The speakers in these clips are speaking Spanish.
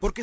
Porque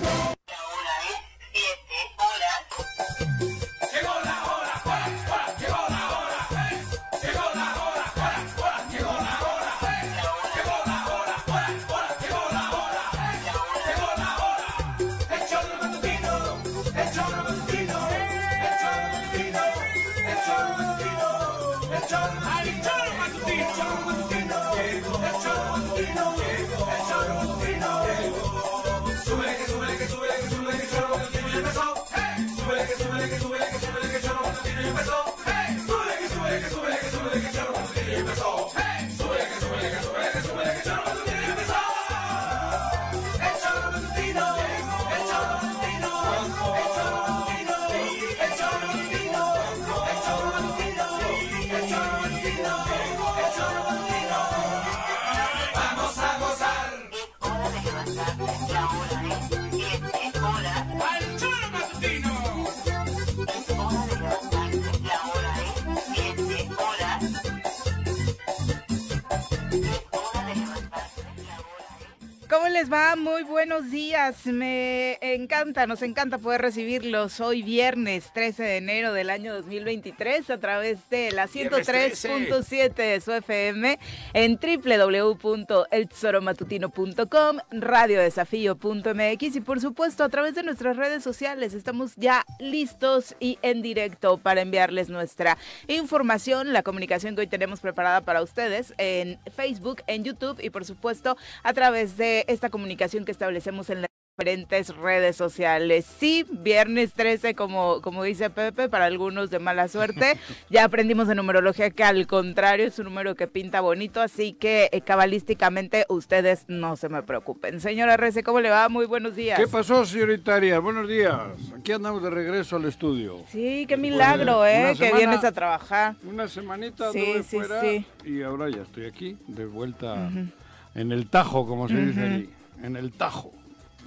va? Muy buenos días. Me encanta, nos encanta poder recibirlos hoy viernes 13 de enero del año 2023 a través de la 103.7 de su FM en www.elzoromatutino.com, radiodesafío.mx y por supuesto a través de nuestras redes sociales. Estamos ya listos y en directo para enviarles nuestra información, la comunicación que hoy tenemos preparada para ustedes en Facebook, en YouTube y por supuesto a través de esta comunicación que establecemos en las diferentes redes sociales. Sí, viernes 13, como, como dice Pepe, para algunos de mala suerte. Ya aprendimos en numerología que al contrario es un número que pinta bonito, así que eh, cabalísticamente ustedes no se me preocupen. Señora Rece, ¿cómo le va? Muy buenos días. ¿Qué pasó, señorita Arias? Buenos días. Aquí andamos de regreso al estudio. Sí, qué milagro, ¿eh? Semana, que vienes a trabajar. Una semanita sí, sí, fuera sí. y ahora ya estoy aquí, de vuelta. Uh -huh. En el Tajo, como se uh -huh. dice ahí. En el Tajo.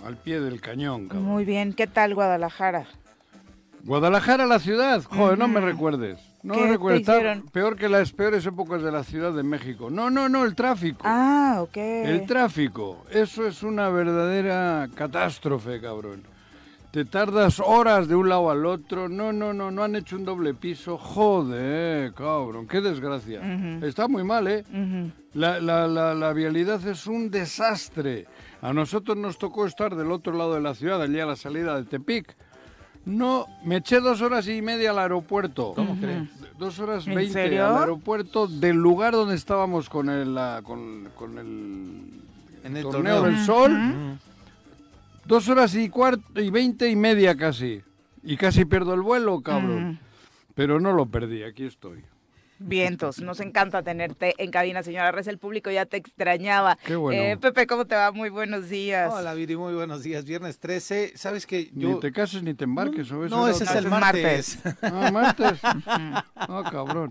Al pie del cañón, cabrón. Muy bien. ¿Qué tal Guadalajara? Guadalajara, la ciudad. Joder, uh -huh. no me recuerdes. No me recuerdes. peor que las peores épocas de la Ciudad de México. No, no, no, el tráfico. Ah, ok. El tráfico. Eso es una verdadera catástrofe, cabrón. Te tardas horas de un lado al otro. No, no, no, no han hecho un doble piso. Joder, cabrón, qué desgracia. Uh Mm. -huh. Está muy mal, ¿eh? Uh -huh. la, la, la, la, vialidad es un desastre. A nosotros nos tocó estar del otro lado de la ciudad, allí a la salida de Tepic. No, me eché dos horas y media al aeropuerto. ¿Cómo crees? Dos horas veinte al aeropuerto del lugar donde estábamos con el, con, con el, en el torneo, torneo, del sol. Uh -huh. Dos horas y cuarto y veinte y media casi. Y casi pierdo el vuelo, cabrón. Mm. Pero no lo perdí, aquí estoy. Vientos, nos encanta tenerte en cabina, señora Reza. El público ya te extrañaba. Qué bueno. Eh, Pepe, ¿cómo te va? Muy buenos días. Hola, Viri, muy buenos días. Viernes 13. ¿Sabes que yo... Ni te cases ni te embarques. No, no ese es el martes. martes. Ah, martes. Ah, cabrón.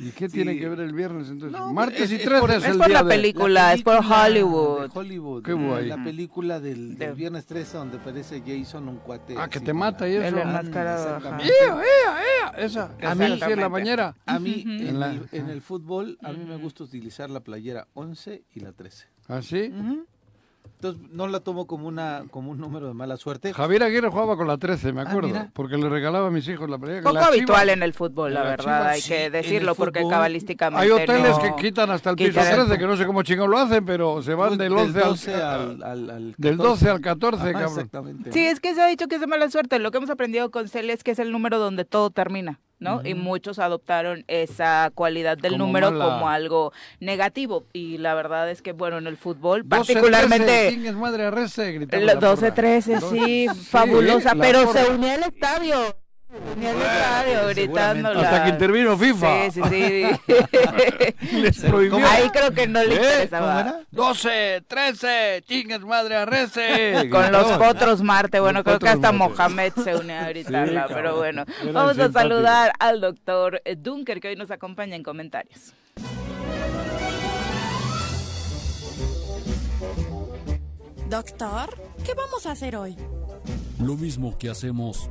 ¿Y qué sí. tiene que ver el viernes entonces? pues, No, Martes y 13 es, por, es el es por día la, película, de... la, película, es por Hollywood. Hollywood. Qué guay. La película del, del, viernes 13 donde aparece Jason, un cuate. Ah, que te mata y eso. Ah, Esa, a mí en la bañera. A mí, uh -huh. en, la, en, el fútbol, a mí uh -huh. me gusta utilizar la playera 11 y la 13. ¿Ah, sí? Uh -huh. Entonces no la tomo como una como un número de mala suerte. Javier Aguirre jugaba con la 13, me acuerdo, ah, porque le regalaba a mis hijos la playera. Poco la habitual Chivas, en el fútbol, la, la verdad, Chivas, hay sí, que decirlo porque fútbol, cabalísticamente Hay hoteles no... que quitan hasta el piso 13, que no sé cómo chingón lo hacen, pero se van del, del 11 12 al, al, al, al del 12 al 14, Ajá, cabrón. Sí, es que se ha dicho que es de mala suerte, lo que hemos aprendido con Cel es que es el número donde todo termina. ¿no? Uh -huh. Y muchos adoptaron esa cualidad del como número mala. como algo negativo. Y la verdad es que, bueno, en el fútbol, 12, particularmente. 13, es madre arrese, 12-13, sí, sí, fabulosa, sí, pero se unió al estadio. Ni al estadio gritándola. Hasta que intervino FIFA. Sí, sí, sí. Les prohibió. Ahí creo que no le ¿Eh? interesaba. 12, 13, chingas madre, arrece. Con los Gritó. potros Marte, bueno, Los creo que potros hasta Marte. Mohamed se une a gritarla, cabrón. pero bueno. Eran Vamos a simpáticos. saludar al doctor eh, Dunker, que hoy nos acompaña en comentarios. Doctor, ¿qué vamos a hacer hoy? Lo mismo que hacemos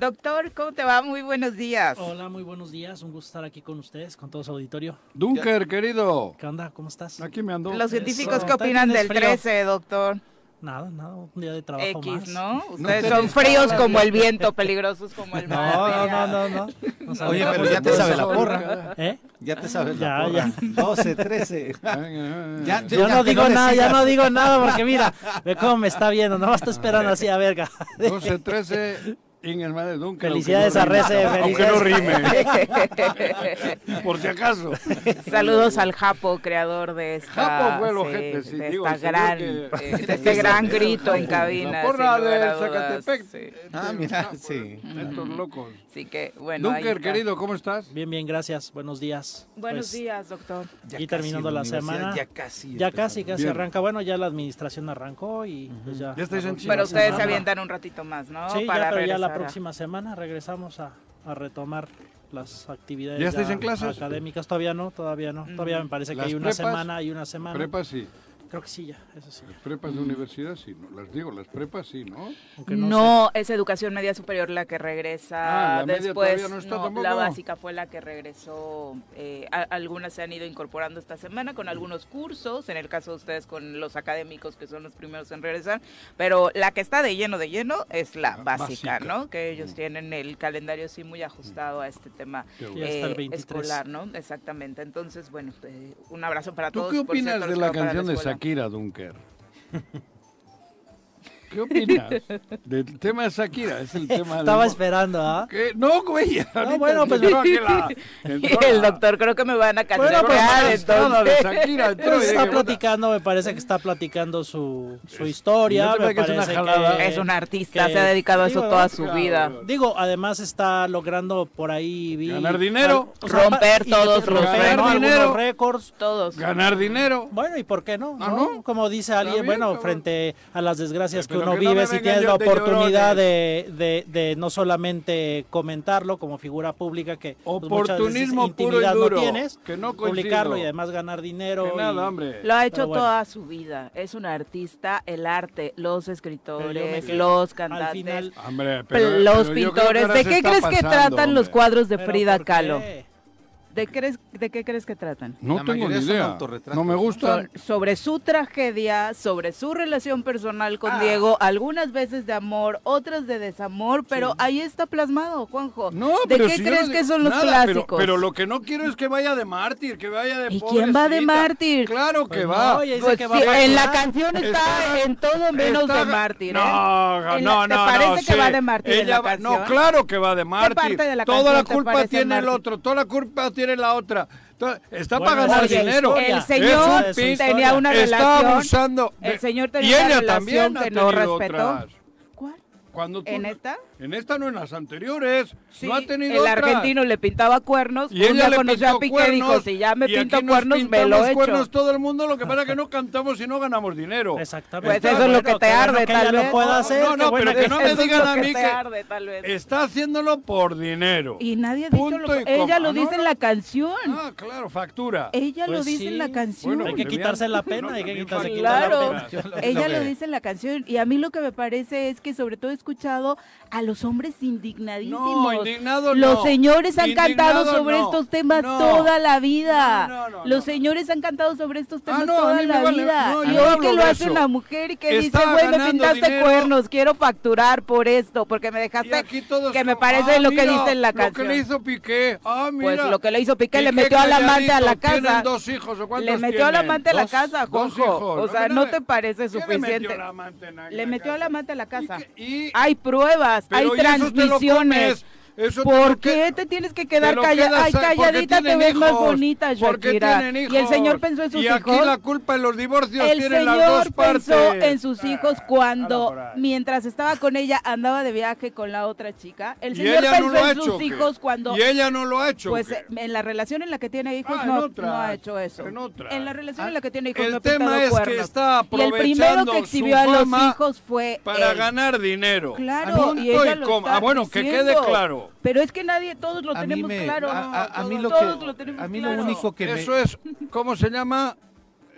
Doctor, ¿cómo te va? Muy buenos días. Hola, muy buenos días. Un gusto estar aquí con ustedes, con todo su auditorio. Dunker, querido. ¿Qué onda? ¿Cómo estás? Aquí me ando. Los Eso, científicos, ¿qué ahorita opinan tienes del frío. 13, doctor? Nada, nada. Un día de trabajo más. X, ¿no? Ustedes te son des- fríos como el viento, peligrosos como el mar. No, ya. no, no, no. no sabes. Oye, pero ya te sabe la porra. ¿Eh? Ya te sabes Ya, la porra. 12, 13. Ya, Yo ya no que digo nada, ya decidas. no digo nada, porque mira, ve cómo me está viendo. Nada más está esperando así a verga. 12, 13, Inges madre, Dunker. Felicidades a aunque no Rece, rime. felicidades. Aunque no rime. Por si acaso. Saludos al Japo, creador de esta, Japo fue el sí, ojete, sí, de digo, esta el señor gran, que- eh, de este gran grito en cabina. La porra sin lugar a del dudas, Zacatepec. sí. Ah, mira, sí. Estos locos. Así que, bueno. ahí Dunker, está. querido, ¿cómo estás? Bien, bien, gracias. Buenos días. Buenos Pues, días, doctor. Ya Y casi terminando la universidad, semana. Ya casi. Ya empezando. casi, casi Bien. arranca. Bueno, ya la administración arrancó y pues ya. Ya estáis la en próxima Sí, Pero la ustedes se semana- avientan un ratito más, ¿no? Sí, Para ya, pero ya la regresar a- próxima semana regresamos a, a retomar las actividades ¿Ya estáis en clases? académicas. Todavía no, todavía no. Todavía me parece que Las hay una prepas- semana, hay una semana. Prepas sí. Creo que sí, ya, eso sí. Las prepas de universidad sí, ¿no? Las digo, las prepas sí, ¿no? Aunque No, no es educación media superior la que regresa Ah, la media después. todavía no está la tampoco. básica fue la que regresó. eh, a- algunas se han ido incorporando esta semana con algunos cursos, en el caso de ustedes con los académicos que son los primeros en regresar, pero la que está de lleno de lleno es la La básica, básica. Mm. ¿no? Que ellos tienen el calendario sí muy ajustado a este tema Qué bueno. Y hasta el eh, 23. escolar, ¿no? Exactamente. Entonces, bueno, eh, un abrazo para ¿Tú todos. qué por cierto, opinas los de que la van para canción de escuela. Shakira, Dunker? ¿Qué opinas del tema de Shakira? Es el tema del Estaba mo- esperando, ¿ah? ¿Qué? No, güey. ahorita bueno, pues- entró aquella- entró El la- doctor creo que me van a Bueno, cancelar pues, nada de entonces. Shakira, entró Pero y está dije, bueno, platicando, me parece que está platicando su, su historia. ¿no te me parece que es una parece jalada? que- Es un artista, que- se ha dedicado a eso digo, toda ¿no? su Claro, vida. digo, Digo, además está logrando por ahí vi- Ganar dinero. al- pa- Romper y- todos romper, los récords. ¿no? Algunos Dinero. récords. Todos. Ganar dinero. Bueno, ¿y por qué no? Ah, ¿no? ¿no? Como dice alguien, bien, bueno, cabrón. frente a las desgracias que uno Pero que no me vive, si vengan tienes yo la de oportunidad de, de, de no solamente comentarlo como figura pública, que pues, muchas veces Oportunismo puro y intimidad duro, no tienes, que no coincido. publicarlo y además ganar dinero. Que y- nada, hombre. Lo ha hecho Pero bueno. toda su vida. Es un artista, el arte, los escritores, quedo los Al cantantes, final, Hombre, pl- pero- los pero yo creo que pintores. ahora ¿De se qué está crees que pasando, tratan los hombre. cuadros de ¿pero Frida por Kahlo? qué? ¿De, crees- ¿De qué crees que tratan? No La tengo ni mayoría son idea. autorretratos. No me gusta. Son sobre su tragedia, sobre su relación personal Ah. con Diego, algunas veces de amor, otras de desamor, pero ahí está plasmado, Juanjo. No, ¿De pero qué si yo crees no- que son los nada, pero- clásicos? Pero, lo que no quiero es que vaya de mártir, que vaya de ¿Y quién va de pobrecita. mártir? Claro que Pues, Pues va. no, ya dice Pues que sí, va a en la perdonar. canción está, Está- en todo menos Está- de mártir. ¿eh? No, En no, la- ¿te no, parece no, que sí. va de mártir en Ella la va- No, canción? claro que va de mártir. parte de la toda la canción te culpa parece tiene el mártir? otro, toda la culpa tiene la otra. To- Está Bueno, para ganar oye, dinero. historia. El señor Es un pin- tenía una está relación. abusando. de- El señor y tenía una ella relación también ha que no tenido respetó. otras. ¿Cuál? Cuando tú- ¿En esta? Pues, En esta no, en las anteriores. Sí, no ha tenido el otras. argentino le pintaba cuernos. Y un ella día le pintó conoció a Piqué y cuernos, dijo, si ya me y aquí pinto nos cuernos, me pintamos lo echo. cuernos todo el mundo, lo que pasa es que no cantamos y no ganamos dinero. Exactamente. Pues eso es lo que te qué bueno arde, que ella tal lo vez. pueda hacer, No, qué no, bueno pero que no me Eso es digan lo a que mí te que- arde, tal vez. Está haciéndolo por dinero. Y nadie ha dicho Eh, Punto lo y Ella coma. lo No, dice en no. la canción. Ah, claro, factura. Ella lo Pues dice en la sí. canción. Hay que pues, quitarse bien. la pena, No, hay que también quitarse factura. Ah, quitarse la pena. Claro, Yo lo- ella lo lo que- dice en la canción y a mí lo que me parece es que sobre todo es escuchado a los hombres indignadísimos. No, indignado Los no. señores han Indignado cantado sobre no. estos temas No. toda la vida. No, no, no, los no. señores han cantado sobre estos temas Ah, no, a toda mí me la vale- vida. no, y yo hoy hablo que lo de hace eso. una mujer y que Está dice, güey, me ganando pintaste dinero". cuernos, quiero facturar por esto, porque me Y dejaste, aquí todos que me como, parece "Ah, lo que mira, dice en la Lo que canción. le hizo Piqué. Ah, mira. Pues lo que le hizo Piqué, le Piqué metió al amante a la calladito, casa. Tienen dos hijos o cuántos Le metió al tienen? amante a la Dos- casa, dos Juanjo. hijos. O ¿No sea, te no le- te parece ¿Quién Le suficiente? metió al amante en la- en Le la metió al casa? amante a la casa. Y, y- Hay pruebas, pero hay ¿y eso te lo transmisiones. comes? Eso te ¿Por lo que- qué te tienes que quedar Pero callada? quedas Ay, sa- porque calladita te tienen ves más hijos, bonita, porque Shakira. tienen Y el hijos. señor pensó en sus Y aquí hijos. la culpa de los divorcios El tienen las dos señor partes. pensó en sus hijos anda cuando, por ahí. mientras estaba con ella, andaba de viaje con la otra chica. El Y señor ella no pensó lo ha en hecho, ¿o sus qué? hijos cuando, Y ella no lo ha hecho. ¿o pues, qué? eh, en la relación en la que tiene hijos Ah, en no, otras, no ha hecho eso. en otras. Ah, la relación en la que tiene hijos no El ha pintado tema es que cuernos. está Y el primero aprovechando que exhibió su a los fama hijos fue para él. ganar dinero. Claro, Punto y ella y lo coma. está Ah, bueno, que quede diciendo. claro. Pero es que nadie, todos lo a mí tenemos me- claro. a- a- a mí todos- lo todos que- lo tenemos a mí lo claro. único que me- Eso es, ¿cómo se llama?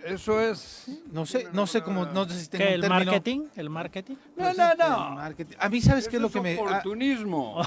Eso es... No sé, no sé cómo, no sé si tengo ¿Qué, un el término. marketing? ¿El marketing? No, no, El no. marketing. A mí, ¿sabes qué Eso es lo que me...? a- oportunismo.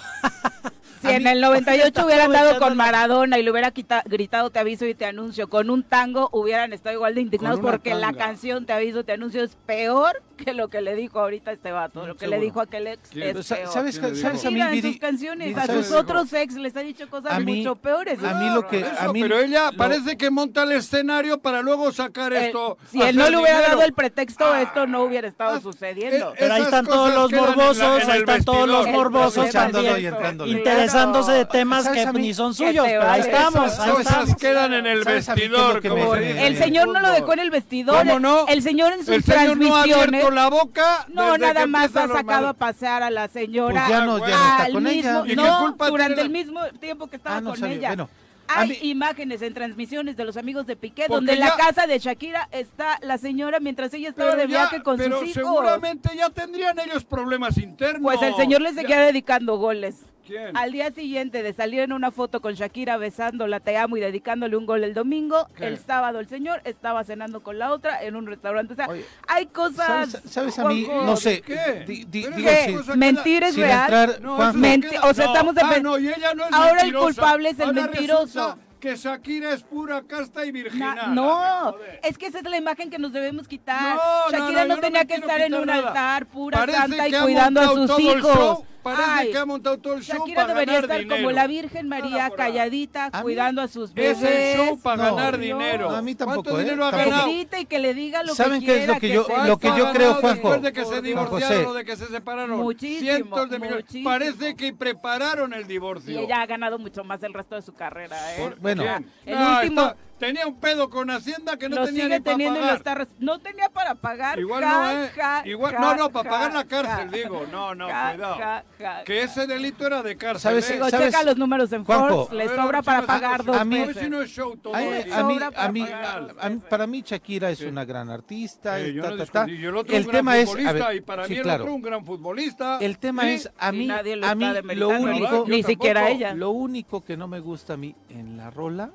Si a en mí- el 98 hubiera andado con aprovechando la- Maradona y le hubiera quita- gritado Te aviso y te anuncio, con un tango hubieran estado igual de indignados Con una porque la tanga. canción Te aviso, te anuncio es peor que lo que le dijo ahorita este vato. Lo que le Seguro. dijo aquel ex ¿Quién? Pero es sa- peor. ¿Sabes, ¿Quién le dijo? sabes a mí, Mira, en Viri? sus canciones, Viri, a ¿sabes? sus otros ex les ha dicho cosas A mí- eh, mucho peores. a mí ¿no? lo que- Eso, a mí- pero ella no. parece que monta el escenario para luego sacar Eh, esto. si él no hacer le hubiera dinero. dado el pretexto, esto no hubiera estado ah, sucediendo. eh, Pero ahí Esas están todos cosas los quedan en la- morbosos, en ahí el están todos los vestidor. morbosos Escuchándolo también, y entrándole. interesándose de temas ¿Sabes que pues, a mí? ni son Que suyos, te pero ahí vale. estamos, ahí Esas estamos. cosas quedan en el ¿Sabes a mí qué es lo vestidor. que como me- se dice. El señor no lo dejó en el vestidor. ¿Cómo no? El señor en sus El señor no ha transmisiones. abierto la boca. No, desde nada que más empieza Ah, ha lo sacado a malo. pasear a la señora. Pues ya no- ya no está al con mismo- ella. ¿Y qué no, culpa tiene durante la- el mismo tiempo que estaba Ah, no con sabía. ella. Bueno, a Hay mí- imágenes en transmisiones de los amigos de Piqué, Porque donde en ya- la casa de Shakira está la señora mientras ella estaba de ya- viaje con pero sus hijos. seguramente ya tendrían ellos problemas internos. Pues el señor le seguía Ya- dedicando goles. ¿Quién? Al día siguiente de salir en una foto con Shakira besándola, te amo y dedicándole un gol el domingo, ¿Qué? el sábado el señor estaba cenando con la otra en un restaurante. O sea, Oye, hay cosas. ¿Sabes, sabes a mí? Juanjo, No sé. ¿Qué? di- di- Pero digo, es que sí. una cosa mentir es Sin real. entrar, No, Juan- eso Men- queda- o sea, estamos ah, defen- no, y ella no es Ahora el mentirosa. culpable es el Ahora mentiroso. resulta Que Shakira es pura casta y Na- virginal. no, Joder. es que esa es la imagen que nos debemos quitar. No, no, Shakira no, no, yo no tenía me que quiero estar en quitar un nada. altar pura Parece santa y que ha cuidando a montado sus todo el hijos. show, Parece Ay, que ha montado todo el show Shakira para debería ganar estar dinero. como la Virgen María, Nada por ahí. calladita, mí- cuidando a sus bebés. Es el show para No, ganar no, dinero. no, a mí tampoco, ¿Cuánto ¿eh? dinero ha Tampoco. que ganado? grite y que le diga lo ¿Saben que qué es lo quiera, que yo- se lo que yo exalte. ¿Cuánto creo, ha ganado Juanjo? Después de que se Juan divorciaron José. o de que se separaron. Muchísimo, Cientos de millones. muchísimo. Parece que prepararon el Y divorcio. ella ha ganado mucho más el resto de su carrera, ¿eh? Por- bueno. ¿Quién? El Ah, último- está- tenía un pedo con Hacienda que no lo tenía sigue ni para teniendo y lo pagar. está res- no tenía para pagar Igual Ja, no, ¿eh? ja, Igual- ja, no, no, para ja, pagar la cárcel, ja. digo. No, no, Ja, cuidado. ja, ja, Que ja. ese delito era de cárcel. ¿Sabes? ¿eh? Digo, ¿Sabes? checa los números en Juanjo. Forbes, le A ver, sobra a ver si para no es- pagar a dos mí- ver meses. si no es show todo A mí, el a mí- día. sobra a mí- para pagar a mí- para mí Shakira es Sí. una gran artista. Eh, es yo ta, no ta, ta. discutí, y el otro el un tema gran es, a futbolista ver, y para sí, mí el claro. otro un gran futbolista. El tema ¿Sí? es a Y mí, nadie lo a está mí lo demeritando, ni- único, yo ni siquiera tampoco. ella. lo único que no me gusta a mí en la rola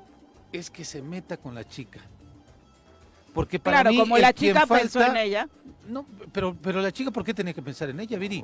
es que se meta con la chica. Porque para Claro, mí como el la quien chica pensó en falta- ella. No, pero, pero la chica, ¿por qué tenía que pensar en ella, Oh, Viri?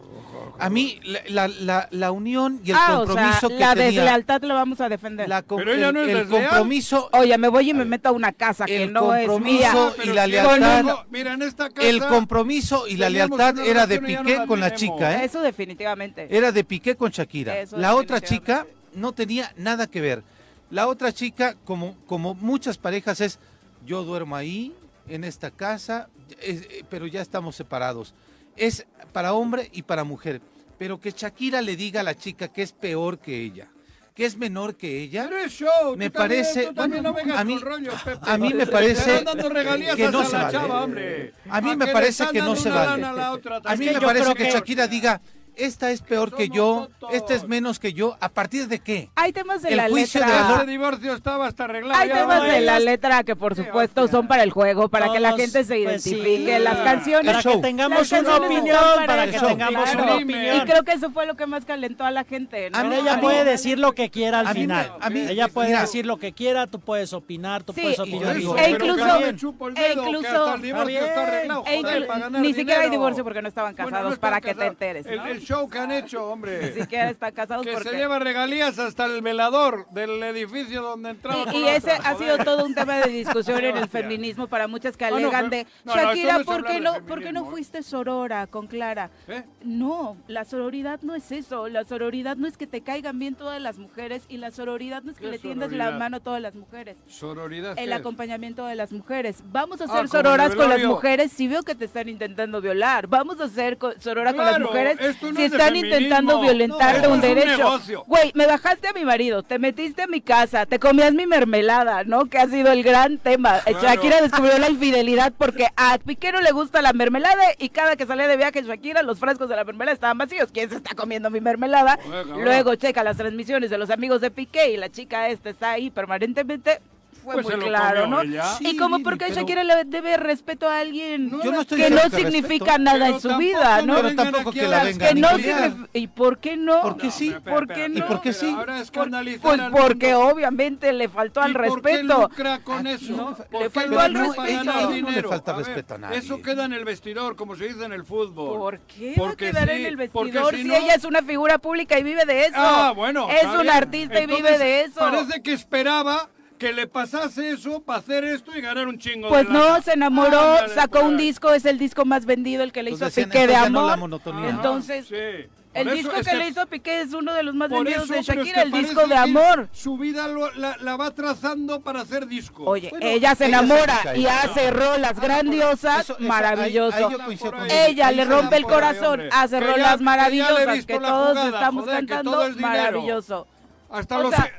A mí, la, la- la- la unión y el Ah, o sea, compromiso la que tenía. deslealtad la vamos a defender. la com- Pero ella el- no es el desleal. compromiso, Oye, me voy y me meto a una casa que el no es mía. compromiso Pero y la si lealtad. no, mira, en esta casa, El compromiso y la Teníamos lealtad una era de relación y ya no Piqué la con la tenemos. chica, ¿eh? Eso definitivamente. Era de Piqué con Shakira. Eso la otra chica definitivamente. no tenía nada que ver. La otra chica, como, como muchas parejas, es yo duermo ahí, en esta casa, es- eh, pero ya estamos separados. Es para hombre y para mujer. Pero que Shakira le diga a la chica que es peor que ella, que es menor que ella. Pero es show. Me tú también- parece- tú también bueno, no vengas a mí- con rollos, Pepe. a mí me Te parece están dando regalías que no hasta se la vale. chava, hombre. A mí ¿A me qué parece le están que no dando se una vale. lana a la otra? A mí Es me yo parece creo que, Shakira diga, esta es peor que somos yo, tontos. esta es menos que yo, ¿a partir de qué? Hay temas de El la juicio de letra. valor Ese divorcio estaba hasta arreglado. Hay ya temas no de la es. letra que por supuesto son para el juego, para que la Todos, gente se pues, sí. identifique, las canciones. Para show. que Las tengamos una canciones opinión, están para para el que show. tengamos Claro. una Dime. Y opinión. creo que eso fue lo que más calentó a la gente. ¿no? A mí- Pero a ella mí- puede decir lo que quiera a al mí- final. a mí- Ella puede mira. decir lo que quiera, tú puedes opinar, tú Sí, puedes y yo opinar. digo, sobre e lo que pero que incluso- no también. me chupo el e dedo, que incluso- hasta el divorcio Está está arreglado, joder, E inclu- para ganar ni siquiera hay dinero. divorcio porque no estaban casados, Bueno, no para están que te casados. enteres. ¿no? El, el show que han hecho, hombre. Ni siquiera están casados Que porque... se lleva regalías hasta el velador del edificio donde entraba. Y, con y la ese otra, ha sido joder. todo un tema de discusión en el Hostia. feminismo para muchas que Ah, no, alegan pero- de no, no, esto Shakira, no es ¿por, hablar qué de no, ¿por qué no feminismo, ¿eh? fuiste sorora con Clara? ¿Eh? No, la sororidad no es eso. La sororidad no es que te caigan bien todas las mujeres y la sororidad no es que ¿Qué le tiendas la sororidad? mano a todas las mujeres. Sororidad. El ¿qué es? acompañamiento de las mujeres. Vamos a Ah, hacer como sororas de con las velorio. mujeres si veo que te están intentando violar. Vamos a hacer co- sorora con las Claro, mujeres esto no si es de están feminismo. intentando No, violentarte esto un es un derecho. negocio. Güey, me bajaste a mi marido, te metiste a mi casa, te comías mi mermelada, ¿no? Que ha sido el gran tema. Eh, Shakira descubrió la infidelidad porque a Piquero le gusta la mermelada y cada que salía de viaje Shakira, los frascos de la mermelada estaban vacíos. ¿Quién se está comiendo mi mermelada? Joder, cabrón. Luego checa las transmisiones de los amigos de Piqué y la chica esta está ahí permanentemente. Fue Pues se muy lo claro, comió ¿no? ella. y Sí, como Vivi, porque pero- Shakira le debe respeto a alguien Yo no estoy que no diciendo que significa respeto, nada Pero en su tampoco vida, ¿no? me Pero vengan tampoco aquí que a la dar- vengan que no Ninguna. signif- ¿Y por qué no? ¿Por qué No, sí? pero, pero, ¿Por pero, qué pero, no? ¿Y por qué pero sí? Ahora escandalizan Pues al porque mundo. obviamente le faltó al ¿Y por qué respeto. Ah, lucra con eso? no, ¿Por le qué faltó lo al lucra para respeto. ganar No le dinero? falta A ver, respeto a nadie. Eso queda en el vestidor, como se dice en el fútbol. ¿Por qué Porque va a quedar sí, en el porque vestidor si, no- ella es una figura pública y vive de eso? Ah, bueno. Es está un bien. artista y vive Entonces, de eso. Parece que esperaba que le pasase eso para hacer esto y ganar un chingo Pues de lana. no, se enamoró, Ándale, sacó un pues. disco, es el disco más vendido, el que le hizo a Entonces, Piqué de entonces ya no la amor. monotonía. Ajá, Entonces, sí. el Por eso disco es que, le hizo a Piqué es uno de los más por vendidos eso, de pero es Shakira, que el parece disco de que amor. Su vida lo- la, la va trazando para hacer disco. Oye, Bueno, Ah, ella se ella se enamora dedica a y eso. hace rolas grandiosas, Eso- eso- ahí- maravilloso. ahí yo coincido con ella. Ella Ahí le se la rompe el por ahí, corazón, hombre. hace Que ya- que ya rolas le he maravillosas visto que la todos jugada, estamos joder, que todo cantando, es dinero. maravilloso. Hasta o los sea-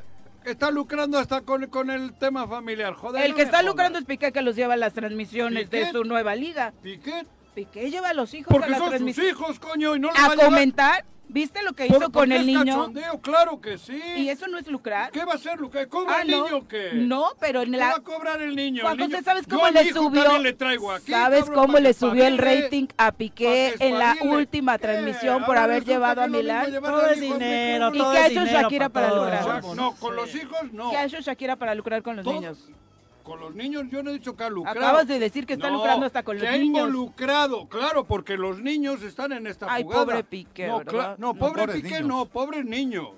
está lucrando hasta con, con el tema familiar. Joder, El no que me está jodas. lucrando es Piqué que los lleva a las transmisiones de ¿Piqué? su nueva liga. Piqué, Piqué lleva a los hijos a porque las son sus transmisiones. hijos, coño, y no lo A va comentar, ¿viste lo que a hizo llevar. Por- con porque el es niño? cachondeo, claro que sí. Y eso no es lucrar. ¿Qué va a hacer, Luca? ¿Cobra Ah, el no. niño o qué? No, pero en ¿Qué la va a cobrar el niño? Juan El niño- José, ¿sabes Yo cómo a mi le hijo subió? también le traigo aquí, ¿Sabes cabrón, cómo para le que subió el espabile? rating a Piqué Pa' que en la espabile. última ¿Qué? transmisión por Ahora haber resulta llevado que a es lo mismo Milán? llevarle Todo al es hijo a mi dinero, hijo, ¿Y ¿no? todo qué es ha hecho dinero Shakira para para todo. lograr? Exacto, No, con los hijos no. ¿Qué ha hecho Shakira para lucrar con los Todo- eh, niños? Con los niños yo no he dicho que ha lucrado. Acabas de decir que está No, lucrando hasta con que los ha niños. involucrado, claro, porque los niños están en esta Ay, jugada. pobre Piqué, No, ¿verdad? cla- no, No, pobre pobres Piqué niños. no, pobres niños.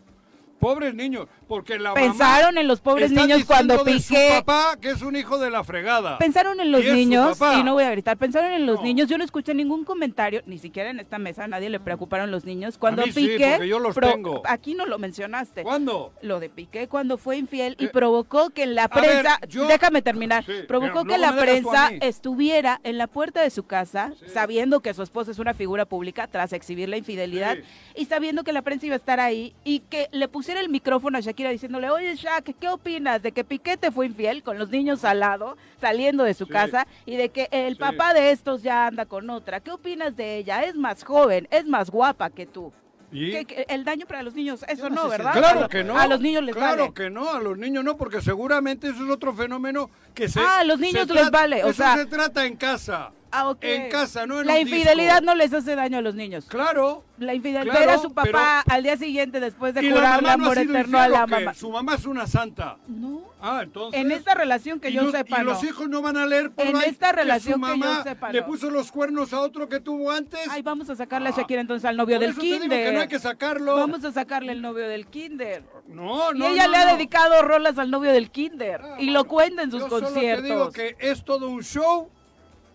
Pobres niños, porque la mamá Pensaron en los pobres está niños diciendo cuando de su Piqué- papá que es un hijo de la fregada. Pensaron en los Y es su niños, papá. y no voy a gritar, pensaron en los No. niños. Yo no escuché ningún comentario, ni siquiera en esta mesa a nadie le preocuparon los niños. Cuando mí sí, Piqué. porque yo los tengo. Aquí no lo mencionaste. ¿Cuándo? lo de Piqué cuando fue infiel y Eh, provocó que la a ver, prensa, yo- déjame terminar, Sí, provocó pero que luego la me dejas tú a prensa mí. estuviera en la puerta de su casa, sabiendo que su esposa es una figura pública tras exhibir la infidelidad Sí. y sabiendo que la prensa iba a estar ahí y que le pusiera el micrófono a Shakira diciéndole, oye Shak, ¿qué opinas de que Piqué te fue infiel con los niños al lado, saliendo de su Sí. casa y de que el Sí. papá de estos ya anda con otra? ¿Qué opinas de ella? Es más joven, es más guapa que tú. ¿Y? ¿Qué- qué- el daño para los niños, Yo eso no no, sé si- ¿verdad? a Claro lo- que no. A los niños les Claro vale. que no, a los niños no, porque seguramente eso es otro fenómeno que se. Ah, a los se niños trata- les vale, o eso sea- se trata en casa. Ah, ok. En casa, no en La un infidelidad disco. no les hace daño a los niños. Claro. La infidelidad Claro, era su papá al día siguiente después de ¿Y la jurarle mamá no ha amor sido eterno a infiel o la qué? mamá. Su mamá es una santa. No, Ah, entonces. en esta relación que y yo los- sepa, Y los no. hijos no van a leer por En ahí esta relación que que su yo mamá sepa, le no. puso los cuernos a otro que tuvo antes. Ay, vamos a sacarle a Ah. Shakira entonces al novio Por del eso te digo que kinder. no hay que sacarlo. Vamos a sacarle el novio del kinder. No, Y no. ella no, le ha no. dedicado rolas al novio del kinder. Ah, y bueno, lo cuenta en sus yo solo te conciertos. digo que es todo un show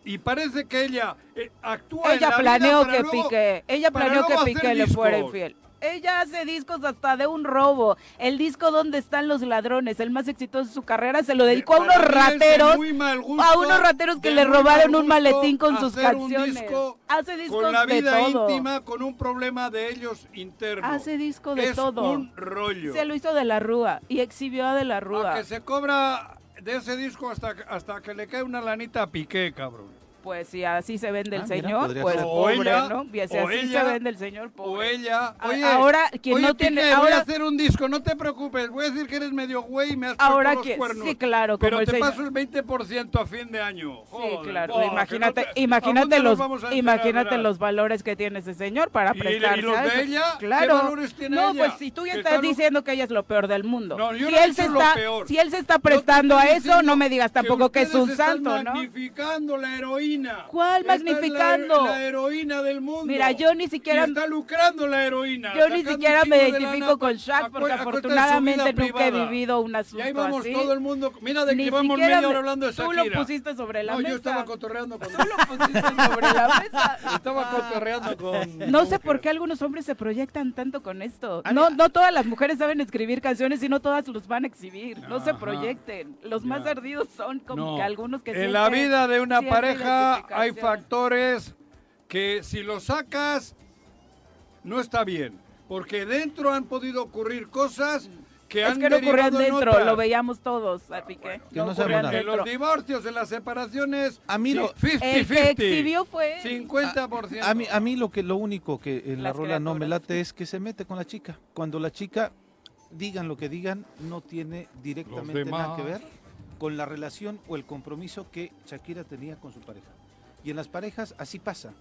y parece que ella eh, actúa en Ella la vida planeó para que luego- Piqué, ella para planeó que luego hacer Piqué le fuera discos. infiel. Ella hace discos hasta de un robo. El disco donde están los ladrones, el más exitoso de su carrera, se lo dedicó a Para unos mí es de rateros, muy mal gusto, a unos rateros que de le muy mal robaron un gusto maletín con sus hacer un canciones. disco hace discos con la vida de todo. íntima, con un problema de ellos interno. Hace disco de es todo. un rollo. Se lo hizo de la Rúa y exhibió a de la A Rúa. que se cobra de ese disco hasta, hasta que le cae una lanita a Piqué, cabrón. Pues si así se vende el Ah, mira, señor, podría pues ser. pobre, ella, ¿no? Y Si o así ella, se vende el señor, O pobre. ella. A- Oye, ahora, quien oye, no tiene- Piqué, voy ahora- a hacer un disco, no te preocupes. Voy a decir que eres medio güey y me has puesto Ahora los que- cuernos. sí, claro, Pero como el te señor. paso el 20% a fin de año. Joder, sí, claro. oh, que no Pues, imagínate, te- ¿a imagínate dónde nos los, vamos a enterar, imagínate verás? los valores que tiene ese señor para ¿Y- y prestarse. los a de eso. ella? ¿Qué Claro. valores tiene no, ella? pues si tú ya Que estás está lu- diciendo que ella es lo peor del mundo. No, yo si no he él se dicho lo está, peor. si él se está No te estoy prestando a eso, diciendo no me digas tampoco que, es un ustedes están santo, ¿no? magnificando la heroína heroína. ¿Cuál Esta es la- magnificando? La, heroína del mundo. Mira, yo ni siquiera- Y está lucrando la heroína. Yo ni sacando siquiera un me chingo de lana identifico con pa- Shaq a cu- porque a costa de su vida afortunadamente nunca he privada. vivido un Y ahí asunto vamos así. todo el mundo. Mira de Ni que vamos siquiera media me- hora hablando de tú Shakira. lo pusiste sobre la no, mesa. yo estaba cotorreando con. Sobre la mesa. estaba cotorreando con. No sé con- por qué algunos hombres se proyectan tanto con esto. A No, mí- no todas las mujeres saben escribir canciones y no todas los van a exhibir. No se Ajá. proyecten. Los más Ya. ardidos son como No. que algunos que En la sienten- vida de una sienten pareja hay identificación. factores que si los sacas no está bien, porque dentro han podido ocurrir cosas que Mm. Es han que no ocurrían derivado en dentro, otras. lo veíamos todos, así que Que no Ah, ocurrían sabemos nada. En los dentro. divorcios, en las separaciones, A mí lo- Ah. El 50-50. que exhibió fue 50%. A mí, a mí lo que lo único que en la Las rola no me criaturas. late es que se mete con la chica. Cuando la chica, digan lo que digan, no tiene directamente nada que demás. ver con la relación o el compromiso que Shakira tenía con su pareja. Y en las parejas así pasa.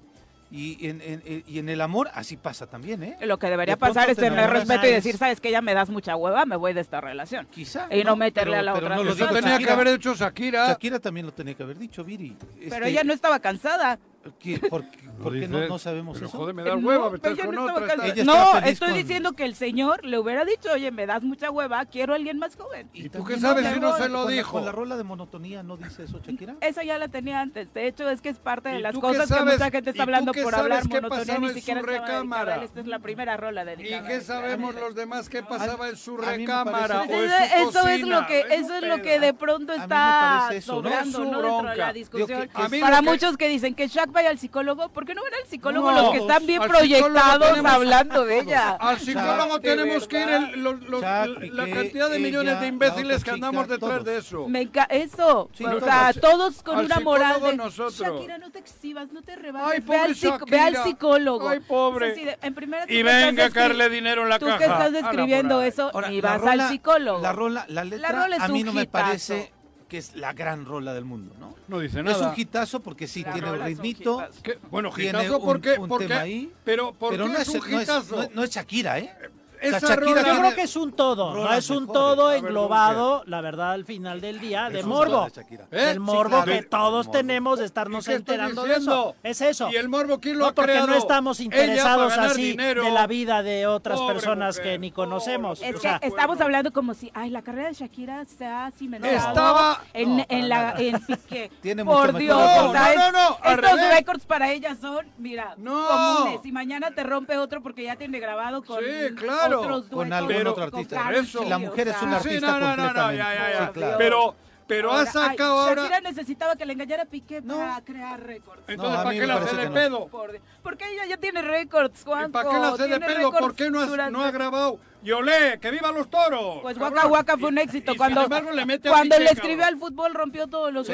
Y en, en- en- y en el amor así pasa también, ¿eh? Lo que debería De pronto pasar es te tener enamoras. respeto y decir, sabes que ya me das mucha hueva, me voy de esta relación. Quizá. Y no meterle a la otra no lo Eso dijo persona. tenía que Shakira. haber hecho Shakira. Shakira también lo tenía que haber dicho, Viri. Este, Pero ella no estaba cansada. Eh, ¿Qué? ¿Por, qué- por qué no, dices, no sabemos Pero eso? joder, me da No, hueva, me estás pero ella con no estaba otra. cansada. estás- Ella estaba No, feliz estoy con- diciendo que el señor le hubiera dicho, oye, me das mucha hueva, quiero a alguien más joven. ¿Y tú qué también sabes la si no rola- se lo con la- dijo? con la rola de monotonía no dice eso, Shakira. Esa ya la tenía antes. De hecho, es que es parte de ¿Y las tú qué cosas que sabes- mucha gente está y tú hablando qué por sabes hablar qué monotonía. pasaba Ni en su siquiera estaba dedicada a él. recámara? Esta es la primera rola dedicada. ¿Y a qué él. sabemos los demás qué pasaba en su a mí me recámara parece- o en Entonces, su eso es cocina, lo que o en eso su es lo que peda? de pronto A mí me está parece eso, ¿no? sobrando Es su ¿no? dentro de bronca. la discusión. Digo que- a mí lo Para que- muchos que dicen que Shaq vaya al psicólogo, ¿por qué no van al psicólogo No, los que están bien al psicólogo proyectados tenemos- hablando de ella? Al psicólogo Chac, de tenemos que ir verdad. el- los- los- Chac, la Piqué, cantidad de millones ella, de la imbéciles otra que andamos chica, detrás todos. de eso. Me enca- eso, Sí, o todos. sea, todos con Al una moral psicólogo de nosotros. Shakira, no te exhibas, no te rebajes, Ay, ve, al pobre psic- ve al Shakira. psicólogo. Ay, pobre. Es así de- en primera, tú Y que estás venga a escri- carle dinero en la Tú caja. que a estás la describiendo moral. eso, Ahora, ni la vas rola- al psicólogo. La rola, la letra, rola es a mí un no me hitazo. parece que es la gran rola del mundo, ¿no? No dice Es nada. un hitazo porque sí La tiene un rola es un ritmito, hitazo. ¿Qué? Bueno, tiene gitazo, un- ¿por qué? un ¿Por qué? tema ahí, Pero ¿por pero qué no es es, un no es- gitazo? no es- no es Shakira, ¿eh? Esa Shakira rola- Yo tiene- creo que es un todo, no Rolas es un mejores. todo A ver, englobado, la verdad, al final del día, de Es un morbo. rola de Shakira. ¿Eh? El Sí, morbo claro. que todos Morbo. tenemos de ¿Y estarnos qué estoy enterando de diciendo? eso. Es eso. Y el morbo quién lo No, ha porque creado? no estamos Ella para interesados ganar así dinero. de la vida de otras Pobre personas mujer, que ni pobre conocemos. mujer. o Es que sea, estamos hablando como si, ay, la carrera de Shakira se ha cimentado Estaba- en, No, para en la nada. en Piqué. Tiene mucho Por mejor Dios, récord. o sea, No, no, no, es- al estos revés. récords para ella son, mira, No. comunes. Y mañana te rompe otro porque ya tiene grabado con Sí, claro. otros Con duetos, algún Pero- otro artista. con Eso. La mujer es Sí, un sí, artista no, no, no, no, completamente. ya, ya, ya. Sí, claro. Pero, pero ha sacado ahora... Shakira necesitaba que le engañara a Piqué No. para crear récords. Entonces, No, a ¿para mí qué me la hace parece de que no. pedo? Por Dios. Porque ella ya tiene récords, Juan. ¿Y ¿Para qué la hace de pedo? ¿Por qué no, has- no ha grabado? ¡Y olé! ¡Que vivan los toros! Pues cabrón! Waka Waka fue un Y- éxito. y cuando sin embargo, le mete a cuando Piqué, le escribió cabrón. al fútbol rompió todos los Sí.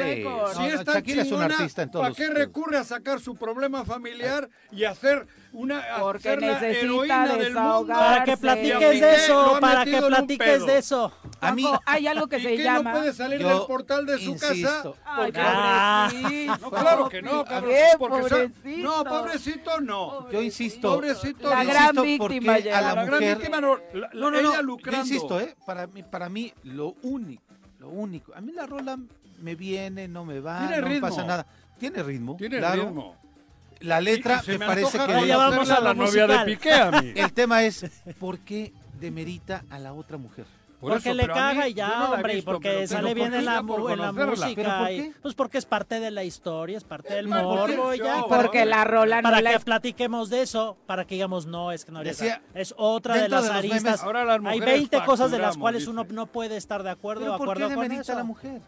No, récords. Si no, es tan Shakira es un chingona, artista en todos ¿para qué los- recurre a sacar su problema familiar y hacer una Porque hacer la necesita heroína del mundo? desahogar. para que Arce. Y a platiques Piqué de lo eso, han para que metido en un platiques pedo. de eso. A mí, Juanjo, hay algo que ¿Y se qué llama. no puede salir Yo del portal de su insisto. casa? Ay, Porque- Ah. pobrecito. no, claro que no, cabrón. Qué porque sa- No, pobrecito. pobrecito no. yo insisto. Pobrecito. yo La gran insisto víctima porque llega. a La, la, La gran mujer víctima no. La, No, no, ella no. Yo lucrando. insisto, ¿eh? Para mí, para mí, lo único, lo único. A mí la rola me viene, no me va, Tiene no ritmo. pasa nada. Tiene ritmo. Tiene claro. ritmo. La letra Se me, me parece antoja que. Ya no- hacerle llevamos a a lo la novia de musical. Piqué a mí. El tema es, ¿por qué demerita a la otra mujer? Por porque eso, le pero a mí caga y yo no ya, la he hombre, y visto, porque pero- sale pero bien ¿por en qué? la, Ya por mu- en la conocerla. ¿Pero por música. y- qué? pues porque es parte de la historia, es parte del parte del morbo y ya. show, para- Porque la rola no para la que platiquemos de eso, para que digamos, no, es que no haría Decía, esa". Es otra de dentro las de los memes, aristas. ahora las Hay mujeres 20 cosas de las facturamos, cuales dice. uno no puede estar de acuerdo o ¿Pero por qué acuerdo con demerita eso. a la mujer?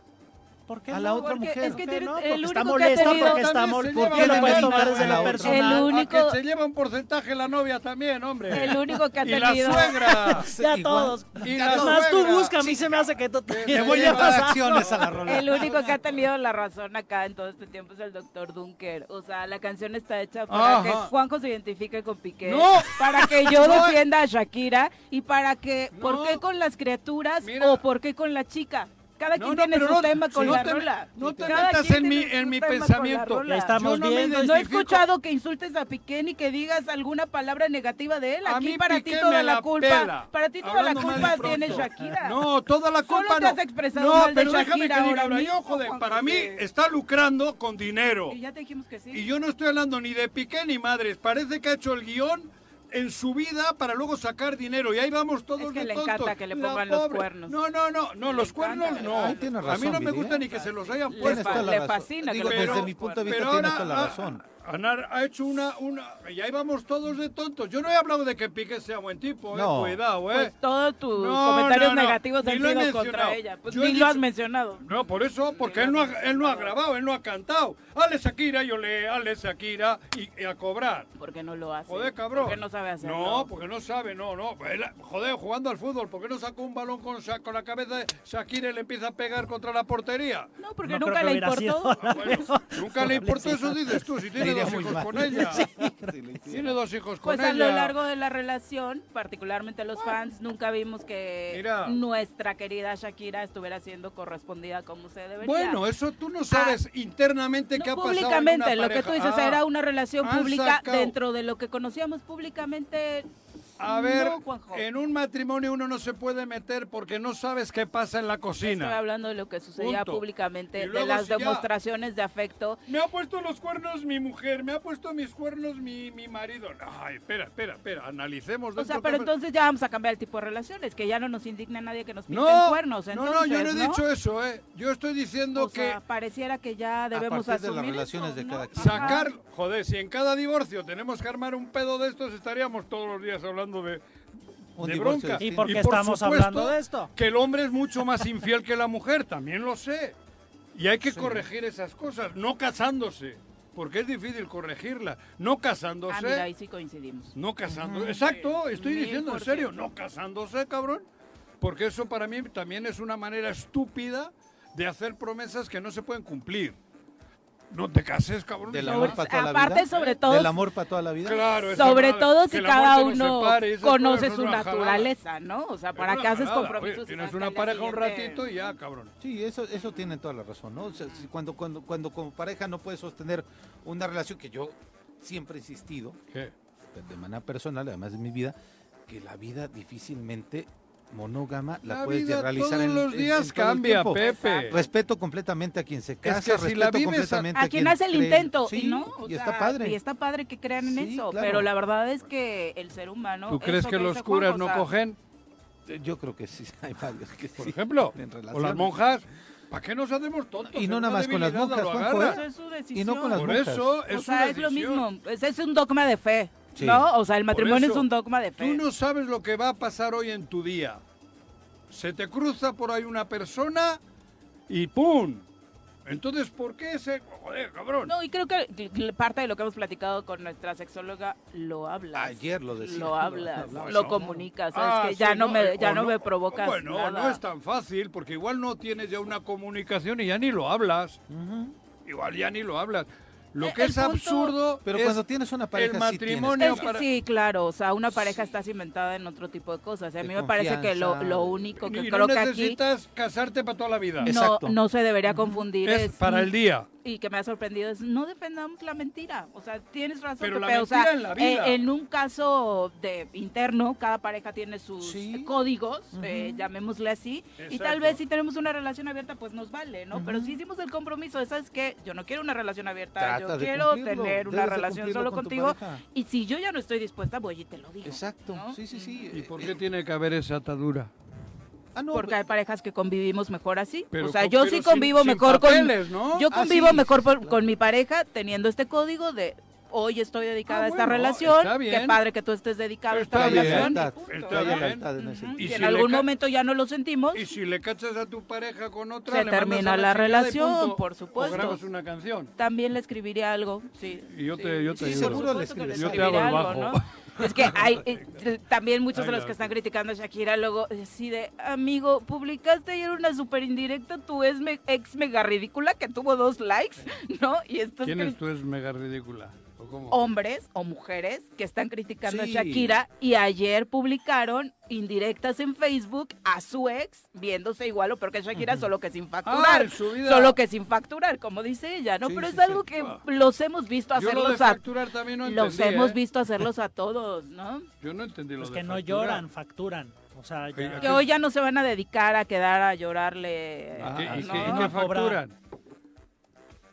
¿Por qué a no? la otra mujer? Es que ¿Por qué tiene- no? Porque el está único que ha molesta, tenido- porque está También se molesta. lo lleva la puedes lana tomar desde a lo la otra. personal. El único- A que se lleva un porcentaje la novia también, hombre. El único que ha y la tenido- suegra. Ya Igual. todos. Y la Además, tú suegra. busca, a mí se me hace que tú te Le voy a lleva pasar. acciones a la rola. El único que ha tenido la razón acá en todo este tiempo es el doctor Dunker. O sea, la canción está hecha para Ajá. que Juanjo se identifique con Piqué. No. Para que yo No. defienda a Shakira y para que, ¿por No. qué con las criaturas Mira. o por qué con la chica? Cada No, quien no, tiene pero su no- tema con no la te- rola. no te Cada metas quien en mi- tiene su en mi tema con la pensamiento. rola. Ya estamos Yo no me viendo. No he identifico. escuchado que insultes a Piqué ni que digas alguna palabra negativa de él. A Aquí mí para ti Piqué toda me la la culpa. pela. Para ti toda la Hablando mal y culpa pronto. tiene Shakira. No, toda la Solo culpa te no. has expresado no, mal de pero déjame Shakira que diga ahora ahora. Yo, mismo, joder, Juan para mí José. está lucrando con dinero. Y ya te dijimos que sí. Y yo no estoy hablando ni de Piqué ni madres. Parece que ha hecho el guión en su vida para luego sacar dinero. Y ahí vamos todos Es que de le tontos. encanta que le La pongan los pobre. cuernos. No, no, no. No, Le los encanta. cuernos no. Ahí tienes A mí razón, no me Viri, gusta ¿eh? ni que se los hayan Tienes puesto. fa- toda la le razón. fascina que Digo, le desde pongan mi los punto de vista Pero tienes ahora toda la ha- razón. Anar ha hecho una, una... Y ahí vamos todos de tontos. Yo no he hablado de que Piqué sea buen tipo, ¿eh? No. Cuidado, ¿eh? Pues todos tus No, comentarios no, no. negativos Ni han lo he sido mencionado. contra ella. Pues Yo ni he lo has dicho- mencionado. No, por eso, porque él no, ha, él no ha grabado, él no ha cantado. Ale Shakira, yo le, ale Shakira y, y a cobrar. Porque no lo hace. Joder, cabrón. Porque no sabe hacerlo. No, porque no sabe, no, no. Él, joder, jugando al fútbol, ¿por qué no sacó un balón con, Sha- con la cabeza de Shakira y le empieza a pegar contra la portería? No, porque No creo nunca que le hubiera importó. sido. Ah, bueno, nunca le importó eso, dices tú, si tiene iría dos muy hijos mal. con ella. Tiene dos hijos con Pues ella. a lo largo de la relación, particularmente los fans, nunca vimos que Mira. nuestra querida Shakira estuviera siendo correspondida como se debería. Bueno, eso tú no sabes internamente Pues Ah, No, qué ha pasado. en una públicamente, lo que pareja. tú dices Ah, era una relación han pública sacado. dentro de lo que conocíamos públicamente. A ver, no, Juanjo. en un matrimonio uno no se puede meter porque no sabes qué pasa en la Estoy cocina. hablando de lo que sucedía Punto. Y públicamente, de luego las si ya- demostraciones de afecto. Me ha puesto los cuernos mi mujer, me ha puesto mis cuernos mi, mi marido. Ay, espera, espera, espera, analicemos. O sea, dentro pero cámara. entonces ya vamos a cambiar el tipo de relaciones, que ya no nos indigne a nadie que nos pinten No, cuernos. no, no, yo no he entonces, dicho eso, ¿eh? Yo estoy diciendo O sea, pareciera que ya debemos partir de las asumir relaciones eso, de ¿no? cada que quien. Ajá. sacar... Joder, si en cada divorcio tenemos que armar un pedo de estos, estaríamos todos los días hablando de, Un de divorcio bronca. distinto. ¿Y por qué por estamos supuesto, hablando de esto? Que el hombre es mucho más infiel que la mujer, también lo sé. Y hay que corregir esas cosas, no casándose, porque es difícil corregirla. No Ah, mira, ahí casándose, sí coincidimos. no casándose. Exacto, estoy Mil diciendo en por serio, ciento. no casándose, cabrón. Porque eso para mí también es una manera estúpida de hacer promesas que no se pueden cumplir. No te cases, cabrón. Del ya. amor para toda la Aparte, vida. sobre todo- Del amor para toda la vida. Claro, esa Sobre madre, todo que si la cada muerte nos uno separe, esas conoce cosas son su una jalada. naturaleza, ¿no? O sea, Es ¿para una qué haces jalada, oye, compromisos? y Tienes hasta una el día pareja un siguiente? ratito y ya, cabrón. Sí, eso, eso tiene toda la razón, ¿no? O sea, si cuando, cuando, cuando como pareja no puedes sostener una relación que yo siempre he insistido, de manera personal, además de mi vida, que la vida difícilmente monógama la, puedes vida realizar todos en los en- días en todo el cambia, tiempo. Pepe. Respeto completamente a quien se casa, que si respeto la vives a- completamente a, A quien hace el cree- intento, Sí, y ¿no? O y sea, está padre. Y está padre que crean en Sí, eso, claro. pero la verdad es que el ser humano... ¿Tú crees eso que los dice curas Juanjo, no o sea, cogen, Eh, Yo creo que sí, hay varios que por sí. ejemplo? en ¿O las relaciones. monjas? ¿Para qué nos hacemos tontos? Y no En nada una más con las Pues debilidad monjas, lo Juanjo, ¿eh? agarras. Eso es su decisión. Y no con las Por monjas. eso es o sea, una es lo decisión. mismo. Es, es un dogma de fe, Sí. ¿no? O sea, el Por matrimonio es eso, un dogma de Tú fe. no sabes lo que va a pasar hoy en tu día. Se te cruza por ahí una persona y ¡pum! Entonces, ¿por qué ese... Joder, cabrón. No, y creo que l- l- parte de lo que hemos platicado con nuestra sexóloga lo hablas. Ayer lo decía. Lo hablas, hablaba. lo comunicas, ¿sabes? Ah, que sí, ya no, me, eh, ya o no, me provocas Bueno, nada. no es tan fácil porque igual no tienes ya una comunicación y ya ni lo hablas. Ujú. Igual ya ni lo hablas. Lo Eh, que el es punto- absurdo Pero es- cuando tienes una pareja, sí tienes matrimonio- Es que para- sí, claro, o sea, una pareja está cimentada en otro tipo de cosas. A De mí me parece que lo, confianza. lo único que y creo no que aquí necesitas casarte para toda la vida. no, Exacto. no se debería confundir Es es- para el día. y que me ha sorprendido es no defendamos la mentira. O sea, tienes razón. Pero la Pepe, o sea, mentira en la vida. eh, en un caso de interno, cada pareja tiene sus Sí. códigos, eh, llamémosle así, y tal Exacto. vez si tenemos una relación abierta, pues nos vale, ¿no? Pero si hicimos el compromiso, de, ¿sabes qué? Yo no quiero una relación abierta, Trata yo de quiero cumplirlo, tener debes una de relación cumplirlo solo con tu contigo. pareja. Y si yo ya no estoy dispuesta, voy y te lo digo. Exacto, ¿no? sí, sí, sí. ¿Y eh, por eh, qué tiene que haber esa atadura? ah, no, Porque hay parejas que convivimos mejor así. pues Pero o sea, con- yo pero sí sin- convivo sin mejor papeles, con. ¿no? Yo Ah, convivo sí, mejor sí, por- claro. con mi pareja teniendo este código de hoy estoy dedicada Ah, a esta bueno, está relación. bien. Qué padre que tú estés dedicado a Está hay esta bien. relación. lealtad, y punto, Está hay ¿no? bien. lealtad en ese Ujú, sentido. Y y si en le algún ca- momento ya no lo sentimos. Y si le cachas a tu pareja con otra, Se le mandas termina a chingada la y relación, punto. por supuesto. O grabas una canción. También le escribiría algo. Sí. Y yo sí, te- yo te por ayudo. Seguro le supuesto que escribes. Yo te escribiré hago el algo, bajo. ¿no? Es que hay eh, eh, también muchos Ay, de los la- que están criticando a Shakira luego eh, sí de amigo, publicaste ayer una super indirecta, tú es me- ex mega ridícula Pues que tuvo dos likes, ¿no? Y estás ¿Quién cri- es tú? Es mega ridícula. ¿O ¿O cómo? hombres o mujeres que están criticando Sí. a Shakira y ayer publicaron indirectas en Facebook a su ex viéndose igual o peor que Shakira, solo que sin facturar. Ah, su vida. Solo que sin facturar, como dice ella, ¿no? Sí, Pero sí, es algo sí. que Ah. los hemos visto Yo lo de hacerlos a facturar también no los entendí, hemos ¿eh? visto hacerlos a todos, ¿no? Yo no entendí lo Pues de que no facturar. lloran, facturan. O sea, Oye, ya- Que hoy ya no se van a dedicar a quedar a llorarle. ¿Y qué- Ah, y ¿no? qué- y No, qué a cobrar. facturan?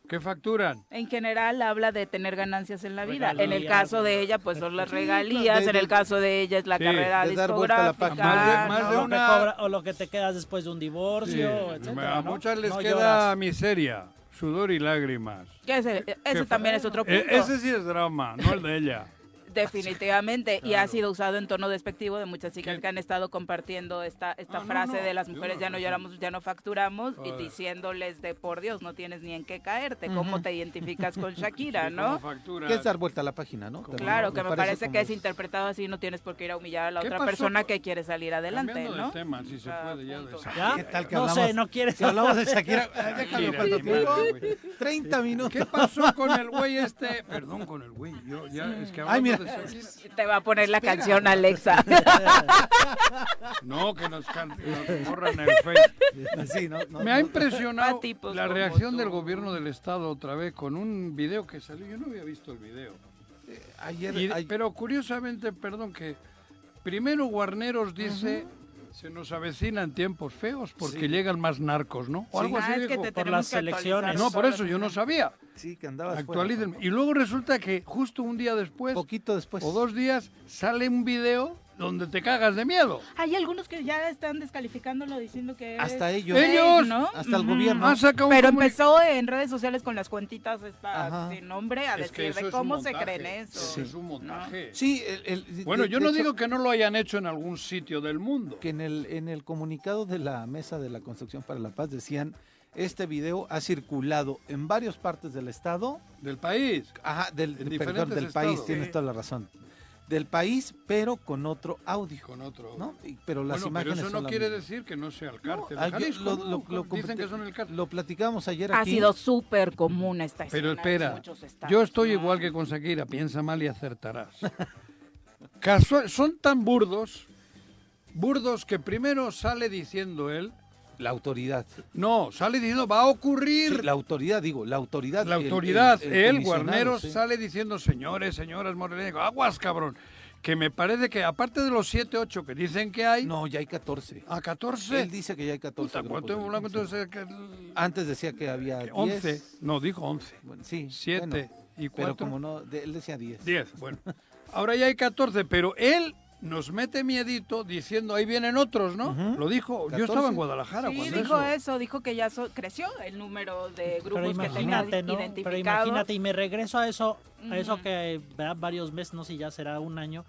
¿Qué facturan? En general habla de tener ganancias en la vida. En el Regalías, caso de ella, pues son las Sí, regalías. claro, de- en el caso de ella es la Sí, carrera de dar vuelta a la discográfica. página. Más de- más o, de ¿no? lo que una- cobra- o lo que te quedas después de un divorcio, Sí, etcétera, a ¿no? muchas les No queda lloras. miseria, sudor y lágrimas. Que ese ese Qué también fa- es otro punto. E- ese sí es drama, no el de ella. Definitivamente. Y ha Claro. sido usado en tono despectivo de muchas chicas ¿Qué? que han estado compartiendo esta, Ah, esta no, frase no, de las yo mujeres no, ya no no, lloramos, ya no facturamos Joder. y diciéndoles de por Dios, no tienes ni en qué caerte. ¿Cómo te identificas con Shakira, Sí, no? como factura. ¿Qué es dar vuelta a la página, no? También Claro, que me parece que como es interpretado así, no tienes por qué ir a humillar a la ¿Qué otra pasó persona con- que quiere salir adelante, Cambiando ¿no? de tema, si se Ah, puede ya de punto. esa- ¿Ya? ¿Qué tal que no hablamos? sé, no quieres. Si hablamos de Shakira, ay, déjame Shakira, cuando qué tengo madre, güey. 30 ¿Qué minutos. pasó con el güey este? Perdón, con el güey. Yo ya Mm. es que Ay, mira. hablando de Shakira- Te va a poner la canción Alexa. No, que nos, can- que nos borran el Face. Sí, no, no, Me ha no. impresionado Pa' tipos la pues, como reacción tú. del gobierno del estado otra vez con un video que salió. Yo no había visto el video. Eh, Ayer, Y- ay- pero curiosamente, perdón, que primero Guarneros dice se nos avecinan tiempos feos porque llegan más narcos, ¿no? O algo Ah, así es que dijo. te Por tenemos las que actualizar elecciones. No, por todas eso yo no las- sabía. sí, que andabas fuera. Actualícenme. Y luego resulta que justo un día después Poquito después. o dos días sale un video donde te cagas de miedo. Hay algunos que ya están descalificándolo diciendo que Hasta eres ellos. fake, Ellos. ¿no? Hasta el Ujú. gobierno. Ah, saca un Pero comuni- empezó en redes sociales con las cuentitas Ajá. estas sin nombre a Es que decir eso de es un cómo se montaje, creen eso. Es un montaje. Sí, el- el- Bueno, de- yo de no hecho, digo que no lo hayan hecho en algún sitio del mundo. que en el, en el comunicado de la Mesa de la Construcción para la Paz decían, este video ha circulado en varias partes del estado, Del país. ajá, del, En de- perdón, diferentes del país, estados. tienes Sí. toda la razón, del país, pero con otro audio, Con otro. ¿no? Y- pero las Bueno, pero imágenes eso son no la quiere misma. decir que no sea el No, cártel. de ah, yo- Jalisco, lo, ¿no? lo- lo Dicen que comenté- son el cártel. lo platicamos ayer Ha aquí. sido súper común esta escena. Pero en espera, muchos estados, yo estoy ¿no? igual que con Shakira, piensa mal y acertarás. Casual- son tan burdos, burdos que primero sale diciendo él, La autoridad. no, sale diciendo va a ocurrir. Sí, la autoridad, digo, la autoridad. La el- el- autoridad, el él, comisionado, Guarneros, sí. sale diciendo, señores, señoras, moreleños, aguas, cabrón. Que me parece que, aparte de los 7, 8 que dicen que hay, No, ya hay 14. a 14, Él dice que ya hay puta, 14. grupos ¿cuánto de en blanco? delincuencia. Entonces, que el- Antes decía que había 10. 11, no, dijo 11, Bueno, sí. 7 bueno, y pero 4, como no, de- él decía 10. 10, bueno. Ahora ya hay 14, pero él nos mete miedito diciendo, ahí vienen otros, ¿no? Ujú. Lo dijo, yo 14. estaba en Guadalajara Sí, cuando dijo eso. eso, dijo que ya so- creció el número de Pero grupos que tengan imagínate, ¿no? Pero identificados. imagínate, y me regreso a eso, a eso Ujú. que verá varios meses, no sé, ya será un año,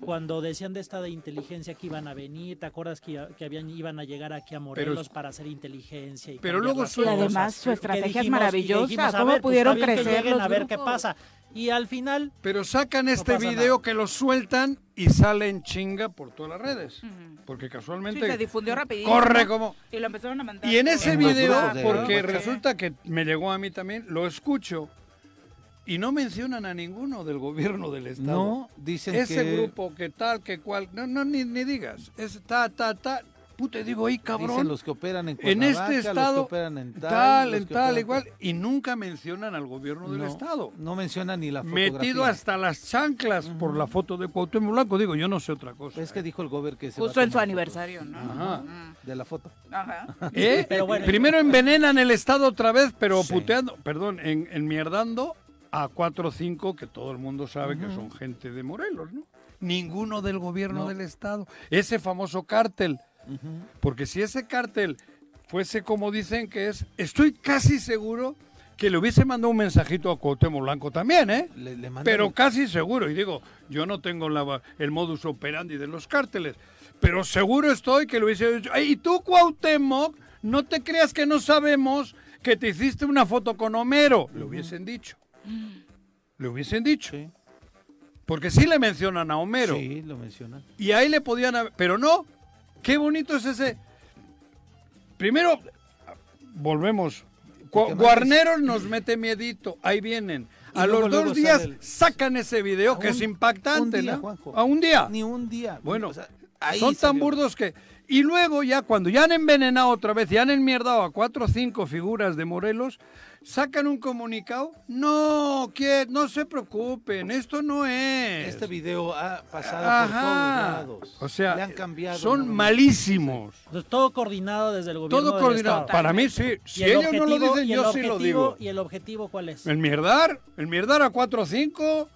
cuando decían de esta de inteligencia que iban a venir, ¿te acuerdas que, iba- que habían, iban a llegar aquí a Morelos para hacer inteligencia? Y pero cambiar luego las suena- cosas? Y además su estrategia es Que maravillosa, y que a ¿cómo ver, pues, pudieron está bien que crecer lleguen los A ver qué grupos? pasa. Y al final, Pero sacan este pasa video nada. que lo sueltan y salen chinga por todas las redes. Ujú. Porque Sí, casualmente... se difundió rapidísimo. Corre como... Y lo empezaron a mandar. Y en ese En los video, grupos de porque WhatsApp. resulta que me llegó a mí también, lo escucho y no mencionan a ninguno del gobierno del Estado. No, dicen Ese que. grupo que tal, que cual, no, no, ni, ni digas. Es ta, ta, ta. Puta, digo, ahí Dicen cabrón. los que operan en en Cuernavaca, este los que estado, operan en tal, tal, los en que tal, operan- igual. Y nunca mencionan al gobierno del No, Estado. No menciona ni la fotografía. Metido hasta las chanclas por la foto de Cuauhtémoc Blanco. Digo, yo no sé otra cosa. Es que ¿eh? dijo el gober que se. va a Justo en su tomar aniversario, ¿no? Ajá. fotos De la foto. Ajá. ¿Eh? pero bueno. Primero envenenan el Estado otra vez, pero Sí. puteando, perdón, en, enmierdando a cuatro o cinco que todo el mundo sabe que son gente de Morelos, ¿no? Ninguno del gobierno No. del Estado. Ese famoso cártel. Porque si ese cártel fuese como dicen que es, estoy casi seguro que le hubiese mandado un mensajito a Cuauhtémoc Blanco también, ¿eh? Le, le mandan- Pero casi seguro, y digo, yo no tengo la- el modus operandi de los cárteles, pero seguro estoy que lo hubiese dicho. "Ay, Y tú, Cuauhtémoc, no te creas que no sabemos que te hiciste una foto con Homero. Lo hubiesen dicho. Lo hubiesen dicho. Sí. Porque sí le mencionan a Homero. Sí, lo mencionan. Y ahí le podían haber. Pero no. Qué bonito es ese. Primero, volvemos. Gua- Porque Guarneros nos mete miedito. Ahí vienen. y a luego, los luego dos días sale el- sacan ese video A que es un- impactante, un día, ¿no? Juanjo. A un día. Ni un día. Bueno, O sea, ahí son tan salió. burdos que... Y luego ya cuando ya han envenenado otra vez y han enmierdado a cuatro o cinco figuras de Morelos, sacan un comunicado. No, que no se preocupen, esto no es. Este video ha pasado Ajá. por todos lados. O sea, Le han cambiado son nada más. malísimos. Entonces, Pues, todo coordinado desde el gobierno. Todo del coordinado. Estado. Para mí sí. Si ¿Y el ellos no lo objetivo- dicen, y el yo sí lo objetivo- digo. ¿Y el objetivo cuál es? El mierdar, el mierdar a 4 o 5,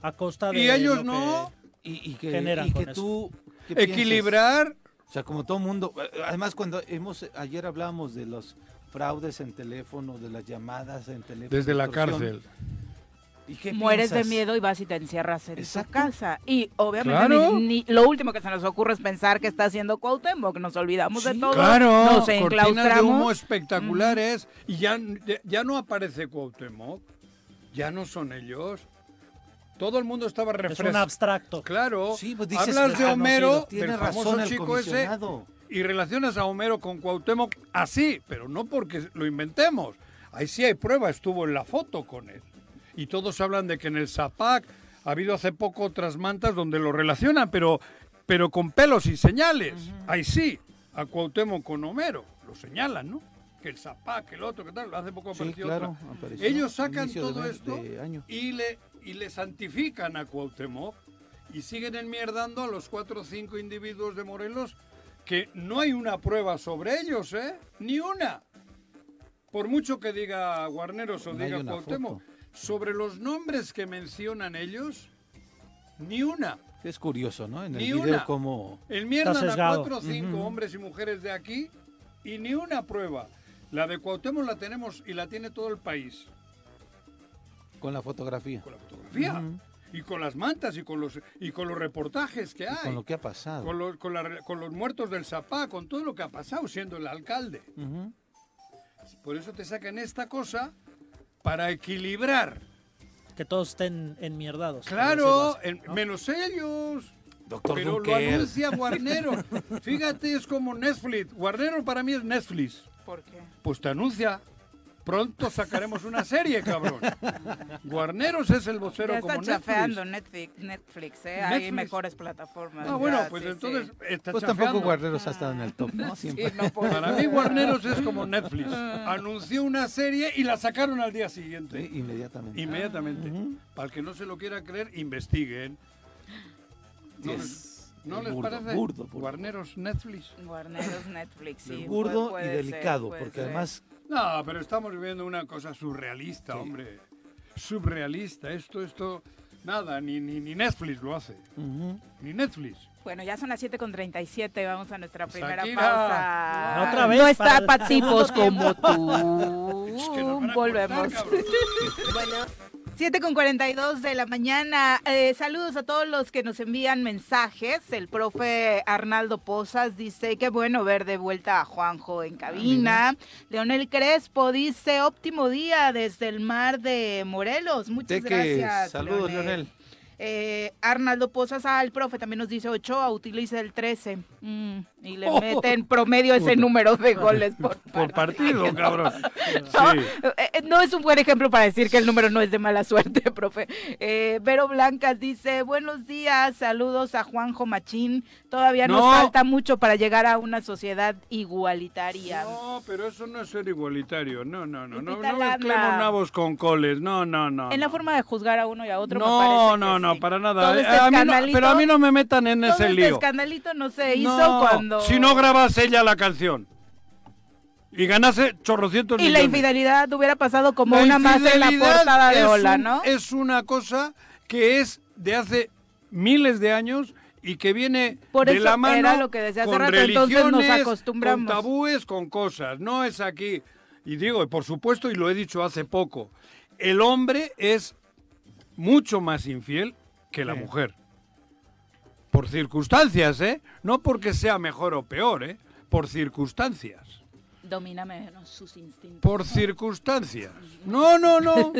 A costa de. y ellos lo no. Y, y que, generan y con que eso. tú. ¿qué piensas? equilibrar. O sea, como todo mundo. Además, cuando hemos. Ayer hablábamos de los fraudes en teléfono, de las llamadas en teléfono. Desde la extorsión. cárcel. ¿Y qué Mueres de piensas? miedo y vas y te encierras en Exacto. tu casa. Y obviamente Claro. ni- ni- lo último que se nos ocurre es pensar que está haciendo Cuauhtémoc. Nos olvidamos de Sí. todo. Claro, nos cortinas de humo enclaustramos. espectaculares. Y ya, ya no aparece Cuauhtémoc. Ya no son ellos. Todo el mundo estaba que- Es un refrescado. abstracto. Claro, Sí, pues dices, hablas de ah, no, sí, Homero, lo tiene del razón famoso el chico ese, comisionado. y relacionas a Homero con Cuauhtémoc así, pero no porque lo inventemos. Ahí sí hay prueba, estuvo en la foto con él. Y todos hablan de que en el Zapac ha habido hace poco otras mantas donde lo relacionan, pero, pero con pelos y señales. Ahí sí, a Cuauhtémoc con Homero, lo señalan, ¿no? Que el Zapac, el otro, que tal, hace poco Sí, apareció claro, otra. apareció Ellos a sacan inicio de todo ve- esto de año. y le, y le santifican a Cuauhtémoc y siguen enmierdando a los cuatro o cinco individuos de Morelos que no hay una prueba sobre ellos, ¿eh? Ni una. Por mucho que diga Guarneros o No hay diga una Cuauhtémoc, foto. sobre los nombres que mencionan ellos, ni una. Es curioso, ¿no? En el Ni video, una. como. Enmierdan a sesgado. cuatro o cinco hombres y mujeres de aquí y ni una prueba. La de Cuauhtémoc la tenemos y la tiene todo el país. Con la fotografía. con la fotografía y con las mantas y con los y con los reportajes que hay Con lo que ha pasado. con los, con la- con los muertos del Zapá, con todo lo que ha pasado siendo el alcalde. Ujú. Por eso te sacan esta cosa para equilibrar. Que todos estén enmierdados. por decirlo Claro, así, en- ¿no? menos ellos. Doctor pero Dunker. lo anuncia Guarnero. Fíjate, es como Netflix. Guarnero para mí es Netflix. ¿Por qué? Pues te anuncia. Pronto sacaremos una serie, cabrón. Guarneros es el vocero Ya como está Netflix. chafeando Netflix, Netflix, ¿eh? Hay Netflix. mejores plataformas. Ah, bueno, ya, pues sí, sí. entonces está Pues chafeando. tampoco Guarneros ha estado en el top, ¿no? Sí, Siempre. no Ah. puede Para ser. mí Guarneros es como Netflix. Anunció una serie y la sacaron al día siguiente. Sí, Inmediatamente. Inmediatamente. Para el que no se lo quiera creer, investiguen. ¿No, Yes. les- ¿no El les burdo, parece? burdo, burdo. Guarneros Netflix. Guarneros Netflix, sí. El puede- burdo puede y ser, delicado, puede porque ser. además No, pero estamos viviendo una cosa surrealista, hombre. Surrealista. Esto, esto. Nada, ni, ni, ni Netflix lo hace. Ni Netflix. Bueno, ya son las 7 con 37, vamos a nuestra Pues primera Shakira. pausa. Ah, Otra vez Ah, no para está el para segundo tipos como Es que nos tú. van a Volvemos. cortar, cabrón. 7 con 42 de la mañana. Eh, saludos a todos los que nos envían mensajes. El profe Arnaldo Posas dice que bueno ver de vuelta a Juanjo en cabina. Leonel Crespo dice óptimo día desde el mar de Morelos. Muchas Teques. gracias. Saludos, Leonel. Eh, Arnaldo Posas al profe también nos dice Ochoa, utiliza el 13 Mm, y le Oh. meten promedio ese número de goles por, Por partido, cabrón. no, Sí. eh, eh, no es un buen ejemplo para decir que el número no es de mala suerte, profe. Eh, Vero Blancas dice, buenos días, saludos a Juanjo Machín. Todavía No. nos falta mucho para llegar a una sociedad igualitaria. No, pero eso no es ser igualitario. No, no, no. No, Lupita no Landa. mezclemos nabos con coles. No, no, no. en la no. forma de juzgar a uno y a otro. me No, parece no, que no, sí. para nada. Todo Eh, este a mí no- escandalito- pero a mí no me metan en todo ese este lío. escandalito no se hizo No, cuando... Si no grabas ella la canción y ganase chorrocientos y la millones. infidelidad hubiera pasado como La una más en la infidelidad portada de es Ola, un- ¿no? Es una cosa que es de hace miles de años y que viene Por de eso la mano era lo que decía hace con rato, entonces nos religiones, acostumbramos. con tabúes, con cosas. No es aquí. Y digo, por supuesto, y lo he dicho hace poco, el hombre es mucho más infiel que la mujer. Por circunstancias, ¿eh? No porque sea mejor o peor, ¿eh? Por circunstancias. Domina menos sus instintos. Por circunstancias. No, no, no.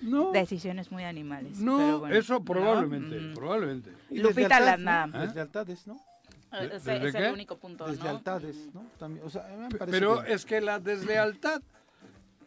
No, Decisiones muy animales. pero no bueno. eso probablemente, Mm. probablemente. Y Lupita deslealtad, Landa. ¿no? ¿Ah? Deslealtades, ¿no? Eh, ¿De- ese desde es qué? el único punto, ¿no? Deslealtades, ¿no? También, o sea, a mí me parece Pero bien. es que la deslealtad,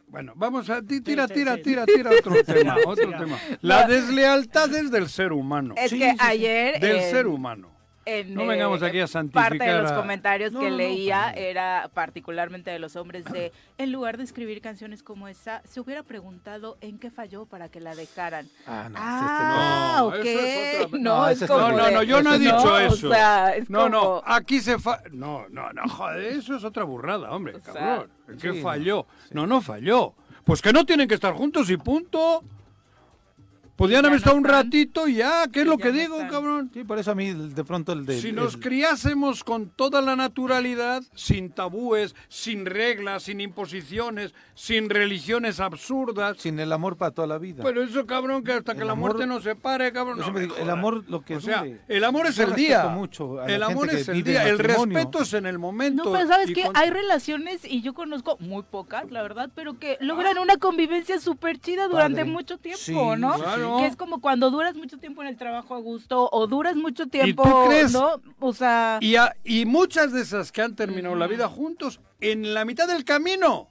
Bueno, vamos a. ti- Tira, sí, tira, sí. tira, tira otro tema. Otro tira. tema. La deslealtad es del ser humano. Es Sí, que sí, sí. ayer. eh, Del en- ser humano. en, No vengamos eh, aquí a Parte de santificar los a- comentarios No, que no, no, leía para nada. era particularmente de los hombres de, en lugar de escribir canciones como esa, se hubiera preguntado en qué falló para que la dejaran. Ah, no. Ah, no, eso es ok. otra- No, no, es ese es como otro. de- No, no, no, yo no he Ese dicho o eso. sea, es no, no, como- aquí se fa... No, no, no, joder, eso es otra burrada, hombre, sea, cabrón. ¿En ¿Qué sí, falló? No, no falló. Pues que no tienen que estar juntos y punto. Podían Ya haber no estado un están. ratito y ya, ¿qué es lo ya que no digo, están. cabrón? Sí, por eso a mí el- de pronto el de. Si nos el- criásemos con toda la naturalidad, sin tabúes, sin reglas, sin imposiciones, sin religiones absurdas. sin el amor para toda la vida. Pero eso, cabrón, que hasta que El la amor- muerte nos separe, cabrón. Yo no siempre me digo, el jodas. amor lo que O sea, dure. el amor es Yo el respeto día. mucho a la el gente amor que es el vive día. en El matrimonio. respeto es en el momento. No, pero sabes Y que con- hay relaciones, y yo conozco muy pocas, la verdad, pero que logran una convivencia súper chida durante Padre. mucho tiempo, Sí, ¿no? sí, Ah. sí. Que es como cuando duras mucho tiempo en el trabajo a gusto, o duras mucho tiempo, tú crees? ¿no? O sea, Y, a- y muchas de esas que han terminado la vida juntos en la mitad del camino.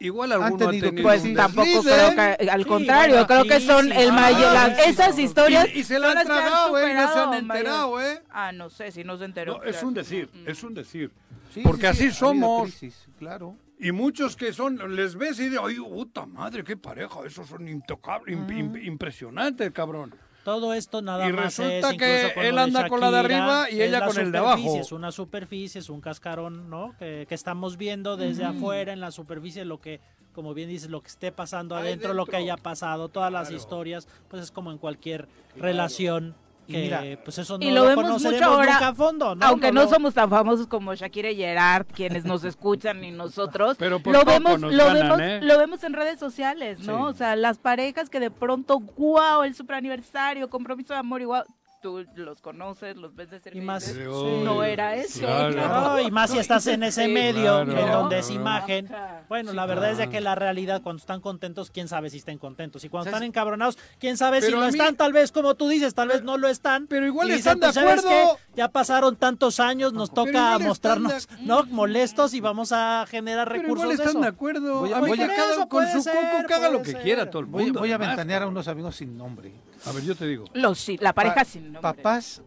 Igual alguno ha tenido tenido crisis. un pues tampoco deslice, creo que, al Sí, contrario, bueno, creo que sí, son sí, el sí, mayor, sí, las- sí, esas sí. historias... Y, y se son la han las que han tragado, eh, no se han superado, mayor. enterado, eh. Ah, no sé, si no se enteró. mm, No, es claro. un decir, es un decir. Sí, Porque sí, así sí, ha habido somos. crisis, claro. Y muchos que son, les ves y de, ay, puta madre, qué pareja, esos son intocables, im- im- impresionantes, cabrón. Todo esto nada Y más es, resulta que incluso con lo él de anda con la de Shakira, arriba y es ella la con el de superficie, abajo. Es una superficie, es un cascarón, ¿no? Que, que estamos viendo desde afuera en la superficie lo que, como bien dices, lo que esté pasando Ahí adentro, lo que dentro. haya pasado, todas las Claro. historias, pues es como en cualquier relación. Y Que, mira, pues eso no Y lo vemos conoceremos mucho ahora, nunca a fondo, ¿no? aunque no, lo- somos tan famosos como Shakira y Gerard, quienes nos escuchan y nosotros, Pero por lo poco vemos, nos lo ganan, vemos, ¿eh? lo vemos en redes sociales, ¿no? Sí. O sea, las parejas que de pronto, guau, el superaniversario, compromiso de amor y guau, tú los conoces, los ves de cerca Y y más- dices, Sí, no era eso. Claro. Claro, y más si estás en ese medio claro, en donde es claro. imagen. Ajá. Bueno, la verdad es de que la realidad, cuando están contentos, quién sabe si estén contentos. Y cuando ¿Sabes? están encabronados, quién sabe si Pero lo a mí- están, tal vez como tú dices, tal vez no lo están. pero igual Y están de "Pues, ¿sabes acuerdo". qué? Ya pasaron tantos años, nos Pero toca igual están de mostrarnos ¿no? molestos y vamos a generar Pero recursos. igual de están eso. de acuerdo. Voy a- a mí voy que a- cada Eso con puede su ser, coco que haga lo puede que ser. quiera todo el Voy, mundo. voy a además. ventanear a unos amigos sin nombre. A ver, yo te digo. Los, la pareja Pa- sin nombre. Papás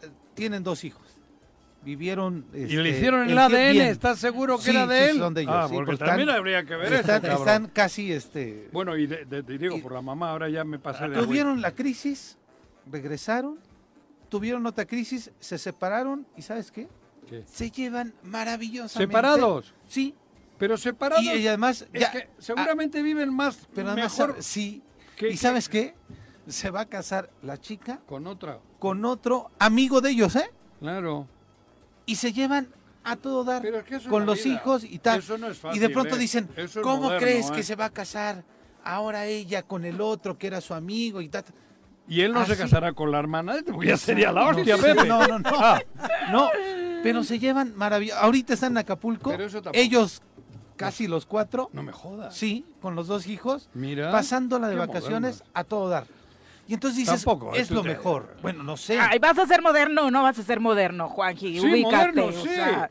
eh, tienen dos hijos. Vivieron. Y este, le hicieron el, tie- ADN, bien. ¿estás seguro que Sí, era sí, de él? son de ellos, ah, sí, porque pues también están- habría que ver Están, eso, cabrón. están casi. este Bueno, y de- de- te digo, Y- por la mamá ahora ya me pasé de... Tuvieron la crisis, regresaron, tuvieron otra crisis, se separaron y ¿sabes qué? ¿Qué? Se llevan maravillosamente. Separados. Sí. Pero separados... Y, y además, es ya, que seguramente viven más, ah, pero además, mejor sabe- sí. que- ¿Y sabes qué? Se va a casar la chica con otra. con otro amigo de ellos, ¿eh? Claro. Y se llevan a todo dar Pero es que eso es con la los vida. hijos y tal. Eso no es y fácil, de pronto ¿eh? dicen, Eso es ¿cómo moderno, crees ¿eh? que se va a casar ahora ella con el otro que era su amigo y tal? Y él no se Así. casará con la hermana, pues ya sería la hostia, no, Pepe. No, no, no. Ah, No, pero se llevan maravilloso. Ahorita están en Acapulco. Pero eso tampoco- Ellos, casi los cuatro, no me jodas. sí, con los dos hijos, Mira, pasándola de qué vacaciones modernos. a todo dar. Y entonces dices, Tampoco, es eso lo ya- mejor. Bueno, no sé. Ay, ¿vas a ser moderno o no vas a ser moderno, Juanji? Sí, Ubícate. moderno, o sí. sea,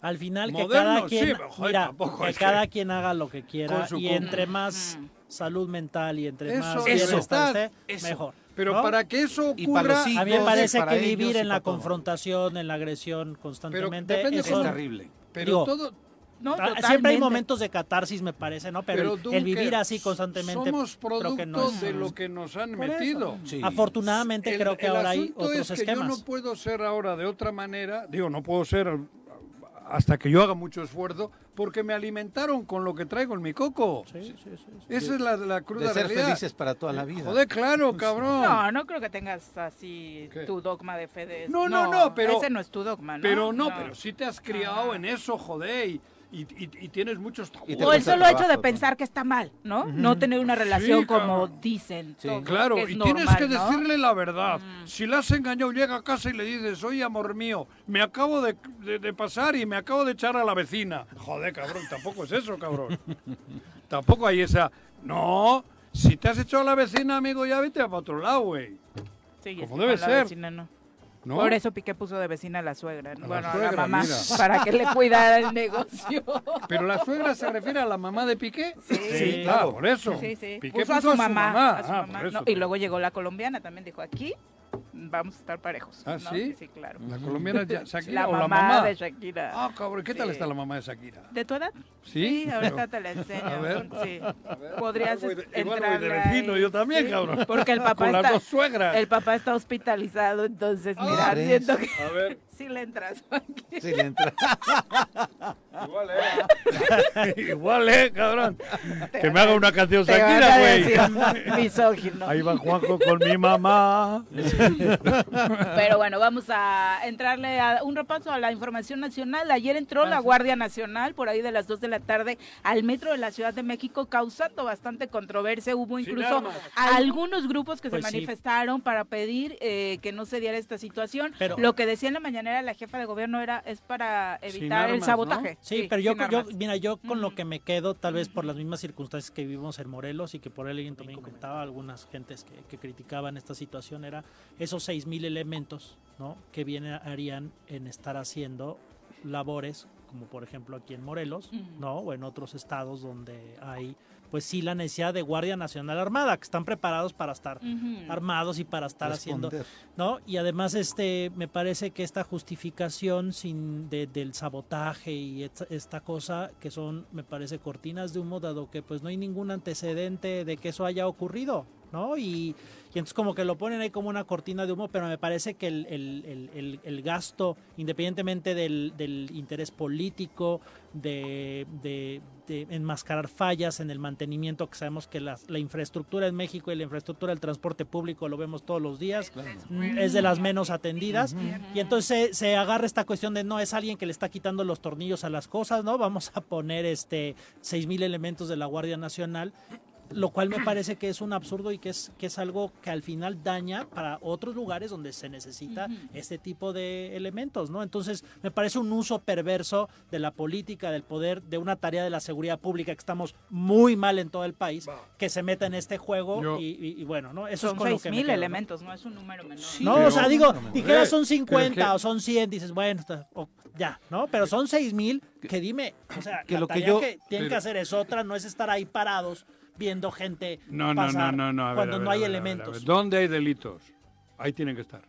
Al final, que Moderno, cada quien, sí, pero, joder, mira, tampoco que es que- cada quien haga lo que Con quiera su y cum- entre más salud mental y entre Eso, más eso. bienestar esté, Eso. mejor. Pero ¿no? para que eso Y para ocurra, los A mí me hijos, eh, parece para que ellos vivir y en la para todo. confrontación, en la agresión constantemente, depende eso- es con- terrible. pero digo, todo... no, Ah, Siempre hay totalmente. momentos de catarsis, me parece, ¿no? Pero, el- el Dunker, vivir así constantemente Somos creo producto que no es- de lo que nos han Por eso. metido. Sí. Afortunadamente El- creo que el ahora hay asunto otros es que esquemas. Yo no puedo ser ahora de otra manera, digo, no puedo ser hasta que yo haga mucho esfuerzo, porque me alimentaron con lo que traigo en mi coco. Sí, sí, sí, sí. Esa es la, la cruda De ser realidad. felices para toda la vida. Joder, claro, cabrón. No, no creo que tengas así ¿Qué? tu dogma de fe de No, no, no, pero- Ese no es tu dogma, ¿no? Pero no, pero sí te has criado en eso, joder, y, y- y- y tienes muchos tabúes. Y te O el cuesta solo hecho de trabajo, pensar que está mal, ¿no? No tener una relación como cabrón. dicen. Sí. todos, Claro, que es y tienes normal, que ¿no? Mm. decirle la verdad. Si la has engañado, llega a casa y le dices, oye, amor mío, me acabo de, de- de pasar y me acabo de echar a la vecina. Joder, cabrón, tampoco es eso, cabrón. tampoco hay esa... No, si te has echado a la vecina, amigo, ya vete a para otro lado, güey. Sí, es como que debe con la ser. vecina no. ¿no? Por eso Piqué puso de vecina a la suegra, ¿no? A la bueno, a la suegra, mamá, mira. para que le cuidara el negocio. Pero la suegra se refiere a la mamá de Piqué. Sí, Sí. claro, Ah, por eso. Sí, sí. Piqué puso, a su mamá. a su Ah, mamá. por eso. No, y luego llegó la colombiana, también dijo, aquí vamos a estar parejos. ¿Ah, ¿no? sí? Sí, claro. La colombiana ya- Shakira La o la mamá mamá. de Shakira. Ah, cabrón, ¿qué tal Sí. está la mamá de Shakira? ¿De tu edad? Sí, ahorita pero- te la enseño. A ver. Sí. Podrías Igual voy de- igual voy de entrar vecino, yo también, cabrón. Porque el papá Con las está dos suegras. el papá está hospitalizado, entonces Ah, mira, ¿crees? siento que A ver, sí le entras. Sí, le entra. igual eh. igual eh, cabrón. Que me haga una canción Te van Shakira, a güey. decir misógino. Ahí va Juanjo con mi mamá. Pero bueno, vamos a entrarle a un repaso a la información nacional. Ayer Ah, entró la Guardia Nacional por ahí de las 2 de la tarde al metro de la Ciudad de México, causando bastante controversia. Hubo Sin incluso armas. algunos grupos que Pues se sí. manifestaron para pedir eh, que no se diera esta situación. Pero- Lo que decía en la mañanera la jefa de gobierno era es para Sin evitar el armas, sabotaje. Sí, pero yo, sin yo- armas. mira, yo con lo Ujú. que me quedo, tal vez por las mismas circunstancias que vivimos en Morelos y que por ahí alguien también comentaba, algunas gentes que, que criticaban esta situación, era esos 6.000 elementos, ¿no? Que bien harían en estar haciendo labores, como por ejemplo aquí en Morelos, Ujú. ¿no? O en otros estados donde hay, pues sí, la necesidad de Guardia Nacional Armada, que están preparados para estar Ujú. armados y para estar haciendo Responder. ¿no? Y además, este, me parece que esta justificación sin de- del sabotaje y et- esta cosa que son, me parece, cortinas de humo, dado que pues no hay ningún antecedente de que eso haya ocurrido, ¿no? Y, y entonces como que lo ponen ahí como una cortina de humo, pero me parece que el, el- el- el- el gasto, independientemente del, del interés político, de, de- de enmascarar fallas en el mantenimiento, que sabemos que las- la infraestructura en México y la infraestructura del transporte público lo vemos todos los días, mm, es de las menos atendidas. Y entonces se, se agarra esta cuestión de no es alguien que le está quitando los tornillos a las cosas, ¿no? Vamos a poner este 6000 elementos de la Guardia Nacional, lo cual me parece que es un absurdo y que es que es algo que al final daña para otros lugares donde se necesita este tipo de elementos, ¿no? Entonces, me parece un uso perverso de la política, del poder, de una tarea de la seguridad pública que estamos muy mal en todo el país, que se meta en este juego Yo- y, y- y bueno, ¿no? Eso Son es con lo que me 6.000 quedo, ¿no? elementos, no es un número menor. No, pero- o sea, digo, no me dijeras jodas. son Pero es 50 que- o son 100, dices, bueno, está- o- ya, ¿no? Eh, Pero son 6000, que dime, o sea, que la lo que tarea yo- que tienen que pero- hacer es otra, no es estar ahí parados viendo gente No, no, no, pasar no, no. a ver, cuando a ver, no a hay ver, a ver, a ver. elementos. ¿Dónde hay delitos? Ahí tienen que estar.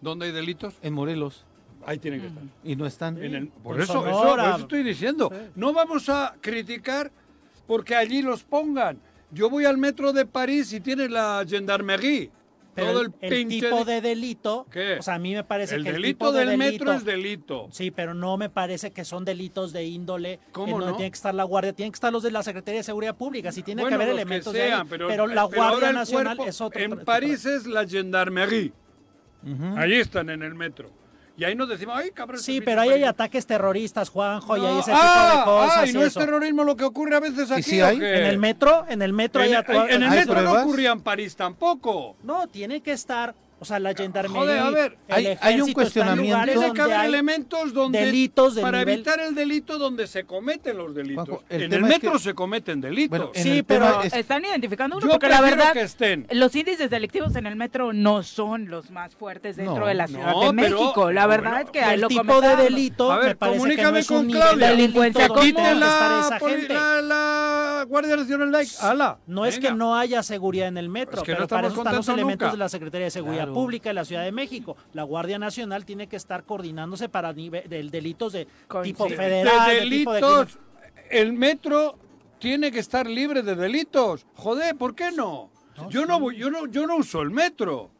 ¿Dónde hay delitos? En Morelos. Ahí tienen que estar. Y no están. Pues En el- por en eso, eso, Sonora. por eso estoy diciendo. No vamos a criticar porque allí los pongan. Yo voy al metro de París y tiene la gendarmerie. Pero todo el, el, el pinche tipo di- de delito, ¿Qué? o sea, a mí me parece el que el delito tipo de del delito, metro es delito. Sí, pero no me parece que son delitos de índole ¿Cómo en donde no? tiene que estar la guardia, tienen que estar los de la Secretaría de Seguridad Pública, si tiene Bueno, que haber los elementos de ahí, sean, pero, la pero Guardia ahora el Nacional cuerpo- es otro. En otro- París es la gendarmerie. Ujú. Ahí están en el metro. Y ahí nos decimos, ay, cabrón. Sí, este pero pinche ahí hay París". ataques terroristas, Juanjo, y ahí No, ese ah, tipo de cosas. ay, y no es eso. terrorismo lo que ocurre a veces aquí. sí ¿o hay? qué? En el metro, en el metro hay En- atua- en el ¿Hay metro no pruebas? ocurría en París tampoco. No, tiene que estar, o sea, la gendarmería. Joder, a ver, el hay- hay un ejército, están cuestionamiento. lugares Tiene que donde haber hay- elementos donde delitos de para nivel- evitar el delito donde se cometen los delitos. Juanjo, el en el tema es metro que- se cometen delitos. Bueno, en Sí, el tema pero es- están identificando uno Yo porque la prefiero verdad que estén. los índices delictivos en el metro no son los más fuertes dentro No, de la no, Ciudad de pero- México. La no, verdad bueno, es que El lo tipo de comentábamos. delito, A ver, me parece que no comunícame es con un nivel Claudia. de Delincuencia delito donde común. Quite pueda estar la, esa poli- gente. la- la Ah, Guardia Nacional like, ala. No es que Venga. no haya seguridad en el metro, Es que no pero para estamos eso están los contentos elementos nunca. de la Secretaría de Seguridad Claro. Pública de la Ciudad de México. La Guardia Nacional tiene que estar coordinándose para nive- del delitos de tipo Coincido. federal, de de tipo de delitos. crimen. El metro tiene que estar libre de delitos. Joder, ¿por qué no? yo no voy, yo no, yo no uso el metro.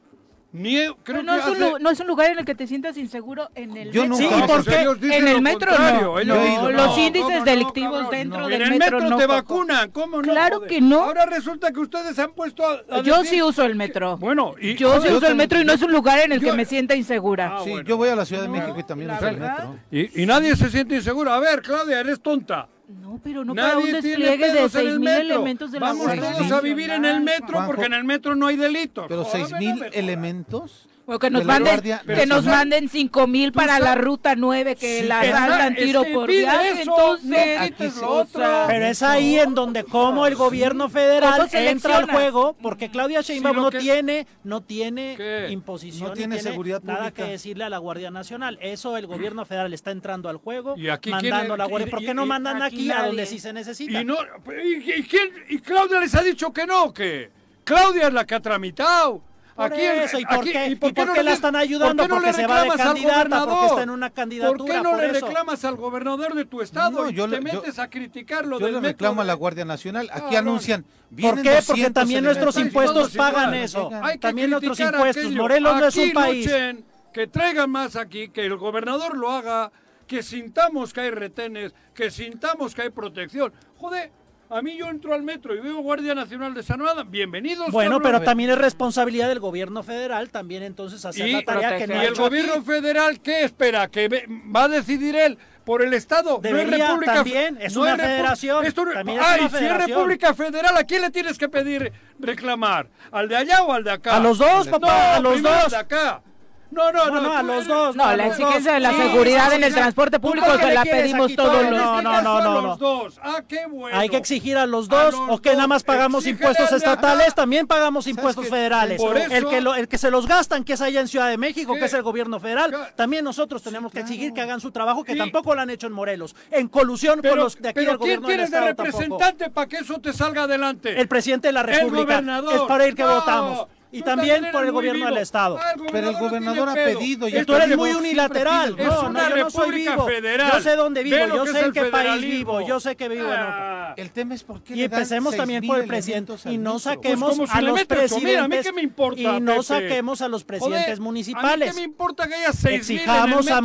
Ni he- creo Pero no, que es un, hace- lu- no es un lugar en el que te sientas inseguro en el Yo metro. nunca- Sí, Vamos, ¿por o qué? sea, ellos dicen En el lo metro contrario, ¿eh? no. ellos No, dicen, los índices ¿cómo delictivos cabrón? dentro No. del En el metro metro no, te Coco. vacunan, ¿cómo no? Claro que no. Ahora resulta que ustedes se han puesto a, a Yo decir- sí uso el metro. Bueno, y yo sí joder, uso el metro y no es un lugar en el yo- que me sienta insegura. Ah, sí, bueno. yo voy a la Ciudad de No, México y también la uso el verdad- metro. y, y nadie se siente inseguro. A ver, Claudia, eres tonta. No, pero no para un Nadie tiene despliegue de pedos en el 6.000 metro. elementos de Vamos la Guardia todos a vivir en el metro Juanjo. porque en el metro no hay delitos. Pero Joder, 6000 no me jodas. elementos. O que nos de la manden, guardia que nos nacional. manden cinco mil Pues para la ruta 9 que la saldan tiro por viaje. Entonces, quites lo o sea, Pero es ahí en donde como el gobierno federal ¿Cómo entra al selecciona? juego, porque Claudia Sheinbaum lo no que- tiene, no tiene ¿Qué? imposición, No ni tiene seguridad nada pública. que decirle a la Guardia Nacional. Eso el gobierno federal está entrando al juego, ¿Y aquí quién mandando a es- la Guardia. y- ¿Por y- qué no y- mandan aquí aquí, a nadie? donde sí se necesita? Y, no, y, y quién- y Claudia les ha dicho que no, que Claudia es la que ha tramitado. Por el- eso, ¿y por qué? ¿Y por qué le la de- están ayudando? ¿Por qué no Porque le se va de reclamas al candidata, porque gobernador? está en una ¿Por qué candidatura, no por le eso? reclamas al gobernador de tu estado No, y yo te le- yo- metes a criticarlo Yo del le método reclamo a la de- Guardia Nacional. Aquí Cabrón. anuncian. ¿Por vienen qué? Porque 200 también nuestros elementos. impuestos Todos igual, pagan no eso. llegan. Hay que También nuestros Este criticar impuestos. aquello. Morelos no es Aquí un país. luchen, que traigan más aquí, que el gobernador lo haga, que sintamos que hay retenes, que sintamos que hay protección. Joder, a mí yo entro al metro y veo Guardia Nacional de San Adán. Bienvenidos. Bueno, cabrones. pero también es responsabilidad del gobierno federal también entonces hacer la tarea que no y ha el hecho aquí. gobierno federal qué espera que ve- va a decidir él por el estado no Debería es república fe- también, es una repu- federación, esto no- también es Ay, una si es federación. república federal a quién le tienes que pedir reclamar al de allá o al de acá A los dos, papá, No, a los primero al dos. de acá no no no, No, no, a tú los eres- dos, no, no, la no, exigencia de la Sí, seguridad sí, en el sí. transporte ¿Tú público por qué se le la quieres pedimos aquí todo? todos En los. No, este no, caso, no, no, a no. los dos ah qué bueno Hay que exigir a los A dos, los o que nada dos. más pagamos Exígele impuestos al de acá. estatales, también pagamos impuestos qué? federales. Por el, eso- que lo- el que se los gastan, que es allá en Ciudad de México, Sí. que es el gobierno federal, Claro. también nosotros tenemos que exigir que hagan su trabajo, que Sí. tampoco lo han hecho en Morelos, en colusión con pero, los de aquí pero del quién gobierno del quieres de Estado tampoco. representante para que eso te salga adelante El presidente de la República gobernador. es para el que No, votamos. Y tú también eres por el muy gobierno vivo. del Estado. Ah, Pero el no gobernador ha tiene pedo. pedido. y Y el tú eres PRD muy siempre unilateral. pide. Es No, una no, yo no soy república vivo. federal. Yo sé dónde vivo, Ve lo yo que sé es en el qué país federalismo. vivo, yo sé que vivo en Europa. Ah, El tema es por qué Y le dan empezamos también por el 6.000 presidente elementos y al no metro? saquemos como si a le los metes ocho mil, presidentes a mí qué me importa, y no Pepe. saquemos a los presidentes joder, ¿A mí municipales. qué me importa que haya seis Exijamos a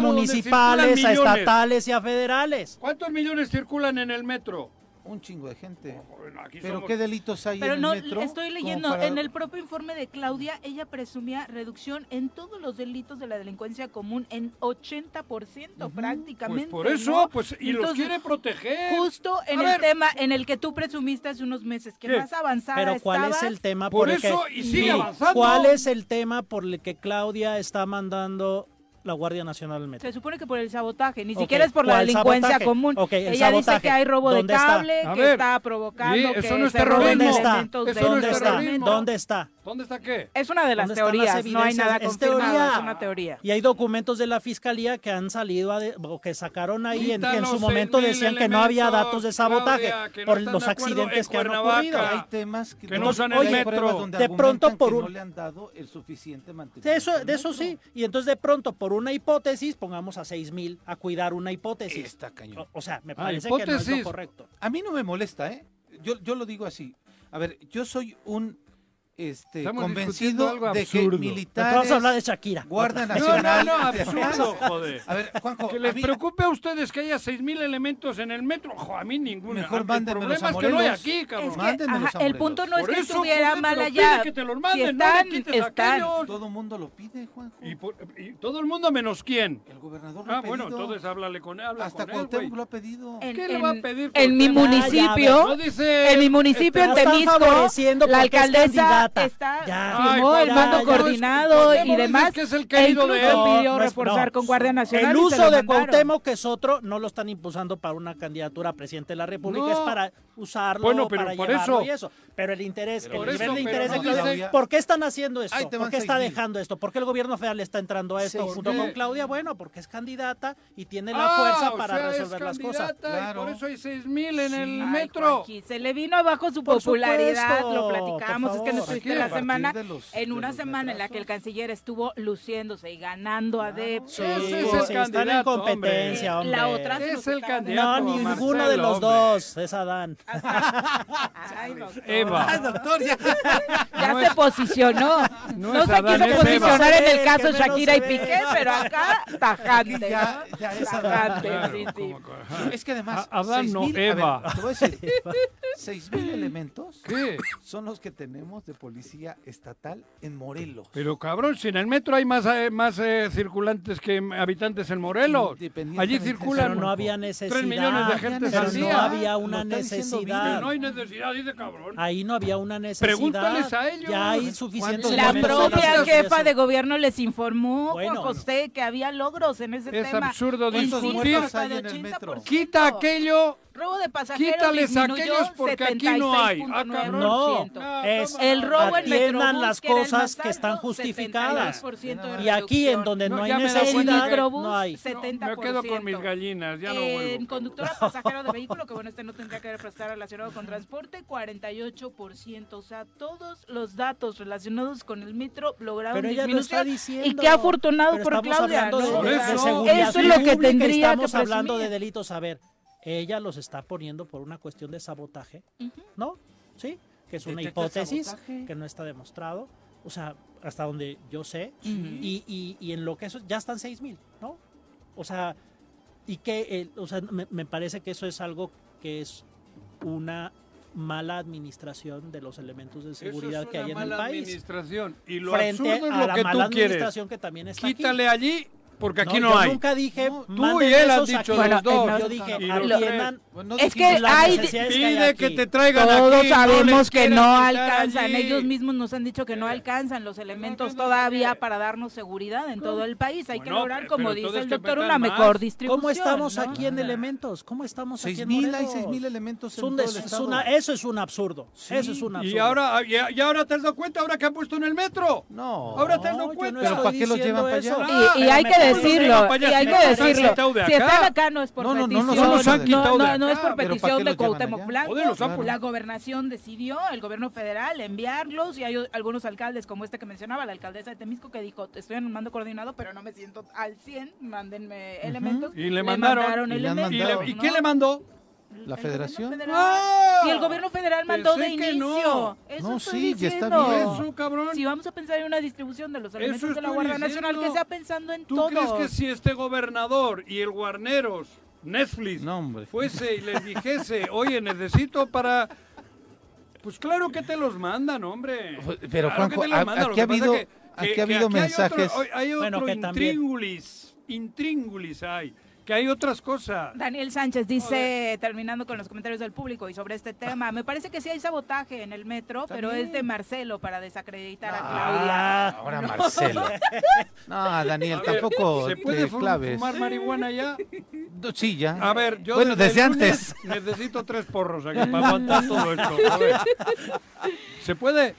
municipales, a estatales y a federales. ¿Cuántos millones circulan en el metro? Oh, Un chingo de gente. Bueno, aquí Pero somos- qué delitos hay Pero en no, el metro. estoy como leyendo, para- en el propio informe de Claudia, ella presumía reducción en todos los delitos de la delincuencia común en 80% Pues prácticamente. por eso, ¿no? pues, y los Entonces, quiere proteger. Justo en A el ver. tema en el que tú presumiste hace unos meses que ¿Qué? más avanzada Pero ¿cuál es estabas, el tema Por el que- eso, y sigue Sí, avanzando. ¿Cuál es el tema por el que Claudia está mandando la Guardia Nacional al metro? Se supone que por el sabotaje, ni Ok, siquiera es por la ¿cuál delincuencia sabotaje? común. Ok, el Ella dice sabotaje, que hay robo de ¿dónde está? cable, A que ver, está provocando y eso que no es ¿Dónde se roben terrorismo. está? elementos Eso de no ¿Dónde es está? terrorismo. ¿Dónde está? ¿Dónde está qué? Es una de las ¿Dónde están las teorías, no hay evidencias? nada Es confirmado, teoría. es una teoría. Y hay documentos de la fiscalía que han salido a de- o que sacaron ahí Pues, en, que en su Quítanos momento en el decían que no había elemento, datos de sabotaje Claudia, que no por están los de acuerdo accidentes en que han Cuernavaca. ocurrido. Ah, Hay temas que, que no usan hay el metro. pruebas donde De pronto argumentan por que un- no le han dado el suficiente mantenimiento. De eso, al de eso metro. sí. Y entonces de pronto por una hipótesis pongamos a 6000 a cuidar una hipótesis. Está cañón. O, o sea, me Ah, parece que no es lo hipótesis. correcto. A mí no me molesta, ¿eh? Yo, yo lo digo así. A ver, yo soy un este, Estamos discutiendo convencido algo de que absurdo. Entonces vamos a hablar de militares, Shakira. Guardia No, no, Nacional... no, absurdo, joder. A ver, Juanjo, Que a les mí- preocupe a ustedes que haya 6.000 elementos en el metro. Ojo, a mí ninguna. Mejor El mándenmelos problema a es que no hay Morelos. aquí, Es cabrón. que, Mándenmelos ajá, a el Morelos. punto no es Por que eso, estuviera joder, mal pero pide allá. que te los si manden, están, no le quites están. aquellos. Todo el mundo lo pide, Juanjo. Y, por- y todo el mundo menos quién. El gobernador lo ha Ah, bueno, pedido. entonces háblale con él. Habla Hasta con él, Cuauhtémoc güey. lo ha pedido. En, ¿Qué le va a en- pedir en mi Cuauhtémoc? Ah, Ah, municipio, No dice, en mi municipio, en La este, están Temisco, favoreciendo la porque es alcaldesa candidata. está, Ya. firmó Ay, el mando ya, ya. coordinado Cuauhtémoc y dices demás. que es el E querido de incluso él. pidió No, no es- reforzar no. con Guardia El Nacional. y se lo uso de mandaron. Cuauhtémoc, que es otro, no lo están impulsando para una candidatura a presidente de la República, No. es para usarlo, Bueno, pero para por llevarlo eso- y eso. Pero el interés, Por el nivel eso, de pero interés de no Claudia, dice- ¿por qué están haciendo esto? Ahí te ¿Por van qué está 6,000. dejando esto? ¿Por qué el gobierno federal está entrando Este, a esto ¿Por junto qué? con Claudia? Bueno, porque es candidata y tiene la Ah, fuerza o para sea, es resolver las cosas. candidata y Claro. Por eso hay 6.000 en el Ay, metro. Juanqui, se le vino abajo su Por popularidad, supuesto, lo por platicamos, es que favor. no estuviste Aquí, a la partir semana, de los- en de una los semana en la que el metrazos. canciller estuvo luciéndose y ganando adeptos. Sí, Ese es el sí, están en candidato, hombre. competencia, hombre. La otra se Es los el estaban- candidato. No, Teatro, ninguno Marcelo, de los hombre. dos, es Adán. Ay, doctor. Ah, Eva. doctor, ya. Ya se posicionó. No, no es se Adán, quiso es Eva. posicionar en el Que caso menos Shakira y se ve. Piqué, pero acá tajante. ya- ¿no? ya es Adán. tajante, Claro, sí, sí. como- Es que además. A- Adán seis no, mil- a ver, Eva. te voy a decir, 6.000 elementos ¿Qué? son los que tenemos de policía estatal en Morelos. Pero cabrón, si en el metro hay más, eh, más eh, circulantes que habitantes en Morelos. Allí Independientemente, circulan Pero no había necesidad. tres millones de había gentes pero al necesidad. no día. había una Lo está diciendo bien. Pero necesidad. no hay necesidad, dice cabrón. Ahí no había una necesidad. Pregúntales a ellos. Ya hay suficientes. ¿Cuántos La elementos propia para hacer jefa eso. de gobierno les informó, Bueno. Juan José, que había logros en Este ese Es tema. absurdo Y sí, ¿Cuántos discutir. muertos hasta hay de en el metro? 80%. Quita aquello. Robo de pasajeros Quítales disminuyó aquellos porque aquí no hay. Ah, cabrón. 76.9%. No, es toma. El robo en Atiendan Metrobús, las que era el cosas más que están alto, justificadas. 72% de Y aquí en donde No, no, ya hay me da En cuenta necesidad, que- microbús, no hay. No, 70%. me quedo con mis gallinas, ya no En vuelvo. conductora pasajero de vehículo, que bueno, este no tendría que estar relacionado con transporte, 48%. O sea, todos los datos relacionados con el metro lograron Pero ella lo está disminución. diciendo. y qué afortunado Pero por estamos Claudia. hablando ¿no? Por de, de eso. seguridad Eso es lo que pública y tendría que Estamos hablando de presumir. delitos. A ver, ella los está poniendo por una cuestión de sabotaje, Ujú. ¿no? ¿Sí? Que es una Detecta el hipótesis sabotaje. que no está demostrado. O sea, hasta donde yo sé. Ujú. Y, y- y en lo que eso, ya están 6 mil, ¿no? O sea, y que, eh, o sea, me, me parece que eso es algo que es una mala administración de los elementos de seguridad Eso es que hay una en el mala país. administración. Y lo Frente absurdo es a lo la que mala tú quieres. administración que también está aquí. Quítale allí, porque aquí no, yo hay. Nunca dije. No, tú "Manden y él esos han dicho aquí". los dos. Yo Y dije, los atiendan Bueno, no Es que dijimos las hay- necesidades que hay Pide que aquí. te traigan Todos aquí. no sabemos les que quieras no quitar alcanzan. allí. Ellos mismos nos han dicho que no Eh. pues alcanzan los elementos alcanzan todavía porque- para darnos seguridad en todo el país. Hay que eh. Bueno, lograr, pe- pero como todo dice es el que doctor, metan una más. mejor distribución. ¿Cómo estamos ¿no? aquí en elementos? ¿cómo estamos aquí seis en mil, hay Morelos? seis mil elementos Es en un todo des- el es estado. una- Eso es un absurdo. Sí. Eso es un absurdo. Y ahora, y, y ahora te has dado cuenta, ahora que han puesto en el metro. No. Ahora te No, has dado yo no cuenta. estoy Pero ¿para qué los diciendo llevan para eso. allá? Y- Y, pero hay que mejor no decirlo, Ah, pues, vengan para allá, si y hay que no nos han decirlo. quitado de Si acá. están acá no es por No, no, no petición, nos han no, quitado de no, acá. Pero no es por ¿para qué petición los de llevan Cuauhtémoc allá? Blanco. Joder, los han La puesto. gobernación decidió, el gobierno federal, enviarlos y hay o- algunos alcaldes como este que mencionaba, la alcaldesa de Temisco que dijo, estoy en un mando coordinado, pero no me siento al 100, mándenme elementos. Y le mandaron. Y le han ¿Y, mandado. le- elementos, y ¿no? quién le mandó? ¿La El federación? gobierno federal. ¡Ah! Y el gobierno federal mandó de Pensé que no. inicio. Eso No, estoy sí, ya está diciendo. bien. Eso, cabrón. Si vamos a pensar en una distribución de los elementos de la estoy Guardia diciendo. Nacional, que sea pensando en ¿Tú todos. crees que si este gobernador y el Guarneros, Netflix, No, hombre. fuese y les dijese, oye, necesito para... Pues claro que te los mandan, hombre. Pues, pero, claro Juanjo, que te los a- mandan, lo aquí que ha pasa habido- que- aquí ha que- habido hay otro- mensajes. hoy Hay otro, Bueno, que también. intríngulis, intríngulis hay, que hay otras cosas. Daniel Sánchez dice, terminando con los comentarios del público y sobre este tema, me parece que sí hay sabotaje en el metro, pero es de Marcelo para desacreditar a Claudia. Ah, Ahora Marcelo. No, Daniel, A ver, tampoco ¿Se te puede fu- claves. fumar marihuana ya? No, Sí, ya. A ver, yo Bueno, desde el lunes antes. necesito tres porros aquí para aguantar todo esto. A ver. ¿Se puede?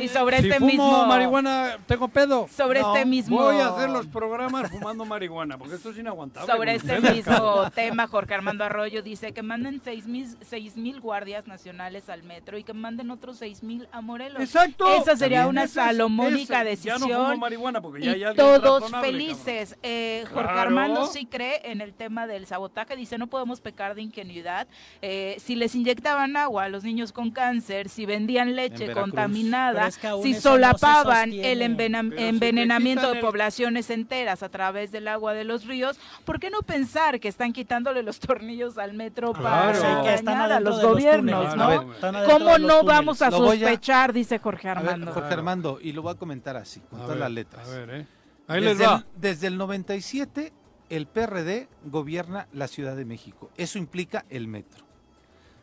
Y sobre si este fumo mismo... marihuana, tengo pedo. Sobre No, este mismo... Voy a hacer los programas fumando marihuana, porque esto es inaguantable. Sobre con este ustedes, cabrón. mismo tema, Jorge Armando Arroyo dice que manden seis mil, seis mil guardias nacionales al metro y que manden otros seis mil a Morelos. Exacto. Esa sería También. una Esa es- salomónica esa. Ya no decisión fumo marihuana porque ya, y ya es bien todos razonable, felices. Eh, Jorge Claro. Armando sí cree en el tema del sabotaje, dice no podemos pecar de ingenuidad. Eh, si les inyectaban agua a los niños con cáncer, si vendían leche Veracruz. contaminada, Pero es que aún si eso no se solapaban el sostiene. envena- Pero si te envenenamiento quitan de el- poblaciones enteras a través del agua de los ríos, ¿por qué no pensar que están quitándole los tornillos al metro Claro. sí, para que están engañar a adentro los de los gobiernos? túneles, ¿no? A ver, Están adentro ¿Cómo de los no túneles. vamos a Lo voy a- sospechar? Dice Jorge A ver, Armando. Jorge Armando, y lo voy a comentar así, con cabrón. todas las letras. A ver, eh. Ahí desde, les va. El, desde el 97, el PRD gobierna la Ciudad de México. Eso implica el metro.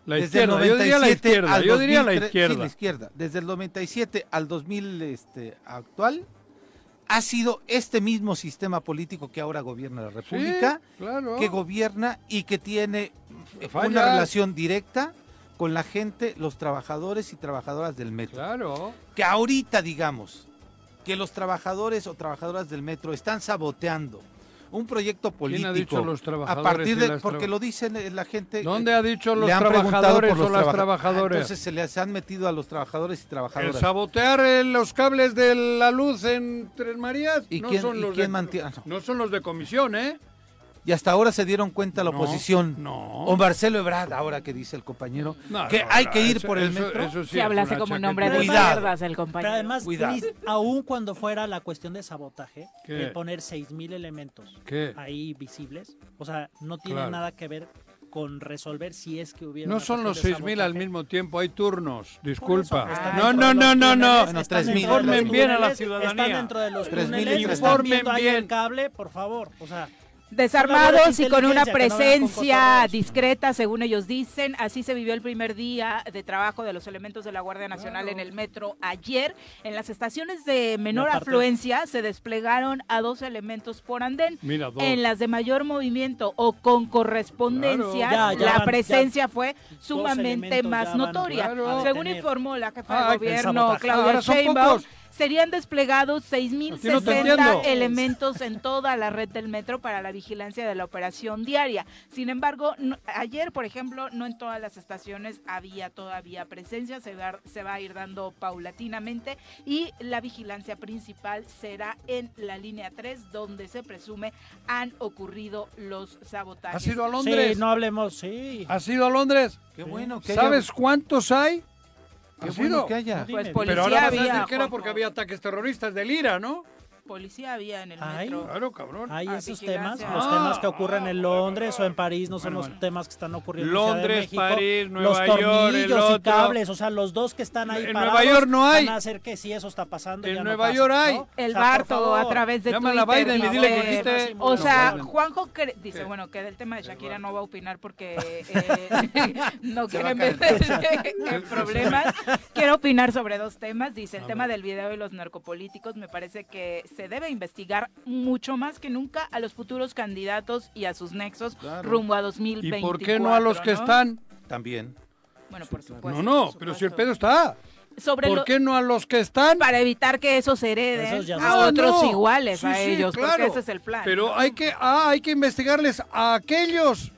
La desde el izquierda, yo diría la 97 izquierda, al yo diría la 2003, sí, izquierda. Desde el 97 al 2000 este, actual, ha sido este mismo sistema político que ahora gobierna la República, Sí, claro. que gobierna y que tiene eh, una Fallas. relación directa con la gente, los trabajadores y trabajadoras del metro Claro. que ahorita digamos que los trabajadores o trabajadoras del metro están saboteando un proyecto político ¿Quién ha dicho los a trabajadores? partir y de las porque traba- lo dicen eh, la gente ¿Dónde eh, ha dicho los le han preguntado por trabajadores o los las traba- Ah, trabajadoras? entonces se les han metido a los trabajadores y El trabajadoras. sabotear eh, los cables de la luz en Tres Marías ¿Y no, quién- son y los quién de, mantiene? Ah, no son los de comisión, ¿eh? Y hasta ahora se dieron cuenta la No, oposición. no. O Marcelo Ebrard, ahora que dice el compañero, No, que no, hay no, que ir eso- por el eso- metro. eso sí Si es hablase una como un chaqueta. hombre de Cuidado. izquierdas el compañero. Pero además, Cuidado. Cris, aún cuando fuera la cuestión de sabotaje, ¿Qué? de poner 6.000 elementos ¿Qué? ahí visibles, o sea, no tiene Claro. nada que ver con resolver si es que hubiera. No una son cuestión los de 6.000 al sabotaje. mismo tiempo, hay turnos, Por eso, disculpa. están no, dentro no, de no, los no, no. túneles, No, están 3.000. dentro de los Informen bien a la túneles, Están ciudadanía. dentro de los 3.000 túneles, y están informen viendo ahí bien. el cable, por favor. O sea, Desarmados y con una Inteligencia, que no vengan con presencia cotorreos. discreta, según ellos dicen. Así se vivió el primer día de trabajo de los elementos de la Guardia Nacional en el metro ayer. En las estaciones de menor aparte- afluencia se desplegaron a dos elementos por andén. Mira, dos. En las de mayor movimiento o con correspondencia, Claro. Ya, ya la van- presencia fue sumamente elementos ya más van notoria. Claro. Según a detener. informó la jefa Ah, de el gobierno, sabotaje. Claudia Ahora son Sheinbaum, pocos. serían desplegados Aquí no te 6.060 entiendo. elementos en toda la red del metro para la vigilancia de la operación diaria. Sin embargo, no- ayer, por ejemplo, no en todas las estaciones había todavía presencia, se va, se va a ir dando paulatinamente y la vigilancia principal será en la línea 3, donde se presume han ocurrido los ¿Has sabotajes. ido a Londres? sí, no hablemos, sí. ¿Has ido a Londres? Qué bueno que haya- ¿Sabes cuántos hay? Qué ¿Has bueno ido? que haya. Pues Dime, policía Pero ahora vas a había, decir que era Juanjo. porque había ataques terroristas del IRA, ¿no? Policía había en el Ay. metro. Claro, cabrón. Hay Ah, esos temas, vigilancia. los Ah, temas que ocurren en Londres o en París, no son Bueno, los bueno. temas que están ocurriendo Londres, en Ciudad de México. París, Nueva los York, el tornillos otro. y cables, o sea, los dos que están ahí En parados, Nueva York no hay. van a hacer que si eso está pasando En ya no Nueva pasa, York hay. ¿no? El O sea, por Barto a favor. través de Llámala a Twitter Biden y dice- dile que quite. O sea, No, Juanjo cre- dice, ¿Qué? bueno, que del tema de Shakira Eduardo. no va a opinar porque eh, no Se va a quiere meterse en problemas. Quiero opinar sobre dos temas. Dice, el A tema del video y los narcopolíticos me parece que se debe investigar mucho más que nunca a los futuros candidatos y a sus nexos Claro. rumbo a ¿Y 2024. por qué no a los que ¿no? están? También. Bueno, por No, supuesto. no, por pero si el supuesto. pedo está. Sobre ¿Por lo- qué no a los que están? Para evitar que esos hereden Esos ya a no Ah, otros no. iguales Sí, a sí, ellos, claro. porque ese es el plan. Pero hay que, ah, hay que investigarles a aquellos.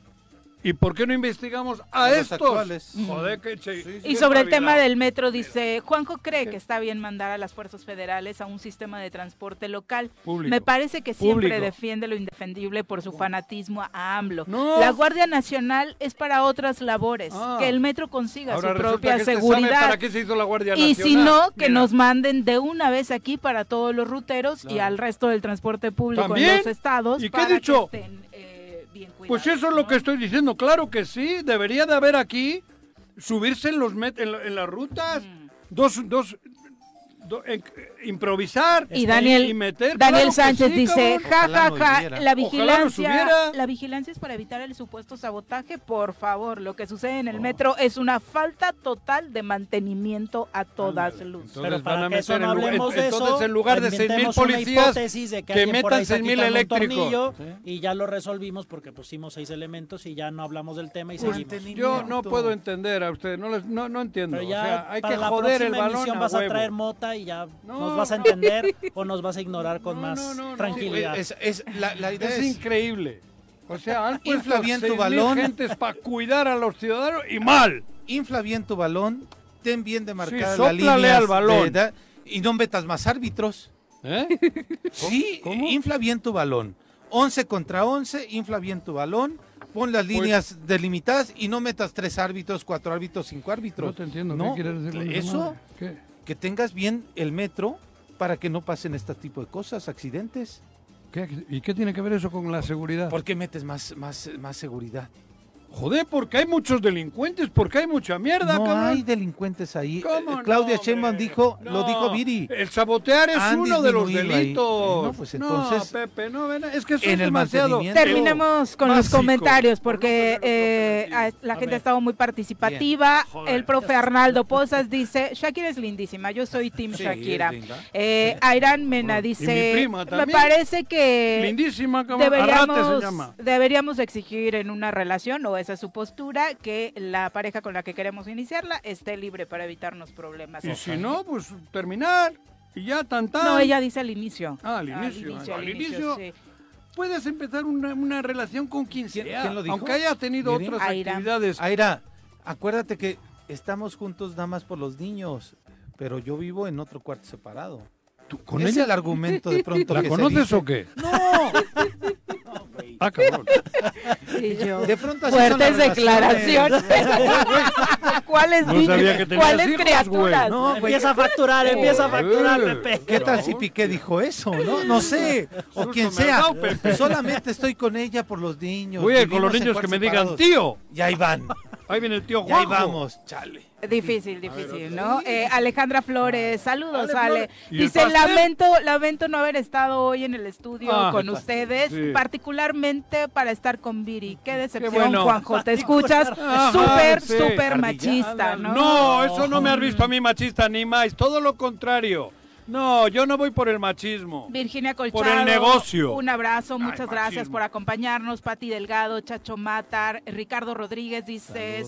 ¿Y por qué no investigamos a, A los estos? actuales. Mm. Joder, que che- Y sobre el tema del metro dice, Juanjo cree que está bien mandar a las fuerzas federales a un sistema de transporte local. Público. Me parece que siempre Público. defiende lo indefendible por su fanatismo a AMLO. No. La Guardia Nacional es para otras labores, Ah. que el metro consiga Ahora su resulta propia que este sabe seguridad. para qué se hizo la Guardia y si Nacional. no, que Mira. nos manden de una vez aquí para todos los ruteros y al resto del transporte público ¿También? en los estados. ¿Y qué he para que dicho? estén, eh, bien Pues cuidados, eso es lo ¿no? que estoy diciendo, claro que sí, debería de haber aquí, subirse en, los met- en, la- en las rutas, Mm. dos, dos, do- en- improvisar Y Daniel- meter, claro Daniel que Sánchez sí, dice, cabrón. ja, Ojalá ja, no ja, hubiera. la no vigilancia, subiera. la vigilancia es para evitar el supuesto sabotaje, por favor, lo que sucede en el metro es una falta total de mantenimiento a todas Ándale, luces. entonces Pero para van a que eso meter no en lu- hablemos en- de eso, entonces en lugar de 6.000 inventemos una policías, hipótesis de que alguien por metan ahí está 6.000 quitando un eléctricos. tornillo Sí. Y ya lo resolvimos porque pusimos seis elementos y ya no hablamos del tema y Pues, seguimos. yo no puedo entender a usted, no, les- no, no entiendo, Pero o ya sea, hay para que la joder el próxima balón emisión a vas a huevo. traer mota y ya No, nos vas a no. entender o nos vas a ignorar con No, más no, no, no. tranquilidad. Es, es- la, la idea Es es, increíble. O sea, han Infla puesto bien tu 6.000 balón. gentes para cuidar a los ciudadanos y mal. infla bien tu balón, ten bien demarcada Sí, la sóplale línea. al balón. y no metas más árbitros. ¿Eh? Sí, ¿Cómo? infla bien tu balón. 11 contra 11, infla bien tu balón. Pon las Pues líneas delimitadas y no metas tres árbitros, cuatro árbitros, cinco árbitros. No te entiendo, No, ¿qué quieres decir con esa Eso, madre? ¿Qué? que tengas bien el metro para que no pasen este tipo de cosas, accidentes. ¿Qué- ¿Y qué tiene que ver eso con la seguridad? ¿Por qué metes más, más, más seguridad? Joder, porque hay muchos delincuentes, porque hay mucha mierda, No cabrón. hay delincuentes ahí. ¿Cómo Eh, Claudia no, Sheinbaum hombre? dijo, No, lo dijo Viri. El sabotear es Han uno de los disminuido ahí. delitos. Eh, no, pues entonces, No, Pepe, no, ven, es que eso en es el demasiado. mantenimiento- Terminamos con los Básico. comentarios Volvemos porque a ver eh, los comentarios. la A gente ver. ha estado muy participativa. Joder. El profe Arnaldo Posas dice, Shakira es lindísima, yo soy Team Sí, Shakira. linda. Eh, Airan Mena Y mi dice, prima me también. parece que Lindísima, cabrón. Arrate se Eh, Deberíamos, llama. deberíamos exigir en una relación, o esa es su postura, que la pareja con la que queremos iniciarla esté libre para evitarnos problemas. Y si no, pues terminar y ya tan tan. No, ella dice al inicio. Ah, al inicio, ah, al al inicio. inicio, sí. Puedes empezar una, una relación con quien sea. ¿Quién- quién lo dijo? Aunque haya tenido Miri. otras Aira. actividades. Aira, acuérdate que estamos juntos nada más por los niños, pero yo vivo en otro cuarto separado. ¿Tú ¿Con es el argumento de pronto ¿La que se conoces dice. o qué? No, Ah, cabrón. y yo. De pronto así son Fuertes las declaraciones. ¿Cuáles No niños? sabía que tenías ¿Cuáles hijos, güey. criaturas? No, güey, empieza a facturar, empieza a facturar, Eh, Pepe. ¿Qué tal si Piqué dijo eso? No, no sé. O Susto quien me ha sea. dado, Pepe. Solamente estoy con ella por los niños. Oye, con vivimos los en niños que me digan, cuartos separados. tío, Y ahí van. ahí viene el tío Y ahí Juanjo. vamos. Chale. Difícil, difícil, ¿no? Eh, Alejandra Flores, saludos, Flores. Ale. ¿Y el Dice, pastel? lamento, lamento no haber estado hoy en el estudio Ah, con el ustedes, sí. particularmente para estar con Viri. Qué decepción, bueno. Juanjo, te escuchas Ajá, súper, sí. súper Ardilla. machista, ¿no? No, eso no me has visto a mí machista ni más, todo lo contrario. No, yo no voy por el machismo. Virginia Colchado. Por el negocio. Un abrazo, muchas machismo. gracias por acompañarnos. Pati Delgado, Chacho Matar, Ricardo Rodríguez dice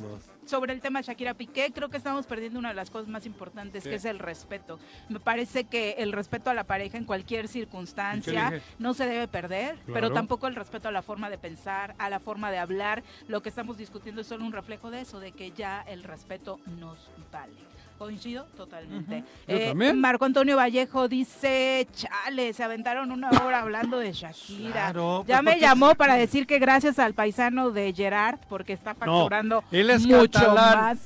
sobre el tema Shakira Piqué, creo que estamos perdiendo una de las cosas más importantes, que es el respeto. Me parece que el respeto a la pareja en cualquier circunstancia dije? no se debe perder, pero Claro. tampoco el respeto a la forma de pensar, a la forma de hablar. Lo que estamos discutiendo es solo un reflejo de eso, de que ya el respeto nos vale. Coincido totalmente. Yo también. Eh, Marco Antonio Vallejo dice, chale, se aventaron una hora hablando de Shakira. Claro, ya pues, me porque- llamó para decir que gracias al paisano de Gerard, porque está facturando él es mucho catalán, más.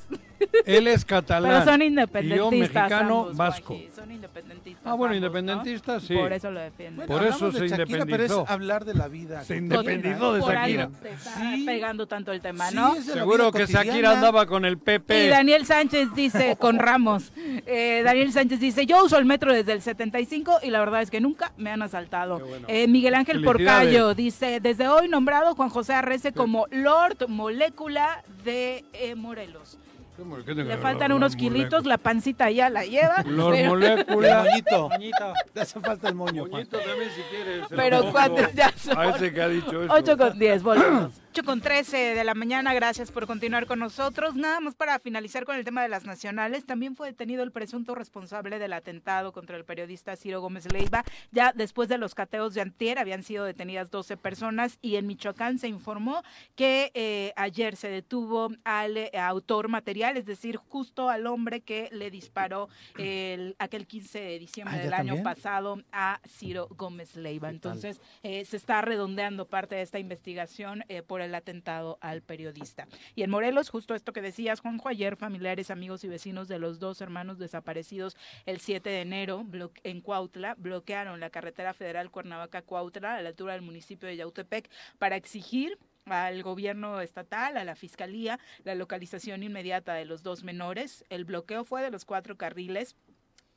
Él es catalán. Pero son Y yo independentistas. mexicano ambos, vasco. Joaquín, Son independentistas. Ah, bueno, ambos, ¿no? independentista, sí. Por eso lo defienden. Por hablamos eso de se independizó. Pero es hablar de la vida. Se cotidiana. independizó de Por algo Shakira. te está Sí. pegando tanto el tema, Sí, ¿no? es de la Seguro vida que Shakira cotidiana. andaba con el Y Pepe. Daniel Sánchez dice, con Ramos, eh, Daniel Sánchez dice, yo uso el metro desde el 75 y la verdad es que nunca me han asaltado. Qué bueno. Eh, Miguel Ángel Felicidades. Porcayo dice, desde hoy nombrado Juan José Arrece como Lord Molécula de eh, Morelos. Le faltan unos kilitos, la pancita ya la lleva. Los pero- El moléculas. moñito. Moñito. Te hace falta el moño. Juan. también si quieres. eh. Pero cuántos ya son. A ese que ha dicho eso. 8 con 10, volvemos. 8 con 13 de la mañana, gracias por continuar con nosotros. Nada más para finalizar con el tema de las nacionales, también fue detenido el presunto responsable del atentado contra el periodista Ciro Gómez Leiva. Ya después de los cateos de Antier habían sido detenidas 12 personas y en Michoacán se informó que eh, ayer se detuvo al eh, autor material, es decir, justo al hombre que le disparó el, aquel 15 de diciembre Ah, del ¿ya año también? pasado a Ciro Gómez Leiva. ¿Qué tal? Entonces, eh, se está redondeando parte de esta investigación eh, por el atentado al periodista. Y en Morelos, justo esto que decías, Juanjo, ayer familiares, amigos y vecinos de los dos hermanos desaparecidos el 7 de enero blo- en Cuautla bloquearon la carretera federal Cuernavaca-Cuautla a la altura del municipio de Yautepec para exigir al gobierno estatal, a la fiscalía, la localización inmediata de los dos menores. El bloqueo fue de los cuatro carriles.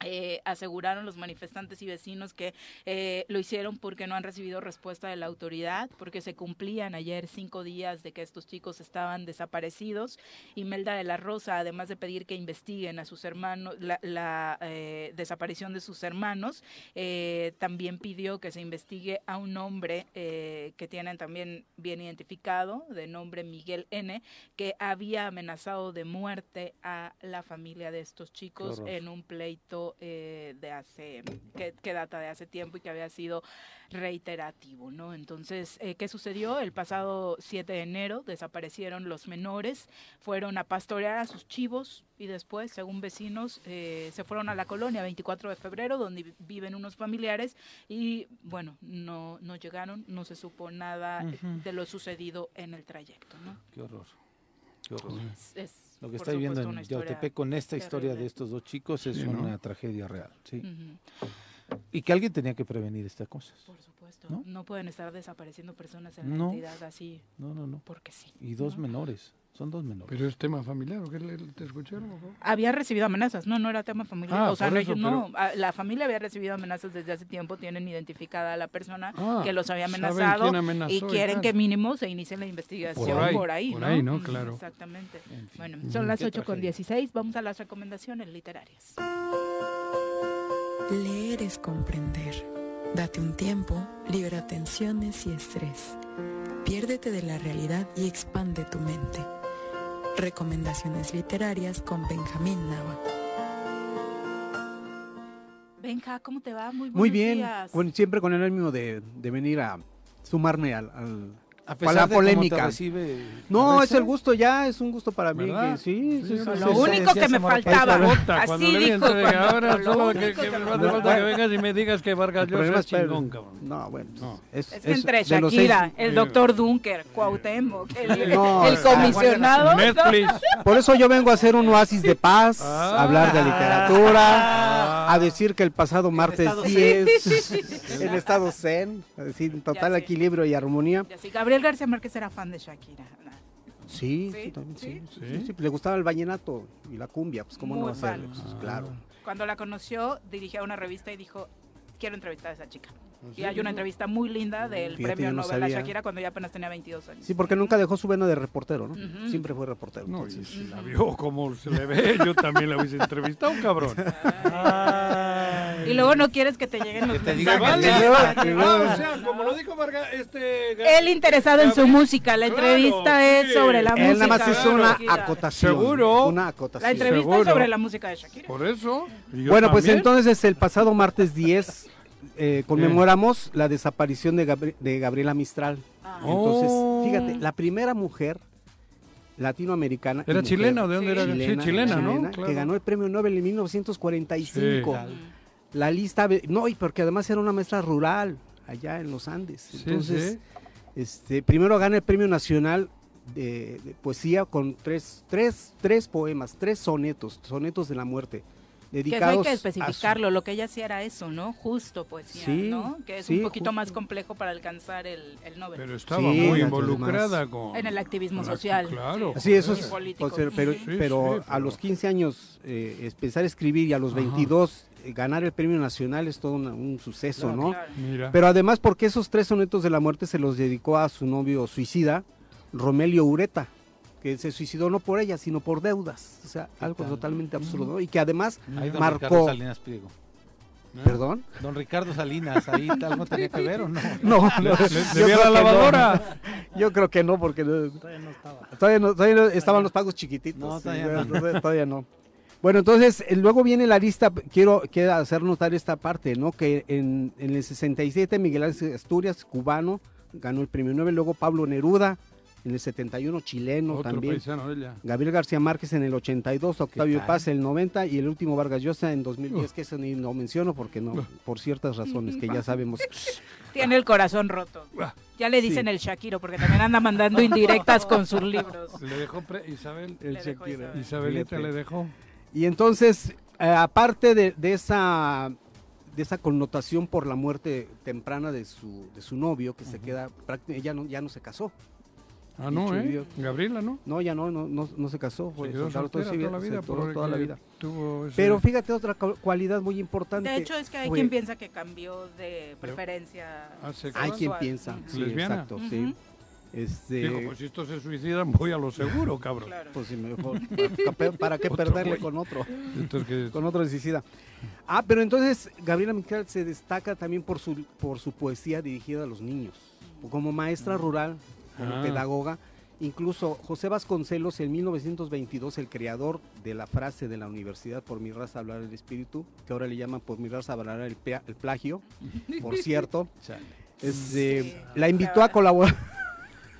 Eh, aseguraron los manifestantes y vecinos que eh, lo hicieron porque no han recibido respuesta de la autoridad, porque se cumplían ayer cinco días de que estos chicos estaban desaparecidos. Imelda de la Rosa, además de pedir que investiguen a sus hermanos, la, la, eh, desaparición de sus hermanos, eh, también pidió que se investigue a un hombre eh, que tienen también bien identificado, de nombre Miguel N., que había amenazado de muerte a la familia de estos chicos horror. en un pleito eh, de hace que, que data de hace tiempo y que había sido reiterativo, ¿no? Entonces, eh, ¿qué sucedió? El pasado 7 de enero desaparecieron los menores, fueron a pastorear a sus chivos y después, según vecinos, eh, se fueron a la colonia 24 de febrero, donde vi- viven unos familiares y, bueno, no, no llegaron, no se supo nada eh, Ujú. de lo sucedido en el trayecto, ¿no? Qué horror. Qué horror. Es, es, Lo que por estoy viendo supuesto, una en historia- Yautepec con esta historia terrible. de estos dos chicos es Sí, ¿no? una tragedia real. Sí. Ujú. Y que alguien tenía que prevenir estas cosas. Por supuesto, ¿No? ¿No? pueden estar desapareciendo personas en la No. entidad así No, no, no. porque sí. Y dos ¿no? menores. Son dos menores. Pero es tema familiar, ¿o qué le- te escucharon? o cómo? Había recibido amenazas, no, no era tema familiar. Ah, o sea, por no, eso, no, a- la familia había recibido amenazas desde hace tiempo, tienen identificada a la persona Ah, que los había saben amenazado quién amenazó y quieren tal. que mínimo se inicie la investigación por ahí, ahí, por ahí por ¿no? ahí, ¿no? Ujú, Claro. Exactamente. En fin. Bueno, son las Qué 8 con tragedia. 16, vamos a las recomendaciones literarias. Leer es comprender. Date un tiempo, libera tensiones y estrés. Piérdete de la realidad y expande tu mente. Recomendaciones literarias con Benjamín Nava. Benja, ¿cómo te va? Muy, Muy buenos bien, días. con- siempre con el ánimo de, de venir a sumarme al, al- A para la de cómo te polémica. recibe- No, ¿Parece? es el gusto ya, es un gusto para mí. ¿Verdad? que sí, sí, sí, Lo sí, Lo sí. único que me faltaba. Bota, cuando Así le dijo. vienes, cuando- ahora lo solo único que, que que me me hace falta que vengas y me digas que Vargas El Llosa problema es es para- chingón, cabrón. No, bueno. pues, No. Es que es- entre de los seis- eh, Shakira, el doctor Dunker, Cuauhtémoc, el, No, el está- comisionado. Netflix. Por eso yo vengo a hacer un oasis de paz, a hablar de literatura, a decir que el pasado martes estado 10, en estado zen, en total sé. equilibrio y armonía. Ya sí, Gabriel García Márquez era fan de Shakira. Sí, Sí, sí, también, sí, sí. sí, sí, sí, Le gustaba el vallenato y la cumbia, pues cómo Muy no hacerlo, fan. Ah. pues, claro. Cuando la conoció, dirigía una revista y dijo, quiero entrevistar a esa chica. Y hay una entrevista muy linda del ¿Ah, Fíjate, premio yo no Nobel a sabía. Shakira cuando ya apenas tenía 22 años. Sí, porque nunca dejó su vena de reportero, ¿no? Ujú. Siempre fue reportero. No, y entonces. si la vio como se le ve, yo también la hubiese entrevistado, cabrón. Ay. Y luego no quieres que te lleguen los te digan mensajes. que de te los digan. fans. Ah, o sea, como lo dijo Vargas, este... Gar- Él interesado en su Gabriel, música, la claro, entrevista es sí. sobre la música. Él nada más hizo de una Shakira. acotación. Seguro. Una La acotación. entrevista es Seguro. sobre la música de Shakira. Por eso. y yo Bueno, pues también. entonces el pasado martes 10 eh, conmemoramos la desaparición de, Gabri- de Gabriela Mistral. Ah. Entonces, Oh. fíjate, la primera mujer latinoamericana. y ¿Era mujer chilena o de dónde era? Chilena, sí, chilena, ¿no? chilena, Claro. Que ganó el premio Nobel en 1945. Sí. La lista. ve- No, y porque además era una maestra rural allá en los Andes. Sí, Entonces, sí. este, primero gana el premio nacional de, de poesía con tres, tres, tres poemas, tres sonetos, sonetos de la muerte. Que eso hay Dedicados que a su- especificarlo, lo que ella hacía era eso, ¿no? Justo poesía, Sí, ¿no? Que es sí, un poquito justo. más complejo para alcanzar el, el Nobel. Pero estaba Sí, muy además. involucrada con... en el activismo con la- social. Claro. Sí, eso Y es. político. pues, pero, Sí, sí, pero a pero- los 15 años eh, es empezar a escribir y a los Ajá. 22 eh, ganar el premio nacional es todo una- un suceso, ¿no? Claro. Mira. Pero además porque esos tres sonetos de la muerte se los dedicó a su novio suicida, Romelio Ureta, que se suicidó no por ella, sino por deudas. O sea, algo tal? totalmente absurdo. Y que además, Ahí don Marcó. Ricardo Salinas Pliego. perdón. Don Ricardo Salinas, ahí algo tenía que ver o no. No, Le, le- no, yo le vi a creo la que no. lavadora. Yo creo que no, porque no- Todavía no estaba. todavía, no- todavía no- estaban los pagos chiquititos. No, sí, todavía bueno, no. entonces, todavía no. Bueno, entonces eh, luego viene la lista, p- quiero, quiero hacer notar esta parte, ¿no? Que en, en el 67 Miguel Ángel Asturias, cubano, ganó el premio Nobel, luego Pablo Neruda, en el 71 chileno Otro también. paisano de ella. Gabriel García Márquez en el 82, Octavio tal? Paz en el 90 y el último Vargas Llosa en 2010, que eso ni lo menciono porque no, por ciertas razones que ya sabemos. Tiene el corazón roto. Ah. Ya le dicen el Shakiro, porque también anda mandando indirectas con sus libros. Le dejó pre- Isabel, el Le dejó Shakira. Isabel. Isabelita Fíjate. le dejó. Y entonces, eh, aparte de, de esa de esa connotación por la muerte temprana de su, de su novio, que se queda, prácti- ella no, ya no se casó. Ah, no, Dicho y ¿eh? hecho. Gabriela, ¿no? No, ya no, no, no, no se casó. Se fue quedó soltero toda soltera su toda la se vida. quedó toda la porque vida. tuvo ese- Pero fíjate otra cu- cualidad muy importante. De hecho, es que hay fue- quien piensa que cambió de preferencia. Ah, se- hay quien sexual. piensa. Ujú. Sí, Lesbiana. exacto, sí. Ujú. Este, Dijo, pues si estos se suicidan, voy a lo seguro, cabrón. Claro. Pues sí, mejor. ¿Para, qué- ¿para qué Otro perderle güey. con otro? Entonces, que- Con otro suicida. Ah, pero entonces Gabriela Mistral se destaca también por su, por su poesía dirigida a los niños. Como maestra rural, como Ah. pedagoga. Incluso José Vasconcelos, en 1922, el creador de la frase de la universidad, por mi raza hablar el espíritu, que ahora le llaman por mi raza hablar el, pea- el plagio, por cierto, Chale. este, Sí. la invitó a colaborar.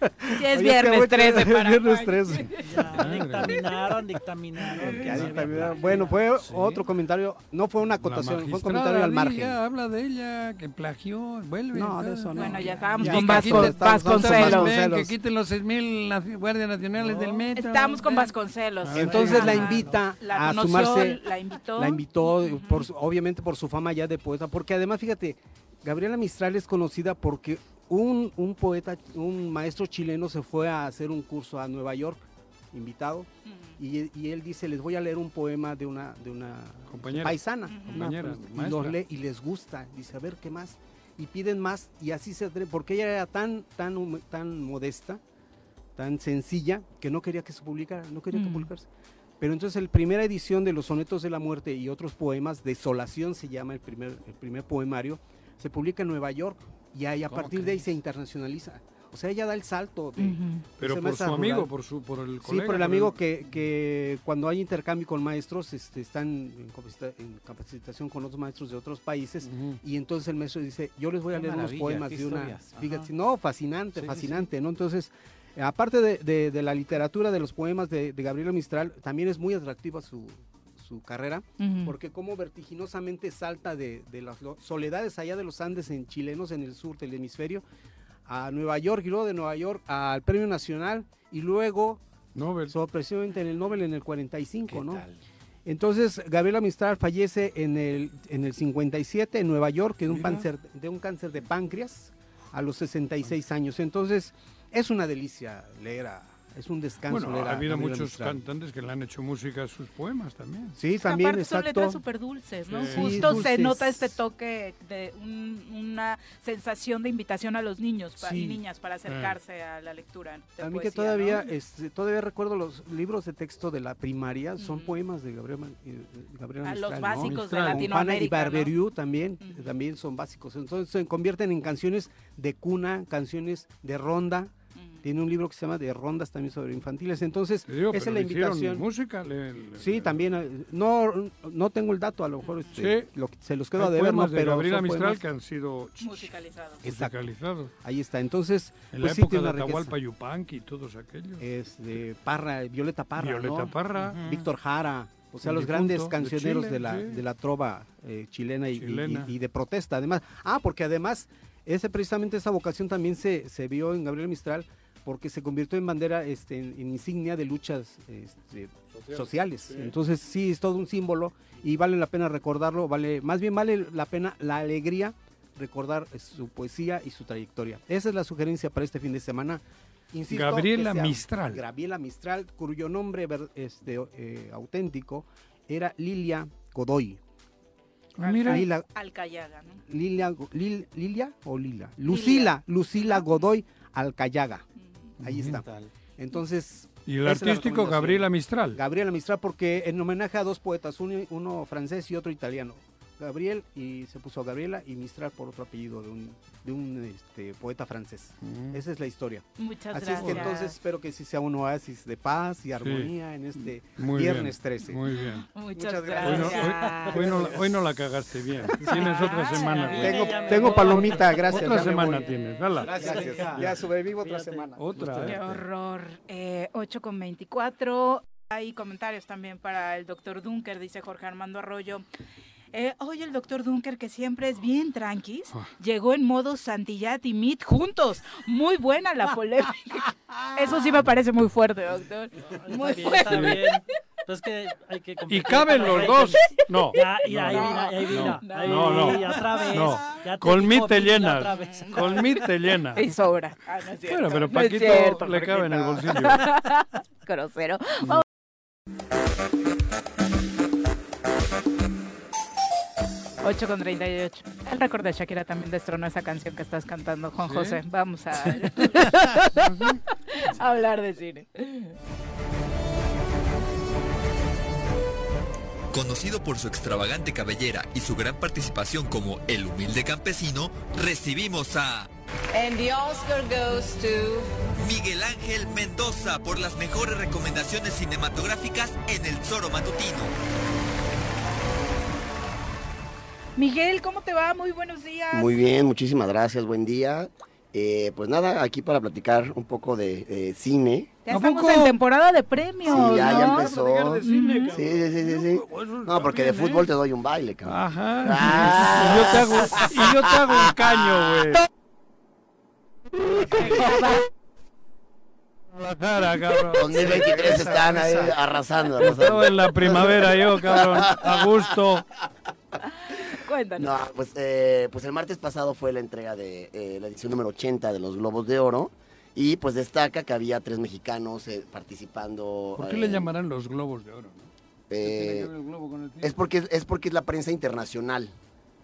Sí, es Oye, es que viernes voy- 13 para es viernes Juan. 13. Ya, dictaminaron, dictaminaron. que Ya había dictaminaron. plagio. Bueno, fue Sí. otro comentario, no fue una la acotación, fue un magistrada, comentario al di, margen. ya, habla de ella, que plagió, vuelve. No, de tal. eso no. Bueno, ya estábamos Y con que Vasco- quiten- Vasconcelos. Ven, Que quiten los 6.000 naci- guardias nacionales del metro. Estábamos con Ven. Vasconcelos. Ah, Entonces la Ajá. invita La a conoció, sumarse, la invitó. la invitó, eh, Ujú. por su- obviamente por su fama ya de poeta, porque además, fíjate, Gabriela Mistral es conocida porque un, un poeta, un maestro chileno se fue a hacer un curso a Nueva York, invitado, Ujú. y, y él dice, les voy a leer un poema de una, de una Compañera. paisana, Ujú. una- Compañera, y los maestra. lee y les gusta, dice, a ver, ¿qué más? Y piden más, y así se atre- porque ella era tan, tan, hum- tan modesta, tan sencilla, que no quería que se publicara, no quería que Mm. publicarse. Pero entonces la primera edición de los sonetos de la muerte y otros poemas, Desolación se llama el primer, el primer poemario, se publica en Nueva York y ahí a ¿Cómo partir de ahí crees? se internacionaliza. O sea, ella da el salto. de- Pero se me por hace su amigo, rural. por su por el Sí, colega. por el amigo que, que cuando hay intercambio con maestros, este, están en, capacita- en capacitación con otros maestros de otros países, Ujú. y entonces el maestro dice, yo les voy a Qué leer unos maravilla, poemas qué de una... historias. Ajá. Fíjate, no, fascinante, Sí, sí, sí. fascinante, ¿no? Entonces, aparte de, de- de la literatura, de los poemas de, de Gabriela Mistral, también es muy atractiva su, su carrera, porque como vertiginosamente salta de, de las lo- soledades allá de los Andes en chilenos en el sur del hemisferio a Nueva York y luego de Nueva York al Premio Nacional y luego Nobel. sorpresivamente en el Nobel en el 45, ¿Qué ¿no? tal? Entonces Gabriela Mistral fallece en el en el 57 en Nueva York de un Mira. cáncer de un cáncer de páncreas a los 66 años. Entonces es una delicia leer a es un descanso Bueno, leer a ha habido Gabriela muchos Mistral. cantantes que le han hecho música a sus poemas también. Sí, Es que también aparte son exacto. letras súper dulces, ¿no? Sí. Justo Sí, se dulces. nota este toque de un- una sensación de invitación a los niños pa- Sí. Ah. y niñas para acercarse a la lectura. de A mí poesía, que todavía, ¿no? este, todavía recuerdo los libros de texto de la primaria, son Ujú. poemas de Gabriel, Ma- eh, Gabriel a los Mistral, ¿no? básicos de Mistral. Con Juana y Latinoamérica. ¿no? Barberiú también, eh, Ujú. también son básicos. Entonces se convierten en canciones de cuna, canciones de ronda. Mm. Tiene un libro que se llama De Rondas también sobre infantiles. Entonces, Te digo, esa es pero la le hicieron invitación. música. le- le- Sí, le- también. eh, No, no tengo el dato, a lo mejor este, Sí. lo- se los hay quedo a deber, ¿no? poemas de pero Gabriela son Mistral poemas- que han sido ch- Musicalizados. Exacto, musicalizados. ahí está. Entonces, En pues la sí, época tiene de una riqueza. Atahualpa Yupanqui y todos aquellos. es de Parra, Violeta Parra, Violeta ¿no? Parra. Ujú. Víctor Jara, o sea, El los grandes difunto de cancioneros de, Chile, la, sí. de la trova eh, chilena, y, y- Chilena. y de protesta, además. Ah, porque además, ese, precisamente esa vocación también se, se vio en Gabriel Mistral, porque se convirtió en bandera, este, en, en insignia de luchas este, sociales. Entonces, sí, es todo un símbolo y vale la pena recordarlo, vale, más bien vale la pena la alegría recordar eh, su poesía y su trayectoria. Esa es la sugerencia para este fin de semana. Insisto, que Gabriela sea- Mistral. Gabriela Mistral, cuyo nombre ver- este, eh, auténtico era Lilia Godoy. Ah, mira. Lila, Alcayaga, ¿no? Lilia, Go- Lil- Lilia o Lila. Lucila, Lucila Godoy Alcayaga. Ah. Mm. Ahí Ujú. ¿Qué está. tal? Entonces, Y el Esa es la artístico recomendación. Gabriela Mistral. Gabriela Mistral, porque en homenaje a dos poetas, uno, uno francés y otro italiano. Gabriel y se puso Gabriela y Mistral por otro apellido de un, de un este, poeta francés. Mm. Esa es la historia. Muchas Así gracias. es que entonces espero que sí sea un oasis de paz y armonía en este Mm. Muy viernes bien. 13. Muy bien. Muchas, Muchas gracias. gracias. Bueno, Hoy no, la- hoy no la cagaste bien. Tienes otra semana. Ay, güey. Tengo, ya me tengo voy. palomita, gracias. Otra ya me semana voy. tienes. Hala. Gracias, Gracias. hija. Ya sobrevivo otra Fíjate. semana. Otra. Qué horror. Eh, 8 con 24. Hay comentarios también para el doctor Dunker, dice Jorge Armando Arroyo. Eh, hoy el doctor Dunker, que siempre es bien tranquis, Ah. llegó en modo Santillati y Meet juntos. Muy buena la polémica. Eso sí me parece muy fuerte, doctor. Muy Está bien, está fuerte. bien. Pues que hay que Y competir caben para los ver dos. quién- No. Ya, mira, ahí No, mira, ahí mira. no, ahí no, no. mira, otra vez. No. Ya te Con mí dijo te Bill llenas. otra vez. Con mí te llena. Y sobra. Ah, Bueno, pero Ah, No es Paquito cierto, le cabe en el Paquito. bolsillo. Mm. Grosero. Oh. Ocho con 38. El récord de Shakira también destronó esa canción que estás cantando, Juan ¿Sí? José. Vamos a a hablar de cine. Conocido por su extravagante cabellera y su gran participación como el humilde campesino, recibimos a And the Oscar goes to. Miguel Ángel Mendoza por las mejores recomendaciones cinematográficas en el Zoro Matutino. Miguel, ¿cómo te va? Muy buenos días. Muy bien, muchísimas gracias, buen día. Eh, pues nada, aquí para platicar un poco de eh, cine. Ya ¿A estamos poco? en temporada de premios, Sí, ya, ya ¿no? empezó. Sí, sí, sí, sí, sí. No, porque de fútbol te doy un baile, cabrón. ¿eh? Ajá. Ah. Y yo te hago, y yo te hago un caño, güey. Guadalajara, cabrón. 2023 están ahí arrasando. arrasando. Estaba en la primavera yo, cabrón. A gusto. Cuéntanos. No, pues, eh, pues el martes pasado fue la entrega de eh, la edición número 80 de los Globos de Oro. Y pues destaca que había tres mexicanos eh, participando. ¿Por qué le eh, llamarán los globos de oro? no? ¿Qué tiene que eh, ver el globo con el cine? es porque es porque es la prensa internacional.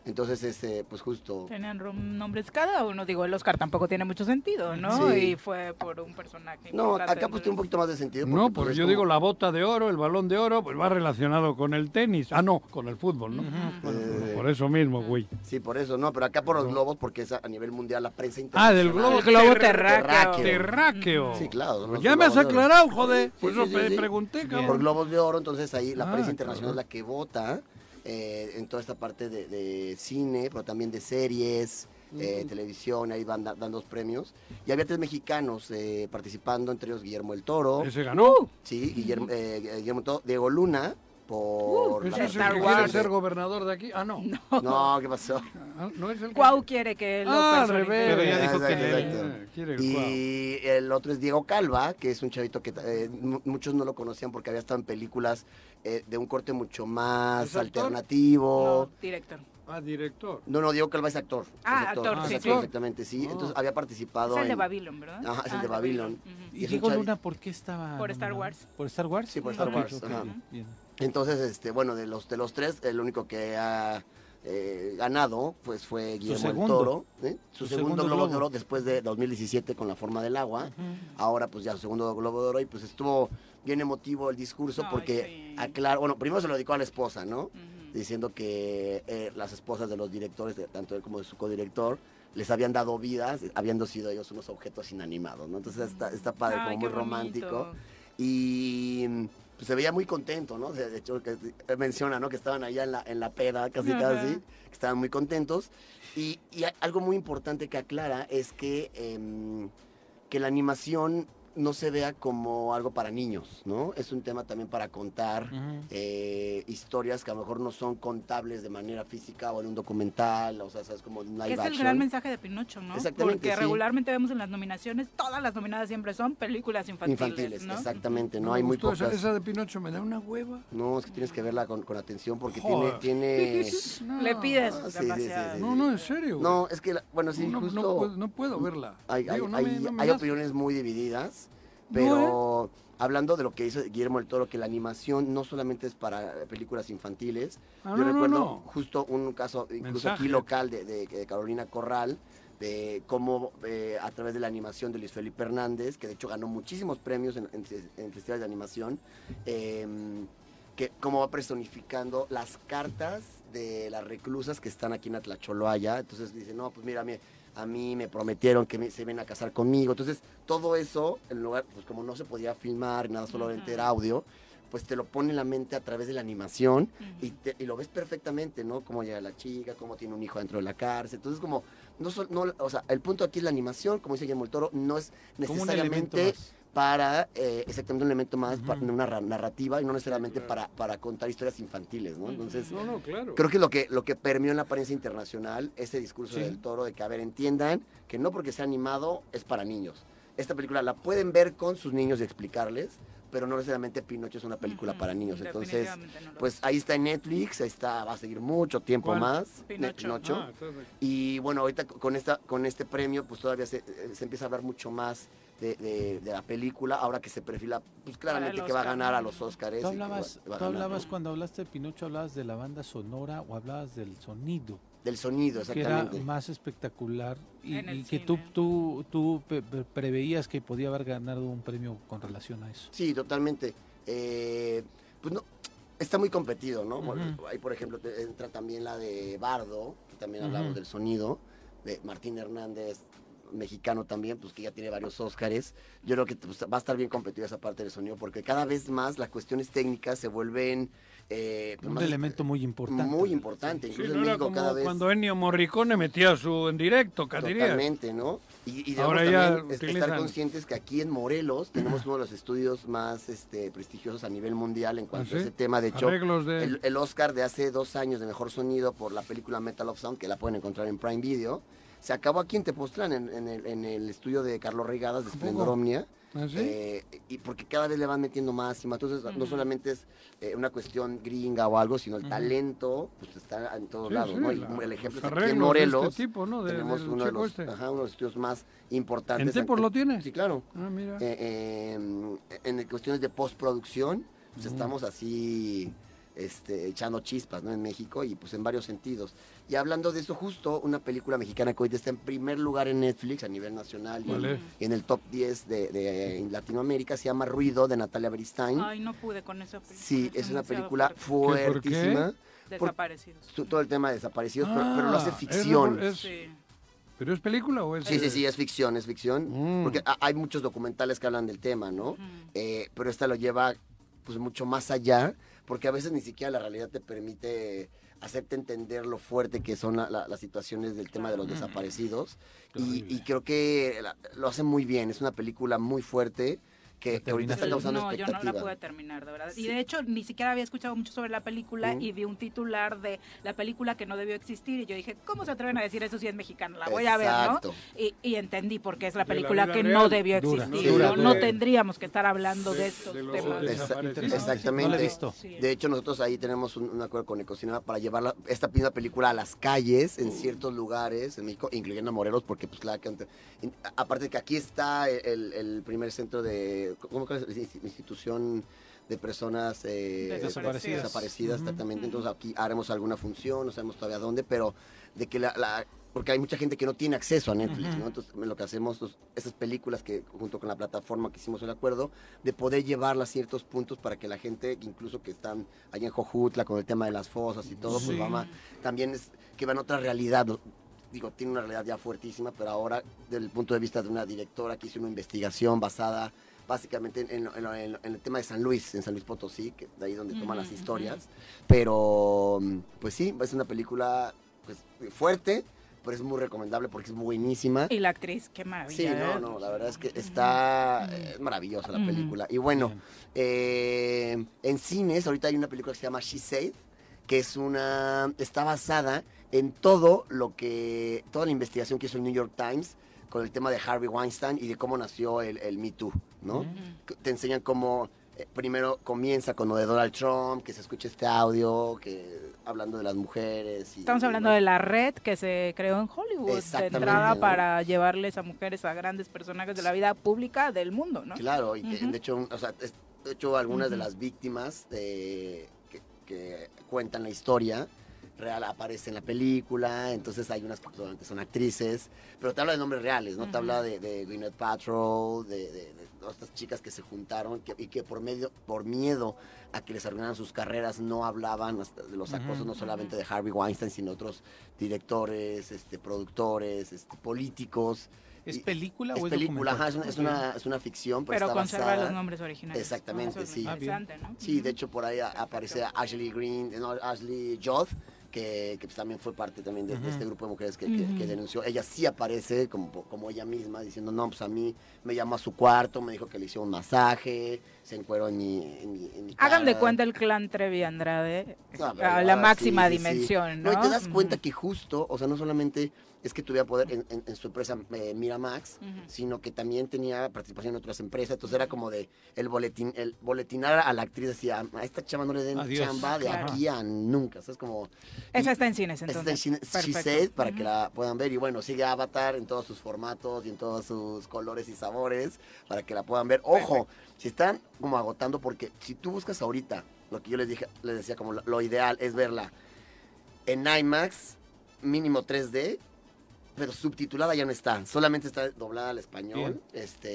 Entonces, este, pues justo. Tenían rom- nombres cada uno. Digo, el Oscar tampoco tiene mucho sentido, ¿no? Sí. Y fue por un personaje. No, importante acá pues tiene un poquito más de sentido. porque, No, porque es yo como- digo la bota de oro, el balón de oro, pues va relacionado con el tenis. Ah, no, con el fútbol, ¿no? Bueno, Eh, por eso mismo, güey. Sí, por eso, no, pero acá por los globos, porque es a, a nivel mundial la prensa Ah, internacional. del globo, ter- Terráqueo. Sí, claro. Pues los ya me has globos de oro. aclarado, joder. Sí, Pues sí, eso sí, pre- sí. pregunté, cabrón. Por globos de oro, entonces ahí la Ah, prensa internacional cabrón. es la que vota eh, en toda esta parte de, de cine, pero también de series, eh, Mm. televisión, ahí van da- dando los premios. Y había tres mexicanos eh, participando, entre ellos Guillermo el Toro. ¿Ese ganó? Sí, Guillermo, eh, Guillermo el Toro, Diego Luna. Por ¿Ese la Uh, es el Star que Wars. quiere ser gobernador de aquí? Ah, no. No, ¿qué pasó? Ah, no es el que- Cuau quiere que lo Ah, al personifique. revés. Pero ya Ah, dijo exacto, que- exacto. Quiere el cuau. Y el otro es Diego Calva, que es un chavito que eh, mu- muchos no lo conocían porque había estado en películas eh, de un corte mucho más ¿Es actor? alternativo. Director. Ah, director. No. no, Diego Calva es actor. Ah, Es actor, es sí, sí. Exactamente, sí. Ah. Entonces había participado Es el de en- Babylon, ¿verdad? Ajá, es el Ah, de de Babylon. Babylon. Y es un Diego chavi- Luna, ¿por qué estaba? Por Star nominado? Wars. ¿Por Star Wars? Sí, por Star Ok, Wars. ok, ajá. bien. Entonces, este, bueno, de los de los tres, el único que ha eh, ganado pues fue Guillermo del segundo. Toro, ¿eh? su, Su segundo, segundo Globo, de Globo. Oro después de 2017 con La forma del agua. Ahora pues ya su segundo Globo de Oro y pues estuvo bien emotivo el discurso porque aclaró, bueno, primero se lo dedicó a la esposa, ¿no? Diciendo que eh, las esposas de los directores, de- tanto él como de su codirector, les habían dado vidas, habiendo sido ellos unos objetos inanimados, ¿no? Entonces está, está padre, Ay, como qué muy romántico bonito. y mm, pues, se veía muy contento, ¿no? De de hecho, que, eh, menciona, ¿no? Que estaban allá en la, en la peda, casi Ajá. casi, que estaban muy contentos. Y, y a- algo muy importante que aclara es que, em, que la animación no se vea como algo para niños, ¿no? Es un tema también para contar eh, historias que a lo mejor no son contables de manera física o en un documental, o sea, es como un live Que es el action. gran mensaje de Pinocho, ¿no? Exactamente, Porque sí. regularmente vemos en las nominaciones, todas las nominadas siempre son películas infantiles, Infantiles, ¿no? exactamente, ¿no? me Hay muy gustó, pocas. esa- Esa de Pinocho me da una hueva. No, es que tienes que verla con, con atención porque Joder. tiene... tiene... Le pides Ah, sí, sí, demasiado. sí, sí, No, no, en serio. No, es que, la- bueno, sí, No, no justo... puedo- no puedo verla. Hay, Digo, hay- no me- hay- no me hay nace. opiniones muy divididas, No, eh? pero hablando de lo que hizo Guillermo el Toro, que la animación no solamente es para películas infantiles. Ah, Yo no, no, recuerdo no. justo un caso, incluso Mensaje. aquí local, de, de- de Carolina Corral, de cómo eh, a través de la animación de Luis Felipe Hernández, que de hecho ganó muchísimos premios en, en- en festivales de animación, eh, que cómo va personificando las cartas de las reclusas que están aquí en Atlacholoaya. Entonces dice, no, pues mira, a mí, a mí me prometieron que me- se ven a casar conmigo. Entonces todo eso, en lugar, pues como no se podía filmar, nada, solamente era audio, pues te lo pone en la mente a través de la animación y, te- y lo ves perfectamente, ¿no? Cómo llega la chica, cómo tiene un hijo dentro de la cárcel. Entonces, como, no, sol- no o sea, el punto aquí es la animación, como dice Guillermo el Toro, no es Como un necesariamente elemento más. para, eh, exactamente un elemento más, para una ra- narrativa y no necesariamente para, para contar historias infantiles, ¿no? Entonces, No, no, claro. creo que es lo que, lo que permeó en la prensa internacional ese discurso Sí. del Toro de que, a ver, entiendan que no porque sea animado es para niños. Esta película la pueden ver con sus niños y explicarles, pero no necesariamente Pinocho es una película para niños. Entonces, Definitivamente no lo pues ahí está en Netflix, ahí está, va a seguir mucho tiempo ¿Cuál? más. Pinocho. Ah, está bien. Y bueno, ahorita co- con, esta, con este premio, pues todavía se, eh, se empieza a hablar mucho más de, de- de la película, ahora que se perfila, pues claramente el que va a Oscar. ganar a los Óscares. ¿Tú y que va- hablabas, va a tú ganar, hablabas ¿no? cuando hablaste de Pinocho, hablabas de la banda sonora o hablabas del sonido? Del sonido, que era exactamente. más espectacular y, En el y que tú, cine. tú, tú pe- pe- preveías que podía haber ganado un premio con relación a eso. Sí, totalmente. Eh, pues no, está muy competido, ¿no? Por- Ujú. Ahí, por ejemplo, te- entra también la de Bardo, que también hablamos Ujú. del sonido, de Martín Hernández, mexicano también, pues que ya tiene varios Óscares. Yo creo que pues, va a estar bien competida esa parte del sonido, porque cada vez más las cuestiones técnicas se vuelven eh, pues, Un más- elemento muy importante. muy importante. Sí, Incluso no en era México como cada vez cuando Ennio Morricone metía su en directo, casi diría. totalmente, ¿no? Y, y debemos Ahora ya también es- utilizan- estar conscientes que aquí en Morelos tenemos uno de los estudios más este, prestigiosos a nivel mundial en cuanto ¿Ah, a sí? ese tema. De hecho, Arreglos de- el, el Oscar de hace dos años de mejor sonido por la película Metal of Sound, que la pueden encontrar en Prime Video, se acabó aquí en Tepoztlán, en, en el, en el estudio de Carlos Regadas de Splendor Omnia. ¿Ah, sí? Eh, y porque cada vez le van metiendo más y más. Entonces, no solamente es eh, una cuestión gringa o algo, sino el talento pues, está en todos Sí, lados. sí, ¿no? Y la- el ejemplo los es aquí en arreglos de este Morelos. tipo, ¿no? De- tenemos del uno de, chico los, este. ajá, uno de los estudios más importantes. ¿En Tepos lo tiene? Sí, claro. Ah, mira. Eh, eh, en cuestiones de postproducción, pues, estamos así. este, echando chispas ¿no? en México y pues en varios sentidos. Y hablando de eso, justo una película mexicana que hoy está en primer lugar en Netflix a nivel nacional y, ¿Cuál es? y en el top 10 de, de- en Latinoamérica se llama Ruido de Natalia Beristain. Ay, no pude con esa película. Sí, es una demasiado película fuerte. ¿Qué, por qué? fuertísima. Por- Desaparecidos. su- todo el tema de desaparecidos, pero, pero lo hace Ah, es- ficción. es- ¿Pero es película o es...? eh? Mm. Sí, sí, sí, es ficción, es ficción. Porque ha- hay muchos documentales que hablan del tema, ¿no? Eh, pero esta lo lleva pues mucho más allá, porque a veces ni siquiera la realidad te permite hacerte entender lo fuerte que son la- la- las situaciones del tema de los Mm. desaparecidos. Y, y creo que la- lo hace muy bien, es una película muy fuerte que, que ahorita está Sí. causando no, yo no la expectativa. pude terminar, de verdad. Sí. Y de hecho, ni siquiera había escuchado mucho sobre la película Mm. y vi un titular de la película que no debió existir. Y yo dije, ¿cómo se atreven a decir eso si es mexicana? La voy Exacto. a ver, ¿no? Y, y entendí por qué es la De la película vida que real. no debió Dura, existir. ¿no? Dura, no, No de- tendríamos que estar hablando de, estos temas. Exa- Exactamente. No la he visto. De hecho, nosotros ahí tenemos un, un acuerdo con Ecocinema para llevar la- esta misma película a las calles en ciertos lugares en México, incluyendo a Morelos, porque pues claro que ante- in- a- aparte de que aquí está el, el primer centro de ¿cómo que es? Inst- institución de personas eh, Desaparecidas. desaparecidas, Ujú. exactamente. Entonces aquí haremos alguna función, no sabemos todavía dónde, pero de que la, la- porque hay mucha gente que no tiene acceso a Netflix, Ujú. ¿no? Entonces, lo que hacemos, los- esas películas que junto con la plataforma que hicimos el acuerdo, de poder llevarlas a ciertos puntos para que la gente, incluso que están allá en Jojutla con el tema de las fosas y todo, Sí. pues vamos, también es que van a otra realidad. ¿no? Digo, tiene una realidad ya fuertísima, pero ahora, desde el punto de vista de una directora que hizo una investigación basada básicamente en, en- en- en el tema de San Luis, en San Luis Potosí, que de ahí donde toman las Ujú, ujú. historias. Pero, pues sí, es una película pues, fuerte, pero es muy recomendable porque es buenísima. Y la actriz, qué maravilla. Sí, no, ¿eh? no, la verdad es que está eh, maravillosa la Ujú. película. Y bueno, eh, en cines ahorita hay una película que se llama She Said, que es una está basada en todo lo que toda la investigación que hizo el New York Times con el tema de Harvey Weinstein y de cómo nació el, el Me Too, ¿no? que Te enseñan cómo eh, primero comienza con lo de Donald Trump, que se escucha este audio, que hablando de las mujeres y Estamos hablando de la red que se creó en Hollywood de Exactamente, entrada ¿no? para llevarles a mujeres a grandes personajes de la vida pública del mundo, ¿no? Claro, y que Ujú. de hecho, un- o sea, es- de hecho algunas de Ujú. las víctimas eh, que, que cuentan la historia real aparece en la película, entonces hay unas que solamente son actrices, pero te habla de nombres reales, ¿no? Te habla de, de Gwyneth Paltrow, de, de- de todas estas chicas que se juntaron que- y que por medio, por miedo a que les arruinaran sus carreras, no hablaban hasta de los Ujú. acosos, no solamente de Harvey Weinstein, sino otros directores, este, productores, este, políticos. ¿Es Y- película o es es película? ajá, documental? es una, es una- Ok. es una ficción, pero, Pero está conserva basada- los nombres originales. Exactamente, Ah, eso es sí. lo interesante, ¿no? Sí, Ujú. de hecho por ahí a- aparece Ashley Green, no, Ashley Judd, que, que pues también fue parte también de, de Ujú. este grupo de mujeres que, que- que Ujú. denunció. Ella sí aparece como, po- como ella misma diciendo, no, pues a mí me llamó a su cuarto, me dijo que le hizo un masaje, se encueró en mi, en mi, en mi Hagan de cara". cuenta el clan Trevi Andrade Ah, a la ¿verdad? máxima Sí, sí, sí. dimensión, ¿no? Y te das cuenta que justo, o sea, no solamente es que tuviera poder en, en- en su empresa eh, Miramax, sino que también tenía participación en otras empresas. Entonces era como de el boletín, el boletinar a la actriz decía, a esta chava no le den Adiós. chamba de Claro. aquí a nunca. O sea, es como Esa está en cines, esta entonces. es She- She Perfecto. Said, para que Ujú. la puedan ver. Y bueno, sigue Avatar en todos sus formatos y en todos sus colores y sabores para que la puedan ver. Ojo, si están como agotando, porque si tú buscas ahorita, lo que yo les dije, les decía como lo, lo ideal es verla en IMAX, mínimo 3D, pero subtitulada ya no está. Solamente está doblada al español.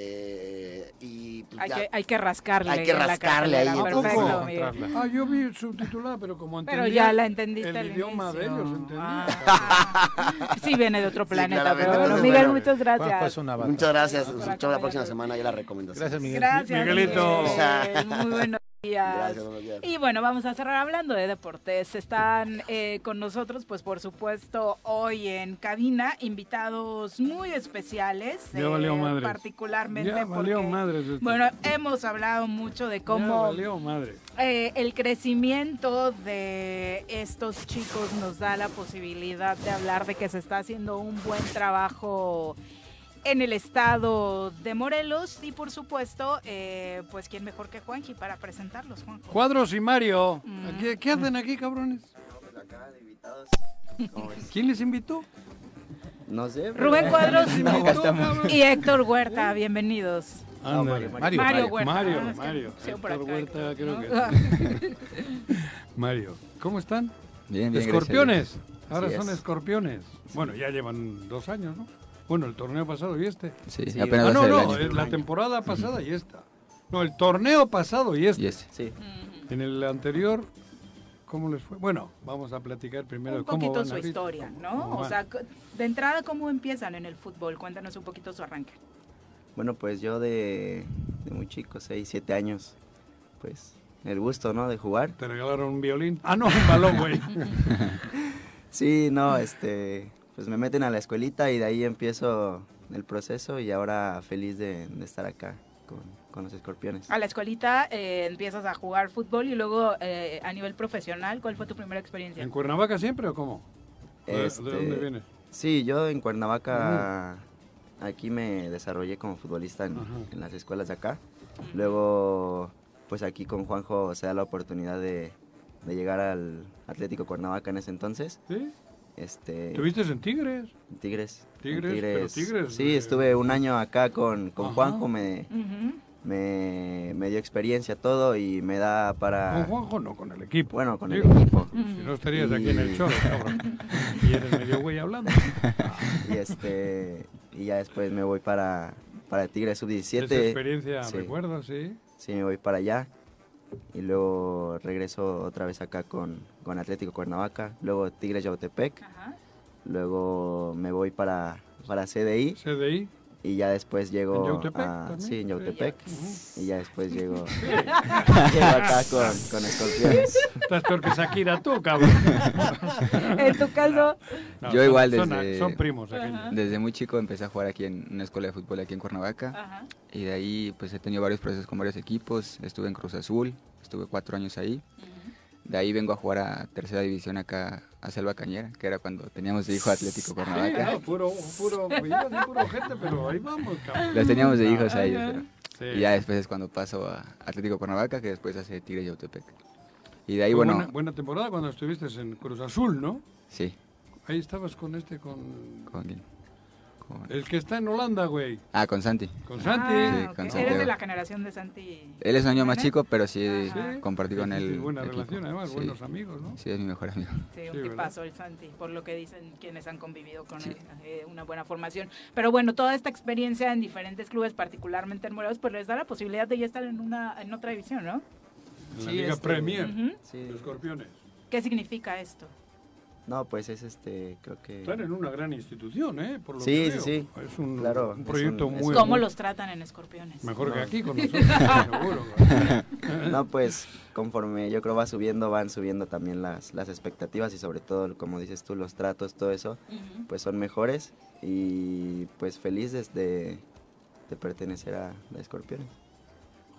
Este y pues, Hay ya. que, hay que rascarle. Hay que en la rascarle ahí, cartelera. entonces, Perfecto, ¿no? Miguel. Ah, yo vi subtitulada, pero como entendía... Pero ya la entendiste El al idioma de inicio. Ah, ellos, entendí. Sí, viene de otro Sí, planeta, claramente. pero bueno, Entonces, Miguel, bueno, muchas gracias. bueno, pues, un avatar. Muchas gracias. Escuchamos la próxima semana ya la recomendación. Gracias, Miguel. Gracias, Miguelito. Miguel. Muy buenos días. Gracias, buenos días. Y bueno, vamos a cerrar hablando de deportes. Están eh, con nosotros, pues por supuesto, hoy en cabina, invitados muy especiales. eh, Ya valió madres. Particularmente Ya valió porque, madres esto. bueno, hemos hablado mucho de Ya cómo valió madre. eh, el crecimiento de estos chicos nos da la posibilidad de hablar de que se está haciendo un buen trabajo en el estado de Morelos y por supuesto, eh, pues quién mejor que Juanji para presentarlos, Juanjo. Cuadros y Mario. ¿Qué, qué hacen aquí, cabrones? Mm. ¿Quién les invitó? No sé. pero- Rubén Cuadros No, estamos- y Héctor Huerta, bienvenidos. Ándale. Ah, Mario, Mario Huerta. Mario, Ah, es que Mario. siempre Héctor acá hay Huerta, creo ¿no? que sí. Mario, ¿cómo están? Bien, bien, Escorpiones. gracias a Dios. Ahora Así son es. escorpiones. Bueno, ya llevan dos años, ¿no? Bueno, el torneo pasado y este. Sí, Sí, apenas va Ah, a no, ser el no, año. es la temporada pasada y esta. No, el torneo pasado y este. Y este. Sí. En el anterior, ¿cómo les fue? Bueno, vamos a platicar primero un de cómo poquito van su ahorita. historia, cómo ¿no? O van. sea, c- de entrada, ¿cómo empiezan en el fútbol? Cuéntanos un poquito su arranque. Bueno, pues yo de, de muy chico, 6, 7 años, pues el gusto, ¿no? De jugar. ¿Te regalaron un violín? Ah, no, un balón, güey. sí, no, este, pues me meten a la escuelita y de ahí empiezo el proceso y ahora feliz de, de estar acá con, con los escorpiones. A la escuelita eh, empiezas a jugar fútbol y luego eh, a nivel profesional, ¿cuál fue tu primera experiencia? ¿En Cuernavaca siempre o cómo? ¿De- de dónde viene? Este, Mm. Sí, yo en Cuernavaca, aquí me desarrollé como futbolista en, en las escuelas de acá. Luego, pues aquí con Juanjo se da la oportunidad de, de llegar al Atlético Cuernavaca en ese entonces. Sí. Este, ¿Tuviste en Tigres? en Tigres. en Tigres, pero Tigres, Sí, eh, estuve un año acá con, con Ajá. Juanjo, me, me, me dio experiencia todo y me da para... Con Juanjo no, con el equipo. Bueno, con Digo, el equipo. si no estarías aquí en el choro, cabrón. Y eres medio güey hablando. y este y ya después me voy para para Tigres sub 17. Esa experiencia, sí, recuerdo, sí. sí, me voy para allá y luego regreso otra vez acá con, con Atlético Cuernavaca, luego Tigres Yautepec. Luego me voy para para CDI. CDI. Y ya después llego ¿En Yautepec a- también? sí, en Yautepec. Y ya después llego, Sí. llego acá con, con escorpiones. Estás peor que Shakira tú, cabrón. En tu caso. No, Yo son- igual son- desde, son primos aquellos. Ajá. desde muy chico empecé a jugar aquí en una escuela de fútbol aquí en Cuernavaca Ajá. y de ahí pues he tenido varios procesos con varios equipos, estuve en Cruz Azul, estuve cuatro años ahí, de ahí vengo a jugar a tercera división acá a Selva Cañera, que era cuando teníamos de hijo Atlético Sí, Cuernavaca, no, puro, puro, pues, iba a decir puro gente, pero ahí vamos, cabrón. los teníamos de hijos a Ajá. ellos, pero- Sí. y ya después es cuando paso a Atlético Cuernavaca que después hace Tigres Yautepec. Y de ahí Fue bueno, Buena, buena temporada cuando estuviste en Cruz Azul, ¿no? sí, Ahí estabas con este, con con quién? el que está en Holanda, güey. Ah, con Santi. Con Santi. Sí, Ah, ok. con Eres de Santiago. la generación de Santi. Ah. Él es un año más ¿Nene? chico, pero sí Ajá. compartí con él. Tiene buena equipo. relación, además, buenos amigos, ¿no? Sí, es mi mejor amigo. Sí, Sí, un ¿verdad? tipazo el Santi, por lo que dicen quienes han convivido con él, eh, una buena formación. Pero bueno, toda esta experiencia en diferentes clubes, particularmente en Morelos, pues les da la posibilidad de ya estar en una en otra división, ¿no? En la Sí, Liga este, Premier. Ujú. Los escorpiones. ¿Qué significa esto? No, pues es este, creo que... Están en una gran institución, ¿eh? Por lo Sí, que sí, veo. sí. Es un, Claro, un es proyecto un- es muy... un- ¿Cómo muy- los tratan en Escorpiones? Mejor que No. aquí con nosotros, seguro. güey. No, pues conforme yo creo va subiendo, van subiendo también las, las expectativas y sobre todo, como dices tú, los tratos, todo eso, Ujú. pues son mejores y pues felices de, de pertenecer a la Escorpión.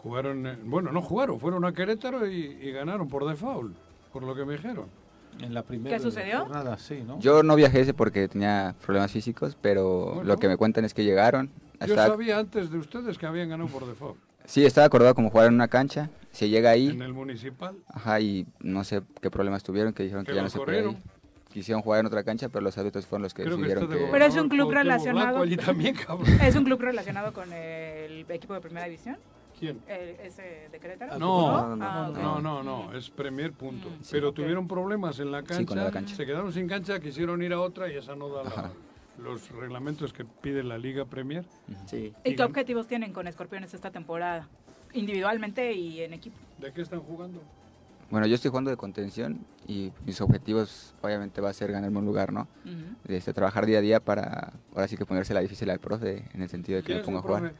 Jugaron, eh, bueno, no jugaron, fueron a Querétaro y, y ganaron por default, por lo que me dijeron. En la primera ¿Qué sucedió? jornada, sí, ¿no? Yo no viajé ese porque tenía problemas físicos, pero lo que me cuentan es que llegaron. Yo estaba- sabía antes de ustedes que habían ganado por default. Sí, estaba acordado como jugar en una cancha. Se llega ahí. En el municipal. Ajá, y no sé qué problemas tuvieron, que dijeron que, Que ya lo no se podía corrieron. ir. Quisieron jugar en otra cancha, pero los árbitros fueron los que Creo que decidieron está de que... Pero es un Cuauhtémoc club Blanco relacionado. allí también, cabrón. ¿Es un club relacionado con el equipo de primera división? ¿Quién? El- ¿Ese de Querétaro? No, no, Ah, no, ok. Mm, no, no, no, es Premier punto. Pero ok. tuvieron problemas en la cancha, con la cancha. se quedaron sin cancha, quisieron ir a otra y esa no da la- los reglamentos que pide la Liga Premier. Sí. ¿Y qué objetivos tienen con Escorpiones esta temporada? Individualmente y en equipo. ¿De qué están jugando? Bueno, yo estoy jugando de contención y mis objetivos obviamente va a ser ganarme un lugar, ¿no? Ujú. Este, trabajar día a día para ahora sí que ponerse la difícil al profe en el sentido de que ¿Quién me es el ponga a jugar.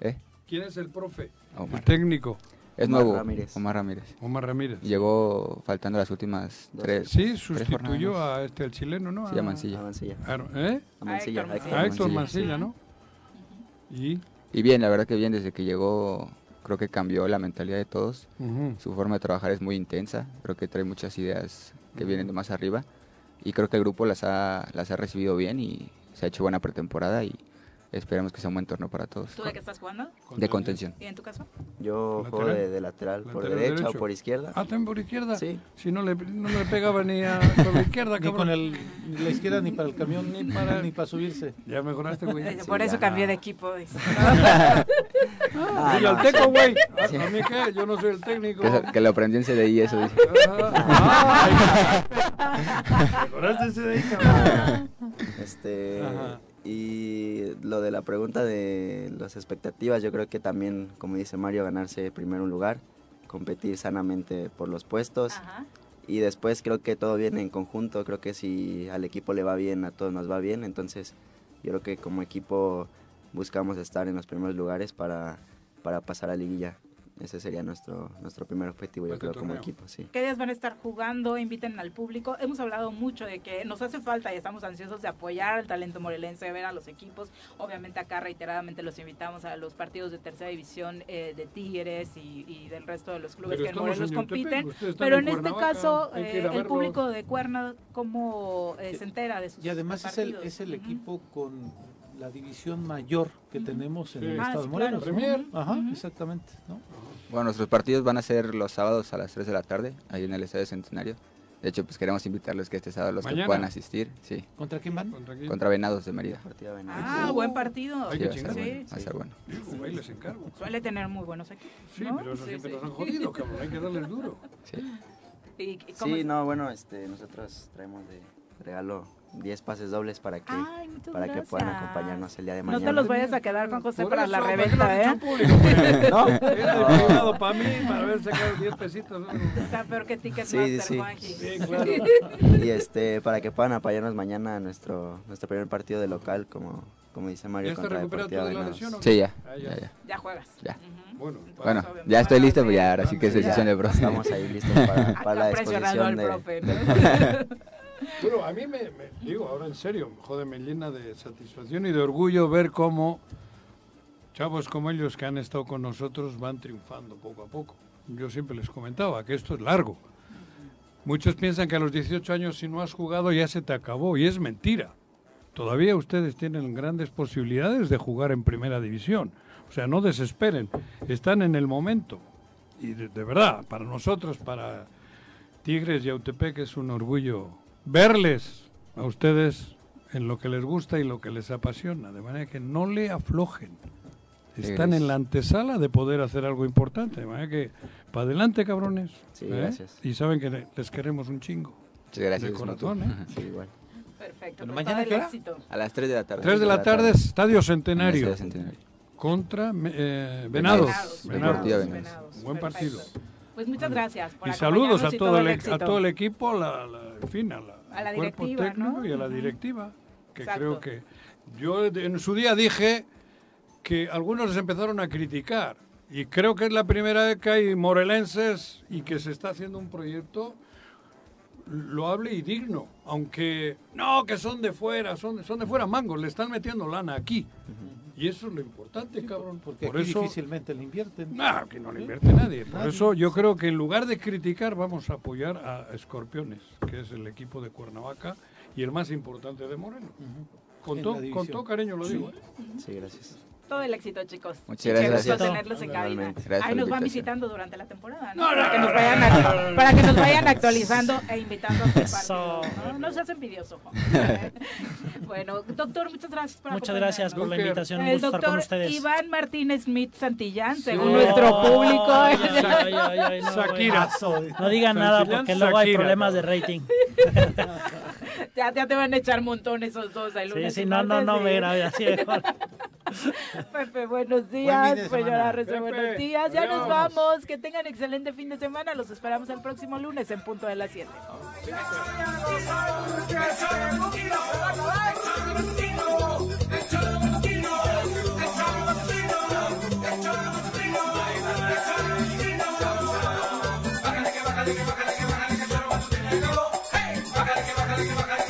profe? ¿Eh? ¿Quién es el profe? Omar. El técnico. Es Omar nuevo. Ramírez. Omar Ramírez. Omar Ramírez. Llegó faltando las últimas tres. Sí, tres jornadas. sustituyó a este, el chileno, ¿no? Sí, a A- Mancilla. A Mancilla. a- ¿Eh? A Mancilla, A a Héctor, Héctor Mancilla, Mancilla. ¿no? ¿Y? Y bien, la verdad que bien, desde que llegó creo que cambió la mentalidad de todos. Ujú. Su forma de trabajar es muy intensa, creo que trae muchas ideas que vienen de más arriba y creo que el grupo las ha, las ha recibido bien y se ha hecho buena pretemporada y esperamos que sea un buen torneo para todos. ¿Tú de qué estás jugando? De contención. ¿Y en tu caso? Yo juego de, de lateral, por ¿Eh? Lateral derecha derecho. o por izquierda. Ah, también por izquierda. Sí. Si no le, no le pegaba ni a con la izquierda, Ni cabrón. con el, ni la izquierda, ni para el camión, ni para, ni para subirse. Ya mejoraste, güey. Por eso cambié de equipo. dice. Ah, dile al teco, güey. A, a mí qué, yo no soy el técnico. Que, eso- que lo aprendí en CDI, eso dice. Mejoraste ese de ahí, cabrón. Este. Ajá. Y lo de la pregunta de las expectativas, yo creo que también, como dice Mario, ganarse primero un lugar, competir sanamente por los puestos. Y después creo que todo viene en conjunto. Creo que si al equipo le va bien, a todos nos va bien. Entonces, yo creo que como equipo buscamos estar en los primeros lugares para, para pasar a Liguilla. Ese sería nuestro, nuestro primer objetivo, yo creo, como equipo, sí. ¿Qué días van a estar jugando? Inviten al público. Hemos hablado mucho de que nos hace falta y estamos ansiosos de apoyar al talento morelense, de ver a los equipos. Obviamente acá reiteradamente los invitamos a los partidos de tercera división eh, de Tigres y, y del resto de los clubes Pero que en estamos Morelos en Yautepec, compiten. ustedes están Pero en en este Cuernavaca, caso, hay que ir eh, a el verlos. público de Cuerna, ¿cómo eh, se entera de sus Y además es el, partidos? es el equipo con la división mayor que tenemos en Sí. el Ah, Estado sí, de Morelos. claro. ¿no? Premier. Ajá, exactamente. ¿no? Bueno, nuestros partidos van a ser los sábados a las 3 de la tarde, ahí en el Estadio Centenario. De hecho, pues queremos invitarles que este sábado los Mañana. que puedan asistir, sí. ¿Contra quién van? ¿Contra Contra Venados de Mérida. Ah, buen partido. Sí, va a estar bueno, va a Sí. estar bueno. Güey, les encargo. Suele tener muy buenos equipos. Sí, ¿no? pero eso Sí, siempre sí. nos han jodido, cabrón. Hay que darles duro. ¿Y y cómo Sí, es? no, bueno, este, nosotros traemos de regalo 10 pases dobles para que, Ay, muchas para que puedan gracias. acompañarnos el día de No mañana. te los vayas a quedar con José Por para eso, la ¿para qué reventa, lo has ¿eh? dicho público? No. Era de privado para mí, para haber sacado 10 pesitos. Está peor que Sí, Ticketmaster, sí, sí. Juanji. Sí, claro. Y este, para que puedan apoyarnos mañana a nuestro, nuestro primer partido de local, como, como dice Mario, ¿Ya está contra recuperado Deportivo tú de la Venados. lesión o Sí, ya, Ah, ya. ya, ya. Ya juegas. Ya. Bueno, Pues Bueno, ya estoy listo, pues ya ahora sí que es Ya, decisión de bro. Estamos ahí listos para, para la Acá presionando exposición al de... profe, eh, del- Pero a mí me, me- digo, ahora en serio, joder, me llena de satisfacción y de orgullo ver cómo chavos como ellos que han estado con nosotros van triunfando poco a poco. Yo siempre les comentaba que esto es largo. Muchos piensan que a los 18 años si no has jugado ya se te acabó y es mentira. Todavía ustedes tienen grandes posibilidades de jugar en primera división. O sea, no desesperen, están en el momento. Y de, de verdad, para nosotros, para Tigres y Autepec es un orgullo verles a ustedes en lo que les gusta y lo que les apasiona, de manera que no le aflojen. Están Tigres. en la antesala de poder hacer algo importante, de manera que para adelante, cabrones. ¿eh? Sí, gracias. Y saben que le- les queremos un chingo. Muchas gracias. De corazón, ¿eh? Sí, igual. Perfecto. Pero pues mañana, todo el ¿qué hora? éxito. A las 3 de la tarde. 3 de la tarde, Estadio Centenario. Estadio Centenario. Contra me- eh, Venados. Venados, Deportivo Venados, Venados. Venados, Buen partido. perfecto. Pues muchas gracias. Por Y saludos a acompañarnos y todo, el, éxito. a todo el equipo, la, la- en fin, a la, A la al cuerpo directiva, técnico ¿no? y a la Ujú. directiva, que Exacto. creo que... Yo de- en su día dije que algunos les empezaron a criticar y creo que es la primera vez que hay morelenses y que se está haciendo un proyecto loable y digno, aunque no, que son de fuera, son, son de fuera mangos, le están metiendo lana aquí. Y eso es lo importante, cabrón, Que porque aquí difícilmente le invierten. Ah, que no le invierte nadie. Por eso yo creo que en lugar de criticar vamos a apoyar a Escorpiones, que es el equipo de Cuernavaca y el más importante de Morelos. Con, En to- la división. con todo cariño lo Sí. digo. ¿eh? Sí, gracias. Todo el éxito, chicos. Muchas Qué gracias. gusto Gracias. tenerlos en cabina. Igualmente. Gracias Ahí por la nos van invitación. visitando durante la temporada, ¿no? para, que nos vayan act- para que nos vayan actualizando e invitando a sus partidos. No, no seas envidioso, Juan. Bueno, doctor, muchas gracias por Muchas gracias por la acompañarnos. invitación, un El gusto estar con doctor ustedes. Iván Martínez Smith Santillán, según No, nuestro público. ay, ay, ay, ay, no, Shakira. güey. No digan nada porque luego hay Shakira. problemas de rating. Ya, ya te van a echar montón esos dos el Sí, lunes. sí, y no, no, martes, no, sí. mira, así mejor. Pepe, Buen buenos días. fin de señora semana. Rosa, buenos Pepe, días. Ya nos adiós. vamos. Que tengan excelente fin de semana. Los esperamos el próximo lunes en punto de las 7. Bájale que bájale que bájale que bájale que yo no tengo. Hey, bájale que bájale que bájale